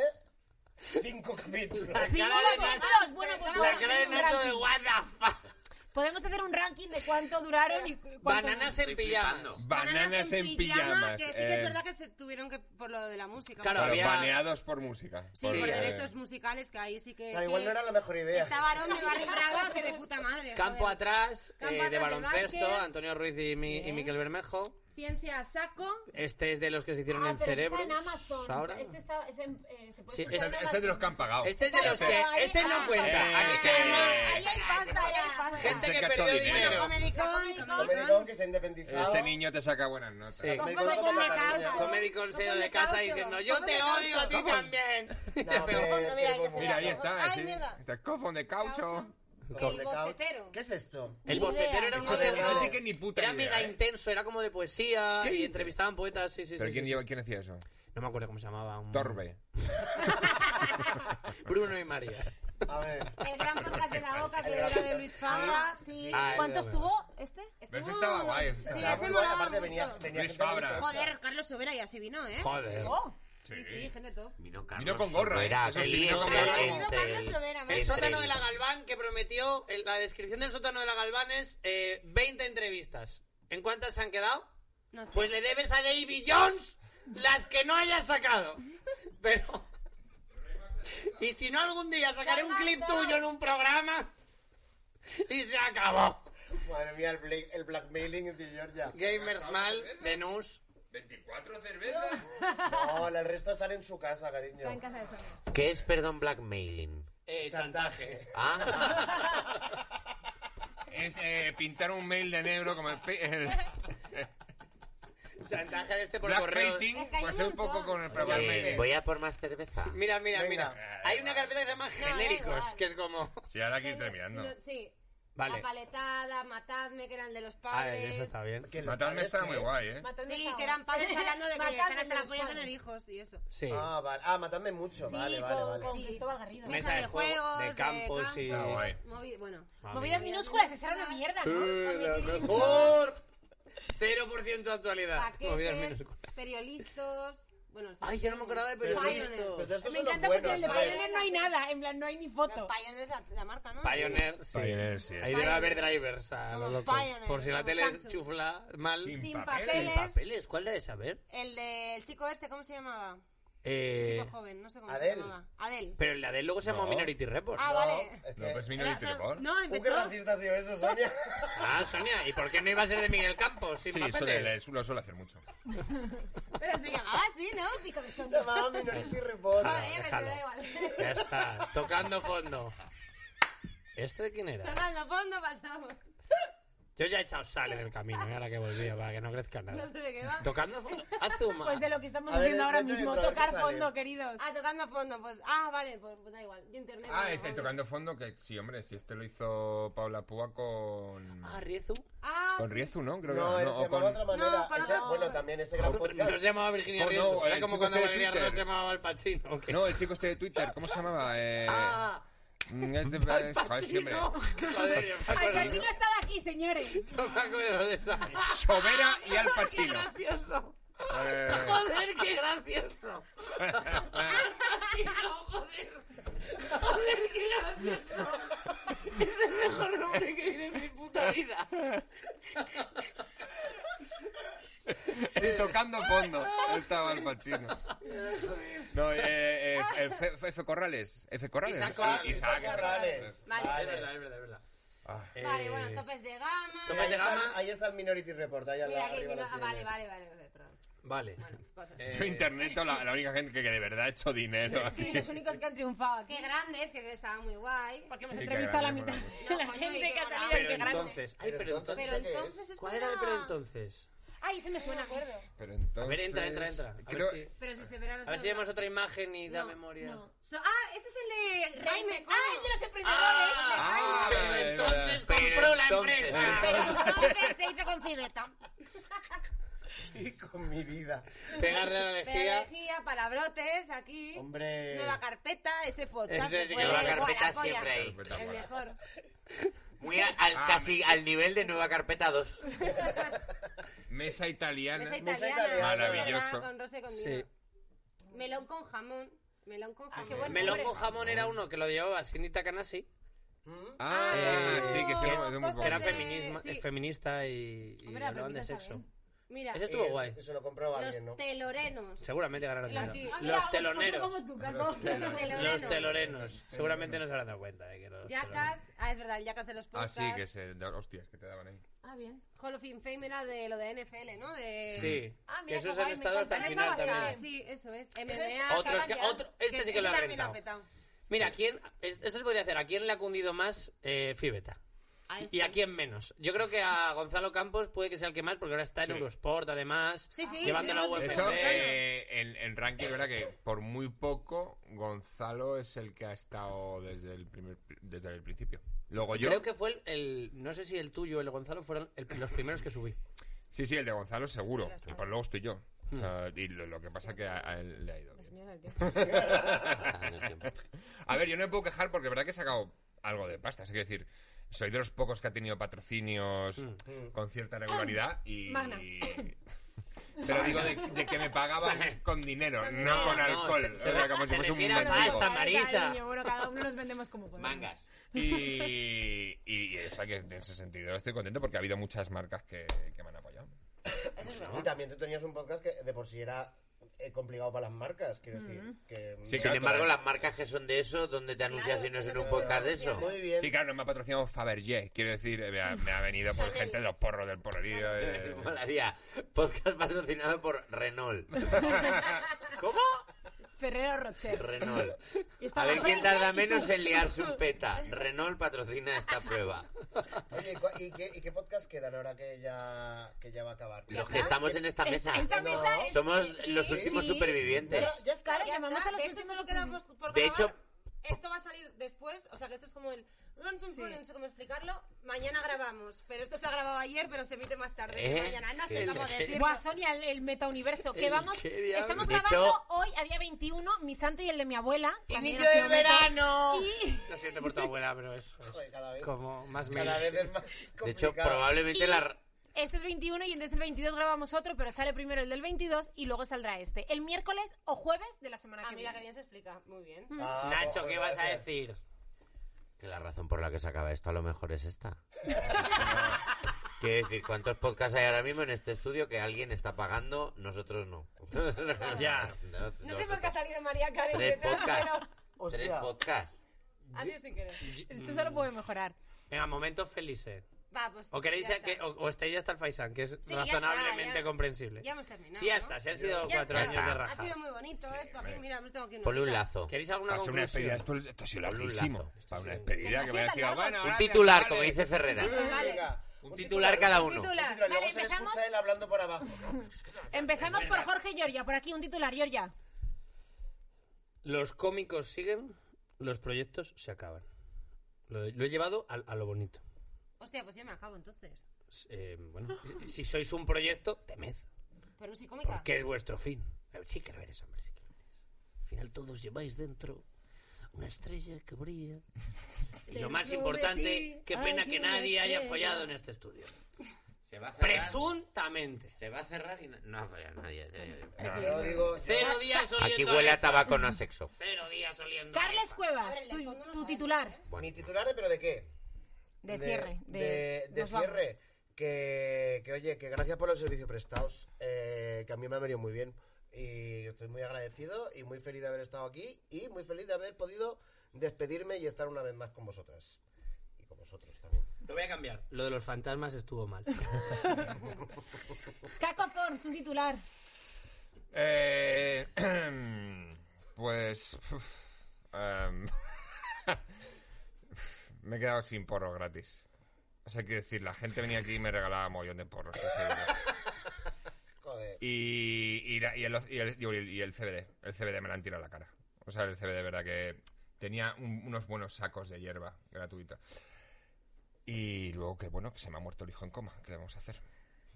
[SPEAKER 2] cinco capítulos.
[SPEAKER 1] Cinco
[SPEAKER 5] Cara de
[SPEAKER 1] capítulos. Bueno, pues
[SPEAKER 5] La
[SPEAKER 1] vamos a
[SPEAKER 5] cara de
[SPEAKER 1] hacer un
[SPEAKER 5] Nacho de
[SPEAKER 1] ranking.
[SPEAKER 5] what the fuck.
[SPEAKER 1] Podemos hacer un ranking de cuánto duraron y cu- cuánto...
[SPEAKER 5] Bananas en pijamas.
[SPEAKER 4] flipando.
[SPEAKER 7] Bananas en pijamas.
[SPEAKER 3] Que sí que es
[SPEAKER 7] eh,
[SPEAKER 3] verdad que se tuvieron que... Por lo de la música.
[SPEAKER 5] Claro,
[SPEAKER 7] pero
[SPEAKER 5] había-
[SPEAKER 7] baneados por eh, música.
[SPEAKER 3] Sí, por
[SPEAKER 7] porque-
[SPEAKER 3] derechos musicales, que ahí sí que...
[SPEAKER 2] Claro, igual
[SPEAKER 3] que
[SPEAKER 2] no era la mejor idea.
[SPEAKER 3] Está varón de Barry Brava, que de puta madre.
[SPEAKER 5] Campo
[SPEAKER 3] joder.
[SPEAKER 5] atrás,
[SPEAKER 3] Campo
[SPEAKER 5] eh,
[SPEAKER 3] atrás
[SPEAKER 5] de
[SPEAKER 3] de
[SPEAKER 5] baloncesto,
[SPEAKER 3] básquet.
[SPEAKER 5] Antonio Ruiz y, mi- y Miquel Bermejo.
[SPEAKER 3] Ciencia a saco.
[SPEAKER 7] Eh,
[SPEAKER 5] Este es de los que se hicieron
[SPEAKER 1] Ah,
[SPEAKER 5] en
[SPEAKER 1] pero está
[SPEAKER 5] cerebros.
[SPEAKER 1] en Amazon.
[SPEAKER 5] Ahora.
[SPEAKER 1] Este está... es en- eh, se puede escuchar
[SPEAKER 7] Ese
[SPEAKER 5] Sí,
[SPEAKER 1] en
[SPEAKER 7] ese pues es de los
[SPEAKER 1] Amazon.
[SPEAKER 7] que han pagado.
[SPEAKER 5] Este es de los
[SPEAKER 1] Claro,
[SPEAKER 5] que.
[SPEAKER 1] ahí-
[SPEAKER 5] Este
[SPEAKER 1] ah,
[SPEAKER 5] no cuenta.
[SPEAKER 7] vale.
[SPEAKER 5] Aquí
[SPEAKER 7] Sí.
[SPEAKER 5] se llama.
[SPEAKER 1] Ahí hay pasta, ahí hay pasta.
[SPEAKER 5] Gente
[SPEAKER 7] Ese
[SPEAKER 5] que
[SPEAKER 7] cacho
[SPEAKER 5] perdió
[SPEAKER 7] de
[SPEAKER 5] dinero.
[SPEAKER 7] dinero.
[SPEAKER 3] Comedicón.
[SPEAKER 2] Comedicón que se ha independizado.
[SPEAKER 7] Ese niño te saca buenas notas.
[SPEAKER 5] Sí.
[SPEAKER 2] Comedicón
[SPEAKER 3] Con- con
[SPEAKER 2] de
[SPEAKER 3] la
[SPEAKER 2] Cataluña.
[SPEAKER 3] causa.
[SPEAKER 5] Comedy consejo de casa diciendo: Yo
[SPEAKER 2] Eh,
[SPEAKER 5] te odio a ti también.
[SPEAKER 2] No, hombre,
[SPEAKER 3] Fondo, mira,
[SPEAKER 2] qué
[SPEAKER 3] hay que
[SPEAKER 7] Mira, ahí
[SPEAKER 2] bonito.
[SPEAKER 7] está.
[SPEAKER 3] Ay,
[SPEAKER 7] sí.
[SPEAKER 3] mierda.
[SPEAKER 7] Está cofón de caucho.
[SPEAKER 2] Con
[SPEAKER 3] El
[SPEAKER 2] de cau-
[SPEAKER 3] bocetero.
[SPEAKER 2] ¿Qué es esto?
[SPEAKER 5] El bocetero era uno
[SPEAKER 7] Eso,
[SPEAKER 5] Ah, de
[SPEAKER 7] sí- eso
[SPEAKER 5] esos.
[SPEAKER 7] sí que ni puta
[SPEAKER 5] Era
[SPEAKER 7] idea,
[SPEAKER 5] mega
[SPEAKER 7] ¿eh?
[SPEAKER 5] intenso, era como de poesía
[SPEAKER 7] ¿Qué
[SPEAKER 5] y
[SPEAKER 7] dices?
[SPEAKER 5] entrevistaban poetas. Sí, sí,
[SPEAKER 7] ¿Pero
[SPEAKER 5] sí,
[SPEAKER 7] quién,
[SPEAKER 5] sí,
[SPEAKER 7] lleva-
[SPEAKER 5] sí.
[SPEAKER 7] quién hacía eso?
[SPEAKER 5] No me acuerdo cómo se llamaba. un-
[SPEAKER 7] Torbe.
[SPEAKER 5] Bruno y María.
[SPEAKER 2] A ver.
[SPEAKER 3] El gran podcast de la boca, que
[SPEAKER 2] El
[SPEAKER 3] era
[SPEAKER 2] gran
[SPEAKER 3] de Luis Fava.
[SPEAKER 1] Ah, sí.
[SPEAKER 5] Ah,
[SPEAKER 1] ¿Cuánto
[SPEAKER 5] es verdad.
[SPEAKER 1] estuvo este?
[SPEAKER 7] Pero
[SPEAKER 1] Estuvo...
[SPEAKER 7] ese estaba guay. ese estaba
[SPEAKER 3] Sí,
[SPEAKER 7] guay.
[SPEAKER 3] ese
[SPEAKER 2] Aparte
[SPEAKER 3] molaba mucho.
[SPEAKER 2] venía, venía
[SPEAKER 7] Luis
[SPEAKER 2] gente muy
[SPEAKER 7] Fabra.
[SPEAKER 2] tocha.
[SPEAKER 3] Joder, Carlos Sobera y así vino, ¿eh?
[SPEAKER 5] Joder.
[SPEAKER 1] Oh,
[SPEAKER 3] Sí,
[SPEAKER 5] ¿Eh?
[SPEAKER 3] sí, gente top.
[SPEAKER 4] Vino, Carlos
[SPEAKER 7] Vino con gorra, ¿eh?
[SPEAKER 4] Sobera,
[SPEAKER 7] eso
[SPEAKER 4] que
[SPEAKER 7] sí,
[SPEAKER 4] el-
[SPEAKER 7] vino con
[SPEAKER 4] el-
[SPEAKER 7] gorra.
[SPEAKER 4] el-
[SPEAKER 3] Vino Carlos Sobera,
[SPEAKER 4] el-
[SPEAKER 5] El sótano de la
[SPEAKER 4] el-
[SPEAKER 5] Galván que prometió, en la descripción del sótano de la Galván es eh, 20 entrevistas. ¿En cuántas se han quedado?
[SPEAKER 3] No sé.
[SPEAKER 5] Pues le debes a Davy Jones las que no hayas sacado. Pero... Y si no, algún día sacaré un clip tuyo en un programa y se acabó.
[SPEAKER 2] Madre mía, el, bla- el blackmailing de Georgia.
[SPEAKER 5] Gamers mal, Denus.
[SPEAKER 7] ¿24 cervezas?
[SPEAKER 2] No, el resto están en su casa, cariño.
[SPEAKER 4] ¿Qué es, perdón, blackmailing?
[SPEAKER 5] Eh, chantaje.
[SPEAKER 4] Ah,
[SPEAKER 7] Es eh, pintar un mail de negro como el... pe- el
[SPEAKER 5] Chantaje de este por correo.
[SPEAKER 7] blackfacing. Pues un poco con el programa.
[SPEAKER 4] eh, voy a por más cerveza.
[SPEAKER 5] Mira, mira,
[SPEAKER 2] Venga.
[SPEAKER 5] mira. Hay una carpeta que se llama genéricos,
[SPEAKER 3] igual.
[SPEAKER 5] que es como...
[SPEAKER 7] Sí, ahora aquí estoy mirando.
[SPEAKER 3] Sí.
[SPEAKER 5] Vale. Ah,
[SPEAKER 3] La paletada, matadme, que eran de los
[SPEAKER 5] A ver,
[SPEAKER 3] padres.
[SPEAKER 5] eso está bien.
[SPEAKER 2] Que los
[SPEAKER 7] Matarme
[SPEAKER 2] padres
[SPEAKER 7] está
[SPEAKER 2] que-
[SPEAKER 7] muy guay, ¿eh?
[SPEAKER 3] Sí, que eran padres hablando de que
[SPEAKER 1] Matadme
[SPEAKER 3] están hasta la
[SPEAKER 1] los
[SPEAKER 3] polla de tener
[SPEAKER 1] padres.
[SPEAKER 3] hijos y eso.
[SPEAKER 5] Sí.
[SPEAKER 2] Ah, vale. Ah, matadme mucho. vale, vale, vale.
[SPEAKER 1] Con Cristóbal Garrido.
[SPEAKER 3] Mesa,
[SPEAKER 5] Mesa
[SPEAKER 3] de,
[SPEAKER 5] de juego,
[SPEAKER 3] juegos,
[SPEAKER 5] de campos y-
[SPEAKER 7] Ah, guay.
[SPEAKER 3] movi- bueno.
[SPEAKER 1] Movidas minúsculas, esa era una mierda, ¿no?
[SPEAKER 5] mejor! 0% de actualidad. Movidas
[SPEAKER 3] Paquetes,
[SPEAKER 5] minúsculas.
[SPEAKER 3] periodistas. Bueno,
[SPEAKER 5] Ay, ya no me acordaba de
[SPEAKER 2] Pero
[SPEAKER 5] periodistas.
[SPEAKER 2] de
[SPEAKER 1] Me
[SPEAKER 2] estos son los
[SPEAKER 1] encanta porque el
[SPEAKER 2] buenos,
[SPEAKER 1] de
[SPEAKER 2] ¿eh?
[SPEAKER 1] Pioneer no hay nada, en plan, no hay ni foto.
[SPEAKER 3] Pioneer es la, la marca, ¿no?
[SPEAKER 5] Pioneer, sí.
[SPEAKER 7] Pioneer, sí,
[SPEAKER 5] Ahí
[SPEAKER 7] es.
[SPEAKER 5] debe haber drivers a lo
[SPEAKER 3] Como
[SPEAKER 5] loco.
[SPEAKER 3] Pioneer,
[SPEAKER 5] Por si la
[SPEAKER 3] como
[SPEAKER 5] tele
[SPEAKER 3] Samsung.
[SPEAKER 5] chufla mal.
[SPEAKER 7] Sin
[SPEAKER 3] Sin
[SPEAKER 7] papeles.
[SPEAKER 3] papeles.
[SPEAKER 5] papeles? ¿Cuál debe saber?
[SPEAKER 3] El del chico este, ¿cómo se llamaba?
[SPEAKER 5] Eh,
[SPEAKER 3] Chiquito joven, no sé cómo
[SPEAKER 2] Adele.
[SPEAKER 3] se llamaba. Adel.
[SPEAKER 5] pero la de luego se llamó
[SPEAKER 7] No.
[SPEAKER 5] Minority Report.
[SPEAKER 3] Ah,
[SPEAKER 2] No,
[SPEAKER 3] vale.
[SPEAKER 2] es que-
[SPEAKER 7] López
[SPEAKER 3] Era-
[SPEAKER 7] Minority
[SPEAKER 3] pero-
[SPEAKER 7] Report.
[SPEAKER 3] no,
[SPEAKER 2] Uh, qué
[SPEAKER 3] empezó.
[SPEAKER 2] racista ha sido eso, Sonia.
[SPEAKER 5] Ah, Sonia, ¿y por qué no iba a ser de Miguel Campos sin
[SPEAKER 7] Sí, suele, le-
[SPEAKER 5] papeles?
[SPEAKER 7] su- lo suele hacer mucho.
[SPEAKER 3] Pero se llamaba así, ¿no? Pico de sombra.
[SPEAKER 2] Llamaba a Minority Report.
[SPEAKER 5] Ah, déjalo. Ya está, tocando fondo. ¿Este de quién era?
[SPEAKER 3] Tocando fondo pasamos.
[SPEAKER 5] Yo ya he echado sal en el camino, ¿eh? ahora que volvía, para que no crezca nada.
[SPEAKER 3] No sé de qué va.
[SPEAKER 5] Tocando fondo. Haz un
[SPEAKER 1] Pues de lo que estamos
[SPEAKER 2] A ver,
[SPEAKER 1] haciendo ahora
[SPEAKER 2] vete
[SPEAKER 1] mismo,
[SPEAKER 2] dentro, a ver qué
[SPEAKER 1] tocar
[SPEAKER 2] sale.
[SPEAKER 1] fondo, queridos.
[SPEAKER 3] Ah, tocando fondo, pues. Ah, vale, pues pues da igual. Yo internet. no,
[SPEAKER 7] Ah, estáis
[SPEAKER 3] obvio.
[SPEAKER 7] tocando fondo que sí, hombre, si este lo hizo Paula Púa con...
[SPEAKER 5] Ah, Riezu.
[SPEAKER 3] Ah,
[SPEAKER 7] Con
[SPEAKER 3] sí.
[SPEAKER 7] Riezu, ¿no? Creo que
[SPEAKER 2] No,
[SPEAKER 7] era,
[SPEAKER 2] él
[SPEAKER 7] ¿no?
[SPEAKER 2] se
[SPEAKER 7] O
[SPEAKER 2] llamaba de otra manera.
[SPEAKER 3] No, con
[SPEAKER 2] Ese-
[SPEAKER 3] otro-
[SPEAKER 2] Bueno, también ese gran
[SPEAKER 5] No se
[SPEAKER 2] podcast.
[SPEAKER 5] llamaba Virginia
[SPEAKER 7] Oh,
[SPEAKER 5] Riezu.
[SPEAKER 7] no,
[SPEAKER 5] era
[SPEAKER 7] el
[SPEAKER 5] como
[SPEAKER 7] chico
[SPEAKER 5] cuando
[SPEAKER 7] este de
[SPEAKER 5] Valeria Ross
[SPEAKER 7] Twitter.
[SPEAKER 5] llamaba al Pacino. ¿o qué?
[SPEAKER 7] No, el chico este de Twitter, ¿cómo se llamaba? Eh,
[SPEAKER 5] Ah,
[SPEAKER 7] Mm, es de- es- joder, siempre.
[SPEAKER 5] Joder, yo me
[SPEAKER 2] pues,
[SPEAKER 1] Pues,
[SPEAKER 8] Al
[SPEAKER 5] acuerdo-
[SPEAKER 8] Pacino estaba aquí, señores.
[SPEAKER 5] yo me acuerdo de eso.
[SPEAKER 7] Sobera y Al
[SPEAKER 5] ¡Qué
[SPEAKER 7] Pacino.
[SPEAKER 5] gracioso!
[SPEAKER 7] Eh,
[SPEAKER 5] ¡Joder, qué gracioso! Pacino, joder! ¡Joder, qué gracioso! Es el mejor nombre que he oído en mi puta vida.
[SPEAKER 7] tocando fondo estaba Al Pacino. No, eh, eh, F, F- F Corrales. F Corrales.
[SPEAKER 5] Isaac
[SPEAKER 7] I-
[SPEAKER 5] Corrales.
[SPEAKER 2] Ah, Isaac Corrales.
[SPEAKER 1] Vale.
[SPEAKER 5] Es verdad, es verdad, es verdad.
[SPEAKER 7] Ah,
[SPEAKER 3] Vale,
[SPEAKER 5] Eh,
[SPEAKER 3] bueno, topes de gama.
[SPEAKER 5] Topes
[SPEAKER 2] Ahí
[SPEAKER 5] de gama.
[SPEAKER 2] está, ahí está el Minority Report. Ahí al-
[SPEAKER 3] Mira, que-
[SPEAKER 2] arriba
[SPEAKER 3] mira,
[SPEAKER 2] lo
[SPEAKER 3] ah,
[SPEAKER 2] tienes.
[SPEAKER 3] vale, vale, vale, vale, perdón.
[SPEAKER 5] Vale.
[SPEAKER 3] Cosas.
[SPEAKER 5] Eh,
[SPEAKER 7] Yo internet la, la única gente que, que de verdad ha hecho dinero.
[SPEAKER 8] Sí,
[SPEAKER 7] así.
[SPEAKER 8] los únicos que han triunfado aquí.
[SPEAKER 3] Qué grande es, que estaba muy guay.
[SPEAKER 8] Porque hemos
[SPEAKER 7] Sí,
[SPEAKER 8] entrevistado a la
[SPEAKER 7] que
[SPEAKER 8] mitad
[SPEAKER 7] ganemos
[SPEAKER 8] de la
[SPEAKER 3] No, coño, y
[SPEAKER 8] gente
[SPEAKER 3] qué Ah.
[SPEAKER 8] que ha salido
[SPEAKER 3] ganamos.
[SPEAKER 8] en qué
[SPEAKER 5] Pero
[SPEAKER 8] grande.
[SPEAKER 5] entonces, ay,
[SPEAKER 2] Pero
[SPEAKER 5] pero entonces...
[SPEAKER 3] Pero
[SPEAKER 2] entonces- sé qué es.
[SPEAKER 3] entonces es
[SPEAKER 5] ¿Cuál era de pero
[SPEAKER 3] verdad.
[SPEAKER 5] entonces?
[SPEAKER 8] Ay, se me suena.
[SPEAKER 7] Pero entonces,
[SPEAKER 5] A ver, entra, entra, entra. A ver
[SPEAKER 7] creo-
[SPEAKER 5] si-
[SPEAKER 3] Pero si se verán los
[SPEAKER 5] A ver si
[SPEAKER 3] ojos.
[SPEAKER 5] vemos otra imagen y da
[SPEAKER 3] No,
[SPEAKER 5] memoria.
[SPEAKER 3] no. So- ah, este es el de Jaime, coño.
[SPEAKER 8] Ah, el de los emprendedores.
[SPEAKER 5] Ah,
[SPEAKER 7] Ah,
[SPEAKER 5] pero
[SPEAKER 7] es
[SPEAKER 5] entonces eh,
[SPEAKER 7] verdad.
[SPEAKER 5] compró la
[SPEAKER 7] Pero
[SPEAKER 5] empresa.
[SPEAKER 3] Pero entonces se hizo con figueta.
[SPEAKER 2] Y con mi vida.
[SPEAKER 5] Pegarle a la lejía.
[SPEAKER 3] Pedagogía, palabrotes, aquí.
[SPEAKER 2] Hombre.
[SPEAKER 3] Nueva carpeta, ese podcast.
[SPEAKER 5] Ese sí que
[SPEAKER 3] fue
[SPEAKER 5] nueva
[SPEAKER 3] de
[SPEAKER 4] carpeta
[SPEAKER 3] Guarapolla.
[SPEAKER 4] siempre ahí.
[SPEAKER 3] El mejor.
[SPEAKER 4] Muy al- al-
[SPEAKER 7] Ah,
[SPEAKER 4] casi al nivel de Nueva Carpeta 2.
[SPEAKER 7] Mesa italiana.
[SPEAKER 3] Mesa
[SPEAKER 2] Mesa
[SPEAKER 3] italiana.
[SPEAKER 2] italiana.
[SPEAKER 7] Maravilloso.
[SPEAKER 3] Con rosa y con
[SPEAKER 5] Sí. Ah,
[SPEAKER 3] vino. Melón con jamón. Melón con jamón.
[SPEAKER 5] Melón con jamón era uno que lo llevaba Cindy Takanasi,
[SPEAKER 2] ¿Mm?
[SPEAKER 7] Ah,
[SPEAKER 5] Eh,
[SPEAKER 7] sí, que
[SPEAKER 3] no,
[SPEAKER 7] hicieron- es muy
[SPEAKER 3] cosas
[SPEAKER 5] que era
[SPEAKER 7] poco.
[SPEAKER 3] de-
[SPEAKER 5] feminisma-
[SPEAKER 3] sí.
[SPEAKER 5] eh, feminista y, y
[SPEAKER 8] Hombre, la
[SPEAKER 5] hablaban de
[SPEAKER 8] premisa está
[SPEAKER 5] sexo.
[SPEAKER 8] bien.
[SPEAKER 3] Mira,
[SPEAKER 5] Ese estuvo
[SPEAKER 2] Y
[SPEAKER 5] guay.
[SPEAKER 2] Eso lo compró alguien, ¿no?
[SPEAKER 3] los telorenos.
[SPEAKER 5] Seguramente ganaron
[SPEAKER 3] Los
[SPEAKER 5] dinero.
[SPEAKER 3] que-
[SPEAKER 5] los,
[SPEAKER 3] Ah,
[SPEAKER 5] teloneros.
[SPEAKER 8] Como tú, Caco.
[SPEAKER 5] Los telorenos. Seguramente no se habrán dado cuenta de que los
[SPEAKER 3] Yacas. Ah, es verdad, el Yacas de los
[SPEAKER 7] Ah,
[SPEAKER 3] podcasts.
[SPEAKER 7] sí, que se. da- Hostias, que te daban ahí.
[SPEAKER 8] Ah, bien.
[SPEAKER 3] Hall of Fame era de lo de NFL, ¿no? De...
[SPEAKER 5] teloneros- Sí.
[SPEAKER 8] Ah,
[SPEAKER 5] que
[SPEAKER 8] mira,
[SPEAKER 5] esos
[SPEAKER 8] qué
[SPEAKER 5] han
[SPEAKER 8] guay, me
[SPEAKER 5] estado hasta el
[SPEAKER 8] encanta.
[SPEAKER 5] final
[SPEAKER 8] Ahí estaba,
[SPEAKER 5] también.
[SPEAKER 3] Sí, eso es. MMA.
[SPEAKER 5] Otro es que-
[SPEAKER 3] Tabaña.
[SPEAKER 5] otro- este sí que
[SPEAKER 3] ese
[SPEAKER 5] lo ha
[SPEAKER 3] también
[SPEAKER 5] rentado.
[SPEAKER 3] petado.
[SPEAKER 5] Mira, ¿quién, es- esto se podría hacer. ¿A quién le ha cundido más eh, Fibeta?
[SPEAKER 3] Ahí está.
[SPEAKER 5] ¿Y a quién menos? Yo creo que a Gonzalo Campos puede que sea el que más, porque ahora está en
[SPEAKER 7] Sí.
[SPEAKER 5] Eurosport, además.
[SPEAKER 3] Sí, sí,
[SPEAKER 5] llevando
[SPEAKER 3] sí,
[SPEAKER 5] la
[SPEAKER 3] hemos
[SPEAKER 5] UFC.
[SPEAKER 7] De
[SPEAKER 3] Pues
[SPEAKER 7] hecho,
[SPEAKER 3] sí.
[SPEAKER 7] eh, en, en ranking, verdad que por muy poco, Gonzalo es el que ha estado desde el primer desde el principio. Luego yo.
[SPEAKER 5] Creo que fue el, el- No sé si el tuyo o el de Gonzalo fueron el- los primeros que subí.
[SPEAKER 7] Sí, sí, el de Gonzalo seguro. Pero luego estoy yo. O sea,
[SPEAKER 4] Hmm.
[SPEAKER 7] y lo, lo que pasa que a, a él le ha ido bien. A ver, yo no me puedo quejar porque es verdad que he sacado algo de pasta. Así que decir, soy de los pocos que ha tenido patrocinios
[SPEAKER 4] Hmm.
[SPEAKER 7] con cierta regularidad y.
[SPEAKER 3] Mana.
[SPEAKER 7] Pero digo de, de que me pagaban con dinero, no con
[SPEAKER 5] No,
[SPEAKER 7] alcohol.
[SPEAKER 5] se- se
[SPEAKER 7] O sea,
[SPEAKER 5] re-
[SPEAKER 7] como
[SPEAKER 5] se
[SPEAKER 7] si fuese un
[SPEAKER 5] refiere a
[SPEAKER 7] mendigo.
[SPEAKER 5] pasta. Marisa.
[SPEAKER 8] Cariño, Bueno, cada uno nos vendemos como podemos.
[SPEAKER 4] Mangas.
[SPEAKER 7] Y, y, y, o sea que en ese sentido estoy contento porque ha habido muchas marcas que, que me han apoyado.
[SPEAKER 4] Hmm. Pues
[SPEAKER 2] Y también tú tenías un podcast que de por sí era eh, complicado para las marcas, quiero decir. Que,
[SPEAKER 7] Sí,
[SPEAKER 4] Sin
[SPEAKER 7] claro,
[SPEAKER 4] embargo,
[SPEAKER 7] claro.
[SPEAKER 4] las marcas que son de eso, ¿dónde te anuncias
[SPEAKER 3] Claro,
[SPEAKER 4] si no es
[SPEAKER 3] eso
[SPEAKER 4] en
[SPEAKER 3] no
[SPEAKER 4] un
[SPEAKER 3] te lo
[SPEAKER 4] podcast de
[SPEAKER 3] anuncian.
[SPEAKER 4] eso?
[SPEAKER 2] Muy bien.
[SPEAKER 7] Sí, claro, no me ha patrocinado Fabergé. Quiero decir, eh, me ha, me ha venido por gente de los porros del porrerío. eh.
[SPEAKER 4] Molaría. Podcast patrocinado por Renault. ¿Cómo?
[SPEAKER 8] Ferrero Rocher.
[SPEAKER 4] Renault.
[SPEAKER 8] Y estaba
[SPEAKER 4] A ver quién
[SPEAKER 8] Rocher
[SPEAKER 4] tarda
[SPEAKER 8] y
[SPEAKER 4] menos
[SPEAKER 8] tú.
[SPEAKER 4] en liar sus peta. Renault patrocina esta prueba.
[SPEAKER 2] Oye, ¿y cua- ¿y qué, y qué podcast quedan ahora que ya, que ya va a acabar?
[SPEAKER 4] Los que estamos en esta mesa.
[SPEAKER 8] Esta
[SPEAKER 2] No.
[SPEAKER 8] mesa es...
[SPEAKER 4] Somos los
[SPEAKER 8] Sí,
[SPEAKER 4] últimos
[SPEAKER 8] sí.
[SPEAKER 4] supervivientes.
[SPEAKER 2] Ya- ya está.
[SPEAKER 8] Claro,
[SPEAKER 3] Ya
[SPEAKER 8] llamamos
[SPEAKER 3] está,
[SPEAKER 8] a los
[SPEAKER 3] de hecho,
[SPEAKER 8] últimos
[SPEAKER 3] solo quedamos por
[SPEAKER 4] De
[SPEAKER 3] grabar.
[SPEAKER 4] hecho-
[SPEAKER 3] Esto va a salir después, o sea que esto es como el...
[SPEAKER 8] Sí.
[SPEAKER 3] No sé cómo explicarlo. Mañana grabamos, pero esto se ha grabado ayer, pero se emite más tarde.
[SPEAKER 4] ¿Eh?
[SPEAKER 3] que Mañana no sé
[SPEAKER 4] El-
[SPEAKER 3] cómo decirlo.
[SPEAKER 8] Buah, Sonia, el, el metauniverso. Que
[SPEAKER 5] El-
[SPEAKER 8] vamos.
[SPEAKER 5] qué diablo.
[SPEAKER 8] Estamos
[SPEAKER 4] De hecho-
[SPEAKER 8] grabando hoy, a día 21, mi santo y el de mi abuela. también
[SPEAKER 4] ¡Inicio
[SPEAKER 8] ha
[SPEAKER 4] del
[SPEAKER 8] sido meta.
[SPEAKER 4] verano!
[SPEAKER 8] Y
[SPEAKER 5] Lo siento por tu abuela, pero es, es
[SPEAKER 2] Joder, cada vez-
[SPEAKER 5] como más
[SPEAKER 2] Cada
[SPEAKER 5] mainstream.
[SPEAKER 2] vez es más complicado.
[SPEAKER 4] De hecho, probablemente
[SPEAKER 8] Y-
[SPEAKER 4] la...
[SPEAKER 8] este es 21 y entonces el 22 grabamos otro, pero sale primero el del 22 y luego saldrá este. El miércoles o jueves de la semana
[SPEAKER 3] Ah,
[SPEAKER 8] que
[SPEAKER 3] mira que
[SPEAKER 8] viene.
[SPEAKER 3] bien se explica. Muy bien.
[SPEAKER 8] Mm.
[SPEAKER 2] Ah,
[SPEAKER 5] Nacho, ¿qué
[SPEAKER 2] joder,
[SPEAKER 5] vas a
[SPEAKER 2] gracias.
[SPEAKER 5] decir?
[SPEAKER 4] Que la razón por la que se acaba esto a lo mejor es esta. Quiero decir, ¿cuántos podcasts hay ahora mismo en este estudio que alguien está pagando? Nosotros no.
[SPEAKER 5] Ya.
[SPEAKER 4] No,
[SPEAKER 3] No
[SPEAKER 4] no,
[SPEAKER 3] sé por qué ha salido este María Karen.
[SPEAKER 4] Tres
[SPEAKER 3] que te-
[SPEAKER 4] podcasts. Tres
[SPEAKER 2] Hostia.
[SPEAKER 4] podcasts.
[SPEAKER 3] Así sin querer.
[SPEAKER 8] Esto solo puede mejorar.
[SPEAKER 5] Mm, Venga, momentos felices.
[SPEAKER 3] Va, pues...
[SPEAKER 5] ¿O queréis
[SPEAKER 3] ya
[SPEAKER 5] que,
[SPEAKER 3] está.
[SPEAKER 5] o, o estáis ya hasta el Faisán, que es
[SPEAKER 3] Sí, ya está,
[SPEAKER 5] razonablemente
[SPEAKER 3] ya.
[SPEAKER 5] comprensible?
[SPEAKER 3] Ya hemos terminado,
[SPEAKER 5] Sí, ya
[SPEAKER 3] ¿no?
[SPEAKER 5] está. Se han sido
[SPEAKER 3] Ya
[SPEAKER 5] cuatro
[SPEAKER 3] está.
[SPEAKER 5] años de
[SPEAKER 3] Ha sido
[SPEAKER 5] raja.
[SPEAKER 3] muy bonito esto. Aquí,
[SPEAKER 7] hombre.
[SPEAKER 3] mira, me tengo aquí una
[SPEAKER 4] Ponle un
[SPEAKER 3] hojita.
[SPEAKER 4] lazo.
[SPEAKER 5] ¿Queréis alguna
[SPEAKER 7] Para ser una despedida,
[SPEAKER 5] conclusión?
[SPEAKER 7] esto, esto ha sido
[SPEAKER 4] Con un
[SPEAKER 7] larguísimo.
[SPEAKER 4] lazo.
[SPEAKER 7] Para una despedida que me ha
[SPEAKER 8] Demasiado
[SPEAKER 7] decido,
[SPEAKER 8] largo.
[SPEAKER 7] bueno,
[SPEAKER 4] Un
[SPEAKER 7] gracias,
[SPEAKER 4] titular,
[SPEAKER 7] vale.
[SPEAKER 4] como dice Ferrera.
[SPEAKER 3] Vale.
[SPEAKER 2] Venga,
[SPEAKER 4] Un titular cada uno.
[SPEAKER 3] Titular.
[SPEAKER 2] Pero luego
[SPEAKER 8] Vale,
[SPEAKER 2] se le
[SPEAKER 8] empezamos.
[SPEAKER 2] escucha él hablando por abajo.
[SPEAKER 8] Empezamos por Jorge Giorgia. Por aquí un titular, Giorgia.
[SPEAKER 5] Los cómicos siguen, los proyectos se acaban. Lo, lo he llevado a, a lo bonito.
[SPEAKER 3] Hostia, pues ya me acabo entonces.
[SPEAKER 5] Eh, bueno,
[SPEAKER 1] Ah.
[SPEAKER 5] si- si sois un proyecto, temed.
[SPEAKER 3] Pero no soy cómica.
[SPEAKER 5] Porque es vuestro fin. Eh, Sí que lo eres, hombre, sí que lo eres. Al final todos lleváis dentro Una estrella que brilla. Y lo más importante, qué pena que nadie haya follado en este estudio.
[SPEAKER 4] Se va a cerrar.
[SPEAKER 5] Presuntamente.
[SPEAKER 4] Se va a cerrar y na- no, ha follado nadie.
[SPEAKER 2] Yo digo, yo-
[SPEAKER 5] Cero días oliendo.
[SPEAKER 4] Aquí huele a
[SPEAKER 5] lefa.
[SPEAKER 4] tabaco no a sexo.
[SPEAKER 5] Cero días oliendo. a
[SPEAKER 1] Carles
[SPEAKER 5] lefa.
[SPEAKER 1] Cuevas,
[SPEAKER 3] Ábrele,
[SPEAKER 1] tu,
[SPEAKER 3] fondo no
[SPEAKER 1] tu
[SPEAKER 3] sabe,
[SPEAKER 1] titular
[SPEAKER 4] Bueno,
[SPEAKER 2] ¿Mi titular de pero de qué?
[SPEAKER 1] de cierre. De,
[SPEAKER 2] de- de
[SPEAKER 1] nos vamos.
[SPEAKER 2] cierre. Que, que, oye, que gracias por los servicios prestados, eh, que a mí me ha venido muy bien. Y estoy muy agradecido y muy feliz de haber estado aquí y muy feliz de haber podido despedirme y estar una vez más con vosotras. Y con vosotros también.
[SPEAKER 5] Lo voy a cambiar. Lo de los fantasmas estuvo mal.
[SPEAKER 1] Caco Fons, un titular.
[SPEAKER 7] Eh, pues. uf, em, me he quedado sin porro gratis. O sea, quiero decir, la gente venía aquí y me regalaba mollón de porros. eso es verdad.
[SPEAKER 2] Joder.
[SPEAKER 7] Y, y, la- y el, y el- y el CBD. El CBD me lo han tirado a la cara. O sea, el CBD, de verdad que tenía un- unos buenos sacos de hierba gratuita. Y luego que, bueno, que se me ha muerto el hijo en coma. ¿Qué le vamos a hacer?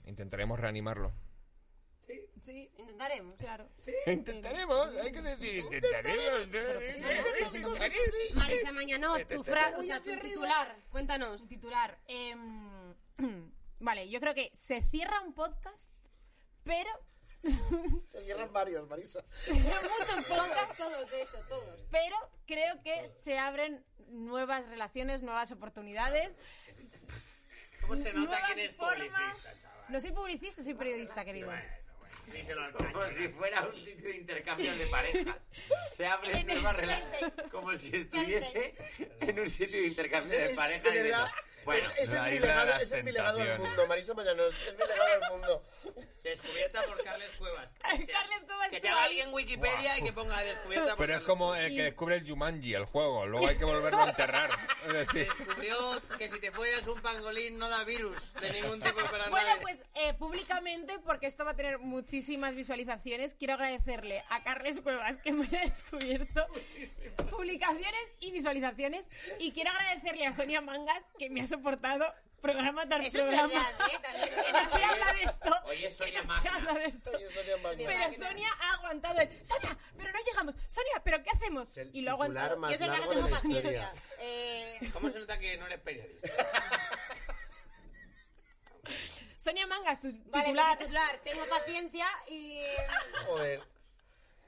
[SPEAKER 7] Intentaremos reanimarlo.
[SPEAKER 3] Sí, intentaremos. Claro.
[SPEAKER 7] Intentaremos, hay que decir, pues, intentaremos. intentaremos.
[SPEAKER 3] Marisa Mañanos, tu frase, o sea, tu titular. Cuéntanos.
[SPEAKER 1] Titular. em, vale, yo creo que se cierra un podcast, pero
[SPEAKER 2] Se cierran varios, Marisa.
[SPEAKER 1] muchos podcasts,
[SPEAKER 3] Todos, de hecho, todos.
[SPEAKER 1] pero creo que se abren nuevas relaciones, nuevas oportunidades,
[SPEAKER 5] ¿Cómo se nota
[SPEAKER 1] nuevas
[SPEAKER 5] quién es
[SPEAKER 1] formas.
[SPEAKER 5] publicista, chaval?
[SPEAKER 1] No soy publicista, soy periodista, querido.
[SPEAKER 5] Díselo al
[SPEAKER 4] Como si fuera un sitio de intercambio de parejas. Se abre
[SPEAKER 1] En el
[SPEAKER 4] nueva relación. Como si estuviese en un sitio de intercambio de
[SPEAKER 2] Es-
[SPEAKER 4] parejas.
[SPEAKER 2] de
[SPEAKER 4] y de
[SPEAKER 2] verdad,
[SPEAKER 4] todo. Bueno,
[SPEAKER 2] es- ese es
[SPEAKER 7] ahí
[SPEAKER 2] mi
[SPEAKER 7] le da
[SPEAKER 2] legado,
[SPEAKER 7] la
[SPEAKER 2] ese es mi legado al
[SPEAKER 7] sensación.
[SPEAKER 2] mundo, Marisa Mañanos. Es mi legado al mundo.
[SPEAKER 5] Descubierta por Carles Cuevas. O sea,
[SPEAKER 1] Carles Cuevas
[SPEAKER 5] Que te
[SPEAKER 1] estuvo
[SPEAKER 5] haga
[SPEAKER 1] ahí.
[SPEAKER 5] alguien Wikipedia y que ponga descubierta por
[SPEAKER 7] Pero es
[SPEAKER 5] Carles
[SPEAKER 7] como el que descubre el Jumanji, el juego. Luego hay que volverlo a enterrar. Es decir,
[SPEAKER 5] Descubrió que si te follas un pangolín no da virus de ningún tipo para
[SPEAKER 1] Bueno,
[SPEAKER 5] nadie.
[SPEAKER 1] pues eh, públicamente, porque esto va a tener muchísimas visualizaciones, quiero agradecerle a Carles Cuevas que me ha descubierto publicaciones y visualizaciones. Y quiero agradecerle a Sonia Mangas que me ha soportado programa tras
[SPEAKER 3] Eso es
[SPEAKER 1] programa.
[SPEAKER 3] verdad, ¿eh? También.
[SPEAKER 1] Que no se habla de esto.
[SPEAKER 4] Oye,
[SPEAKER 1] que
[SPEAKER 4] Sonia
[SPEAKER 1] no se
[SPEAKER 4] Mangas.
[SPEAKER 1] habla de esto.
[SPEAKER 2] Oye, Sonia Mañanos.
[SPEAKER 1] Pero Sonia ha aguantado el. Sonia, pero no llegamos. Sonia, pero ¿qué hacemos?
[SPEAKER 2] Es el
[SPEAKER 1] Y lo ha
[SPEAKER 2] titular
[SPEAKER 1] aguantado.
[SPEAKER 2] más
[SPEAKER 3] Yo es verdad que
[SPEAKER 2] largo de
[SPEAKER 3] tengo
[SPEAKER 2] la
[SPEAKER 3] paciencia.
[SPEAKER 2] historia.
[SPEAKER 3] Eh,
[SPEAKER 5] ¿Cómo se nota que no eres periodista?
[SPEAKER 1] Sonia Mangas, tu
[SPEAKER 3] vale,
[SPEAKER 1] titular.
[SPEAKER 3] mi titular. Tengo paciencia y...
[SPEAKER 2] Joder.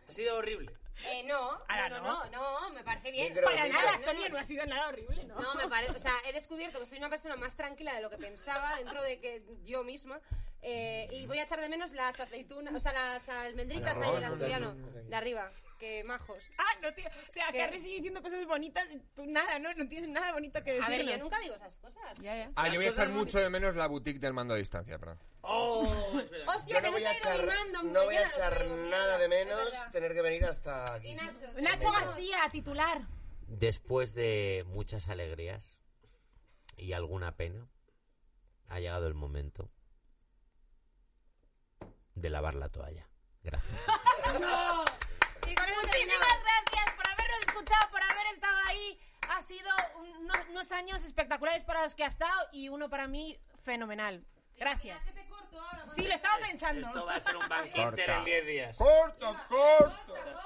[SPEAKER 5] Ha sido horrible.
[SPEAKER 3] Eh, no,
[SPEAKER 1] Ahora
[SPEAKER 3] no,
[SPEAKER 1] no.
[SPEAKER 3] no, no, no, me parece bien.
[SPEAKER 2] Bien,
[SPEAKER 1] Para
[SPEAKER 2] Pero
[SPEAKER 1] nada,
[SPEAKER 2] mira.
[SPEAKER 1] Sonia no ha sido nada horrible, ¿no?
[SPEAKER 3] No, me parece, o sea, he descubierto que soy una persona más tranquila de lo que pensaba dentro de que yo misma. eh, y voy a echar de menos las aceitunas, o sea, las almendritas ahí, el asturiano, de arriba, que majos.
[SPEAKER 1] Ah, no tiene. O sea,
[SPEAKER 3] ¿Qué?
[SPEAKER 1] Carrie sigue diciendo cosas bonitas. y Tú nada, ¿no? No tienes nada bonito que decir.
[SPEAKER 3] A ver, yo nunca digo esas cosas.
[SPEAKER 1] Ya, ya.
[SPEAKER 7] ah, yo voy a echar mucho de menos la boutique del mando a distancia, perdón.
[SPEAKER 5] ¡Oh! espera.
[SPEAKER 3] Hostia,
[SPEAKER 2] Yo no
[SPEAKER 3] que
[SPEAKER 2] voy
[SPEAKER 3] no
[SPEAKER 2] a
[SPEAKER 3] he traído
[SPEAKER 2] echar,
[SPEAKER 3] mi mando,
[SPEAKER 2] no voy a
[SPEAKER 3] mañana lo
[SPEAKER 2] echar
[SPEAKER 3] traigo, mierda,
[SPEAKER 2] nada de
[SPEAKER 3] es
[SPEAKER 2] menos
[SPEAKER 3] verdad.
[SPEAKER 2] tener que venir hasta aquí.
[SPEAKER 3] Y Nacho.
[SPEAKER 1] Nacho García, titular.
[SPEAKER 4] después de muchas alegrías y alguna pena, ha llegado el momento de lavar la toalla. Gracias.
[SPEAKER 3] Y con eso terminamos.
[SPEAKER 1] Muchísimas gracias por habernos escuchado, por haber estado ahí. Ha sido un- unos, unos años espectaculares para los que ha estado y uno para mí fenomenal. Gracias.
[SPEAKER 3] Te corto ahora,
[SPEAKER 1] Sí, lo estaba pensando.
[SPEAKER 5] Esto va a ser un banquete
[SPEAKER 7] Corta.
[SPEAKER 5] en 10 días.
[SPEAKER 7] ¡Corto, corto!
[SPEAKER 3] corta,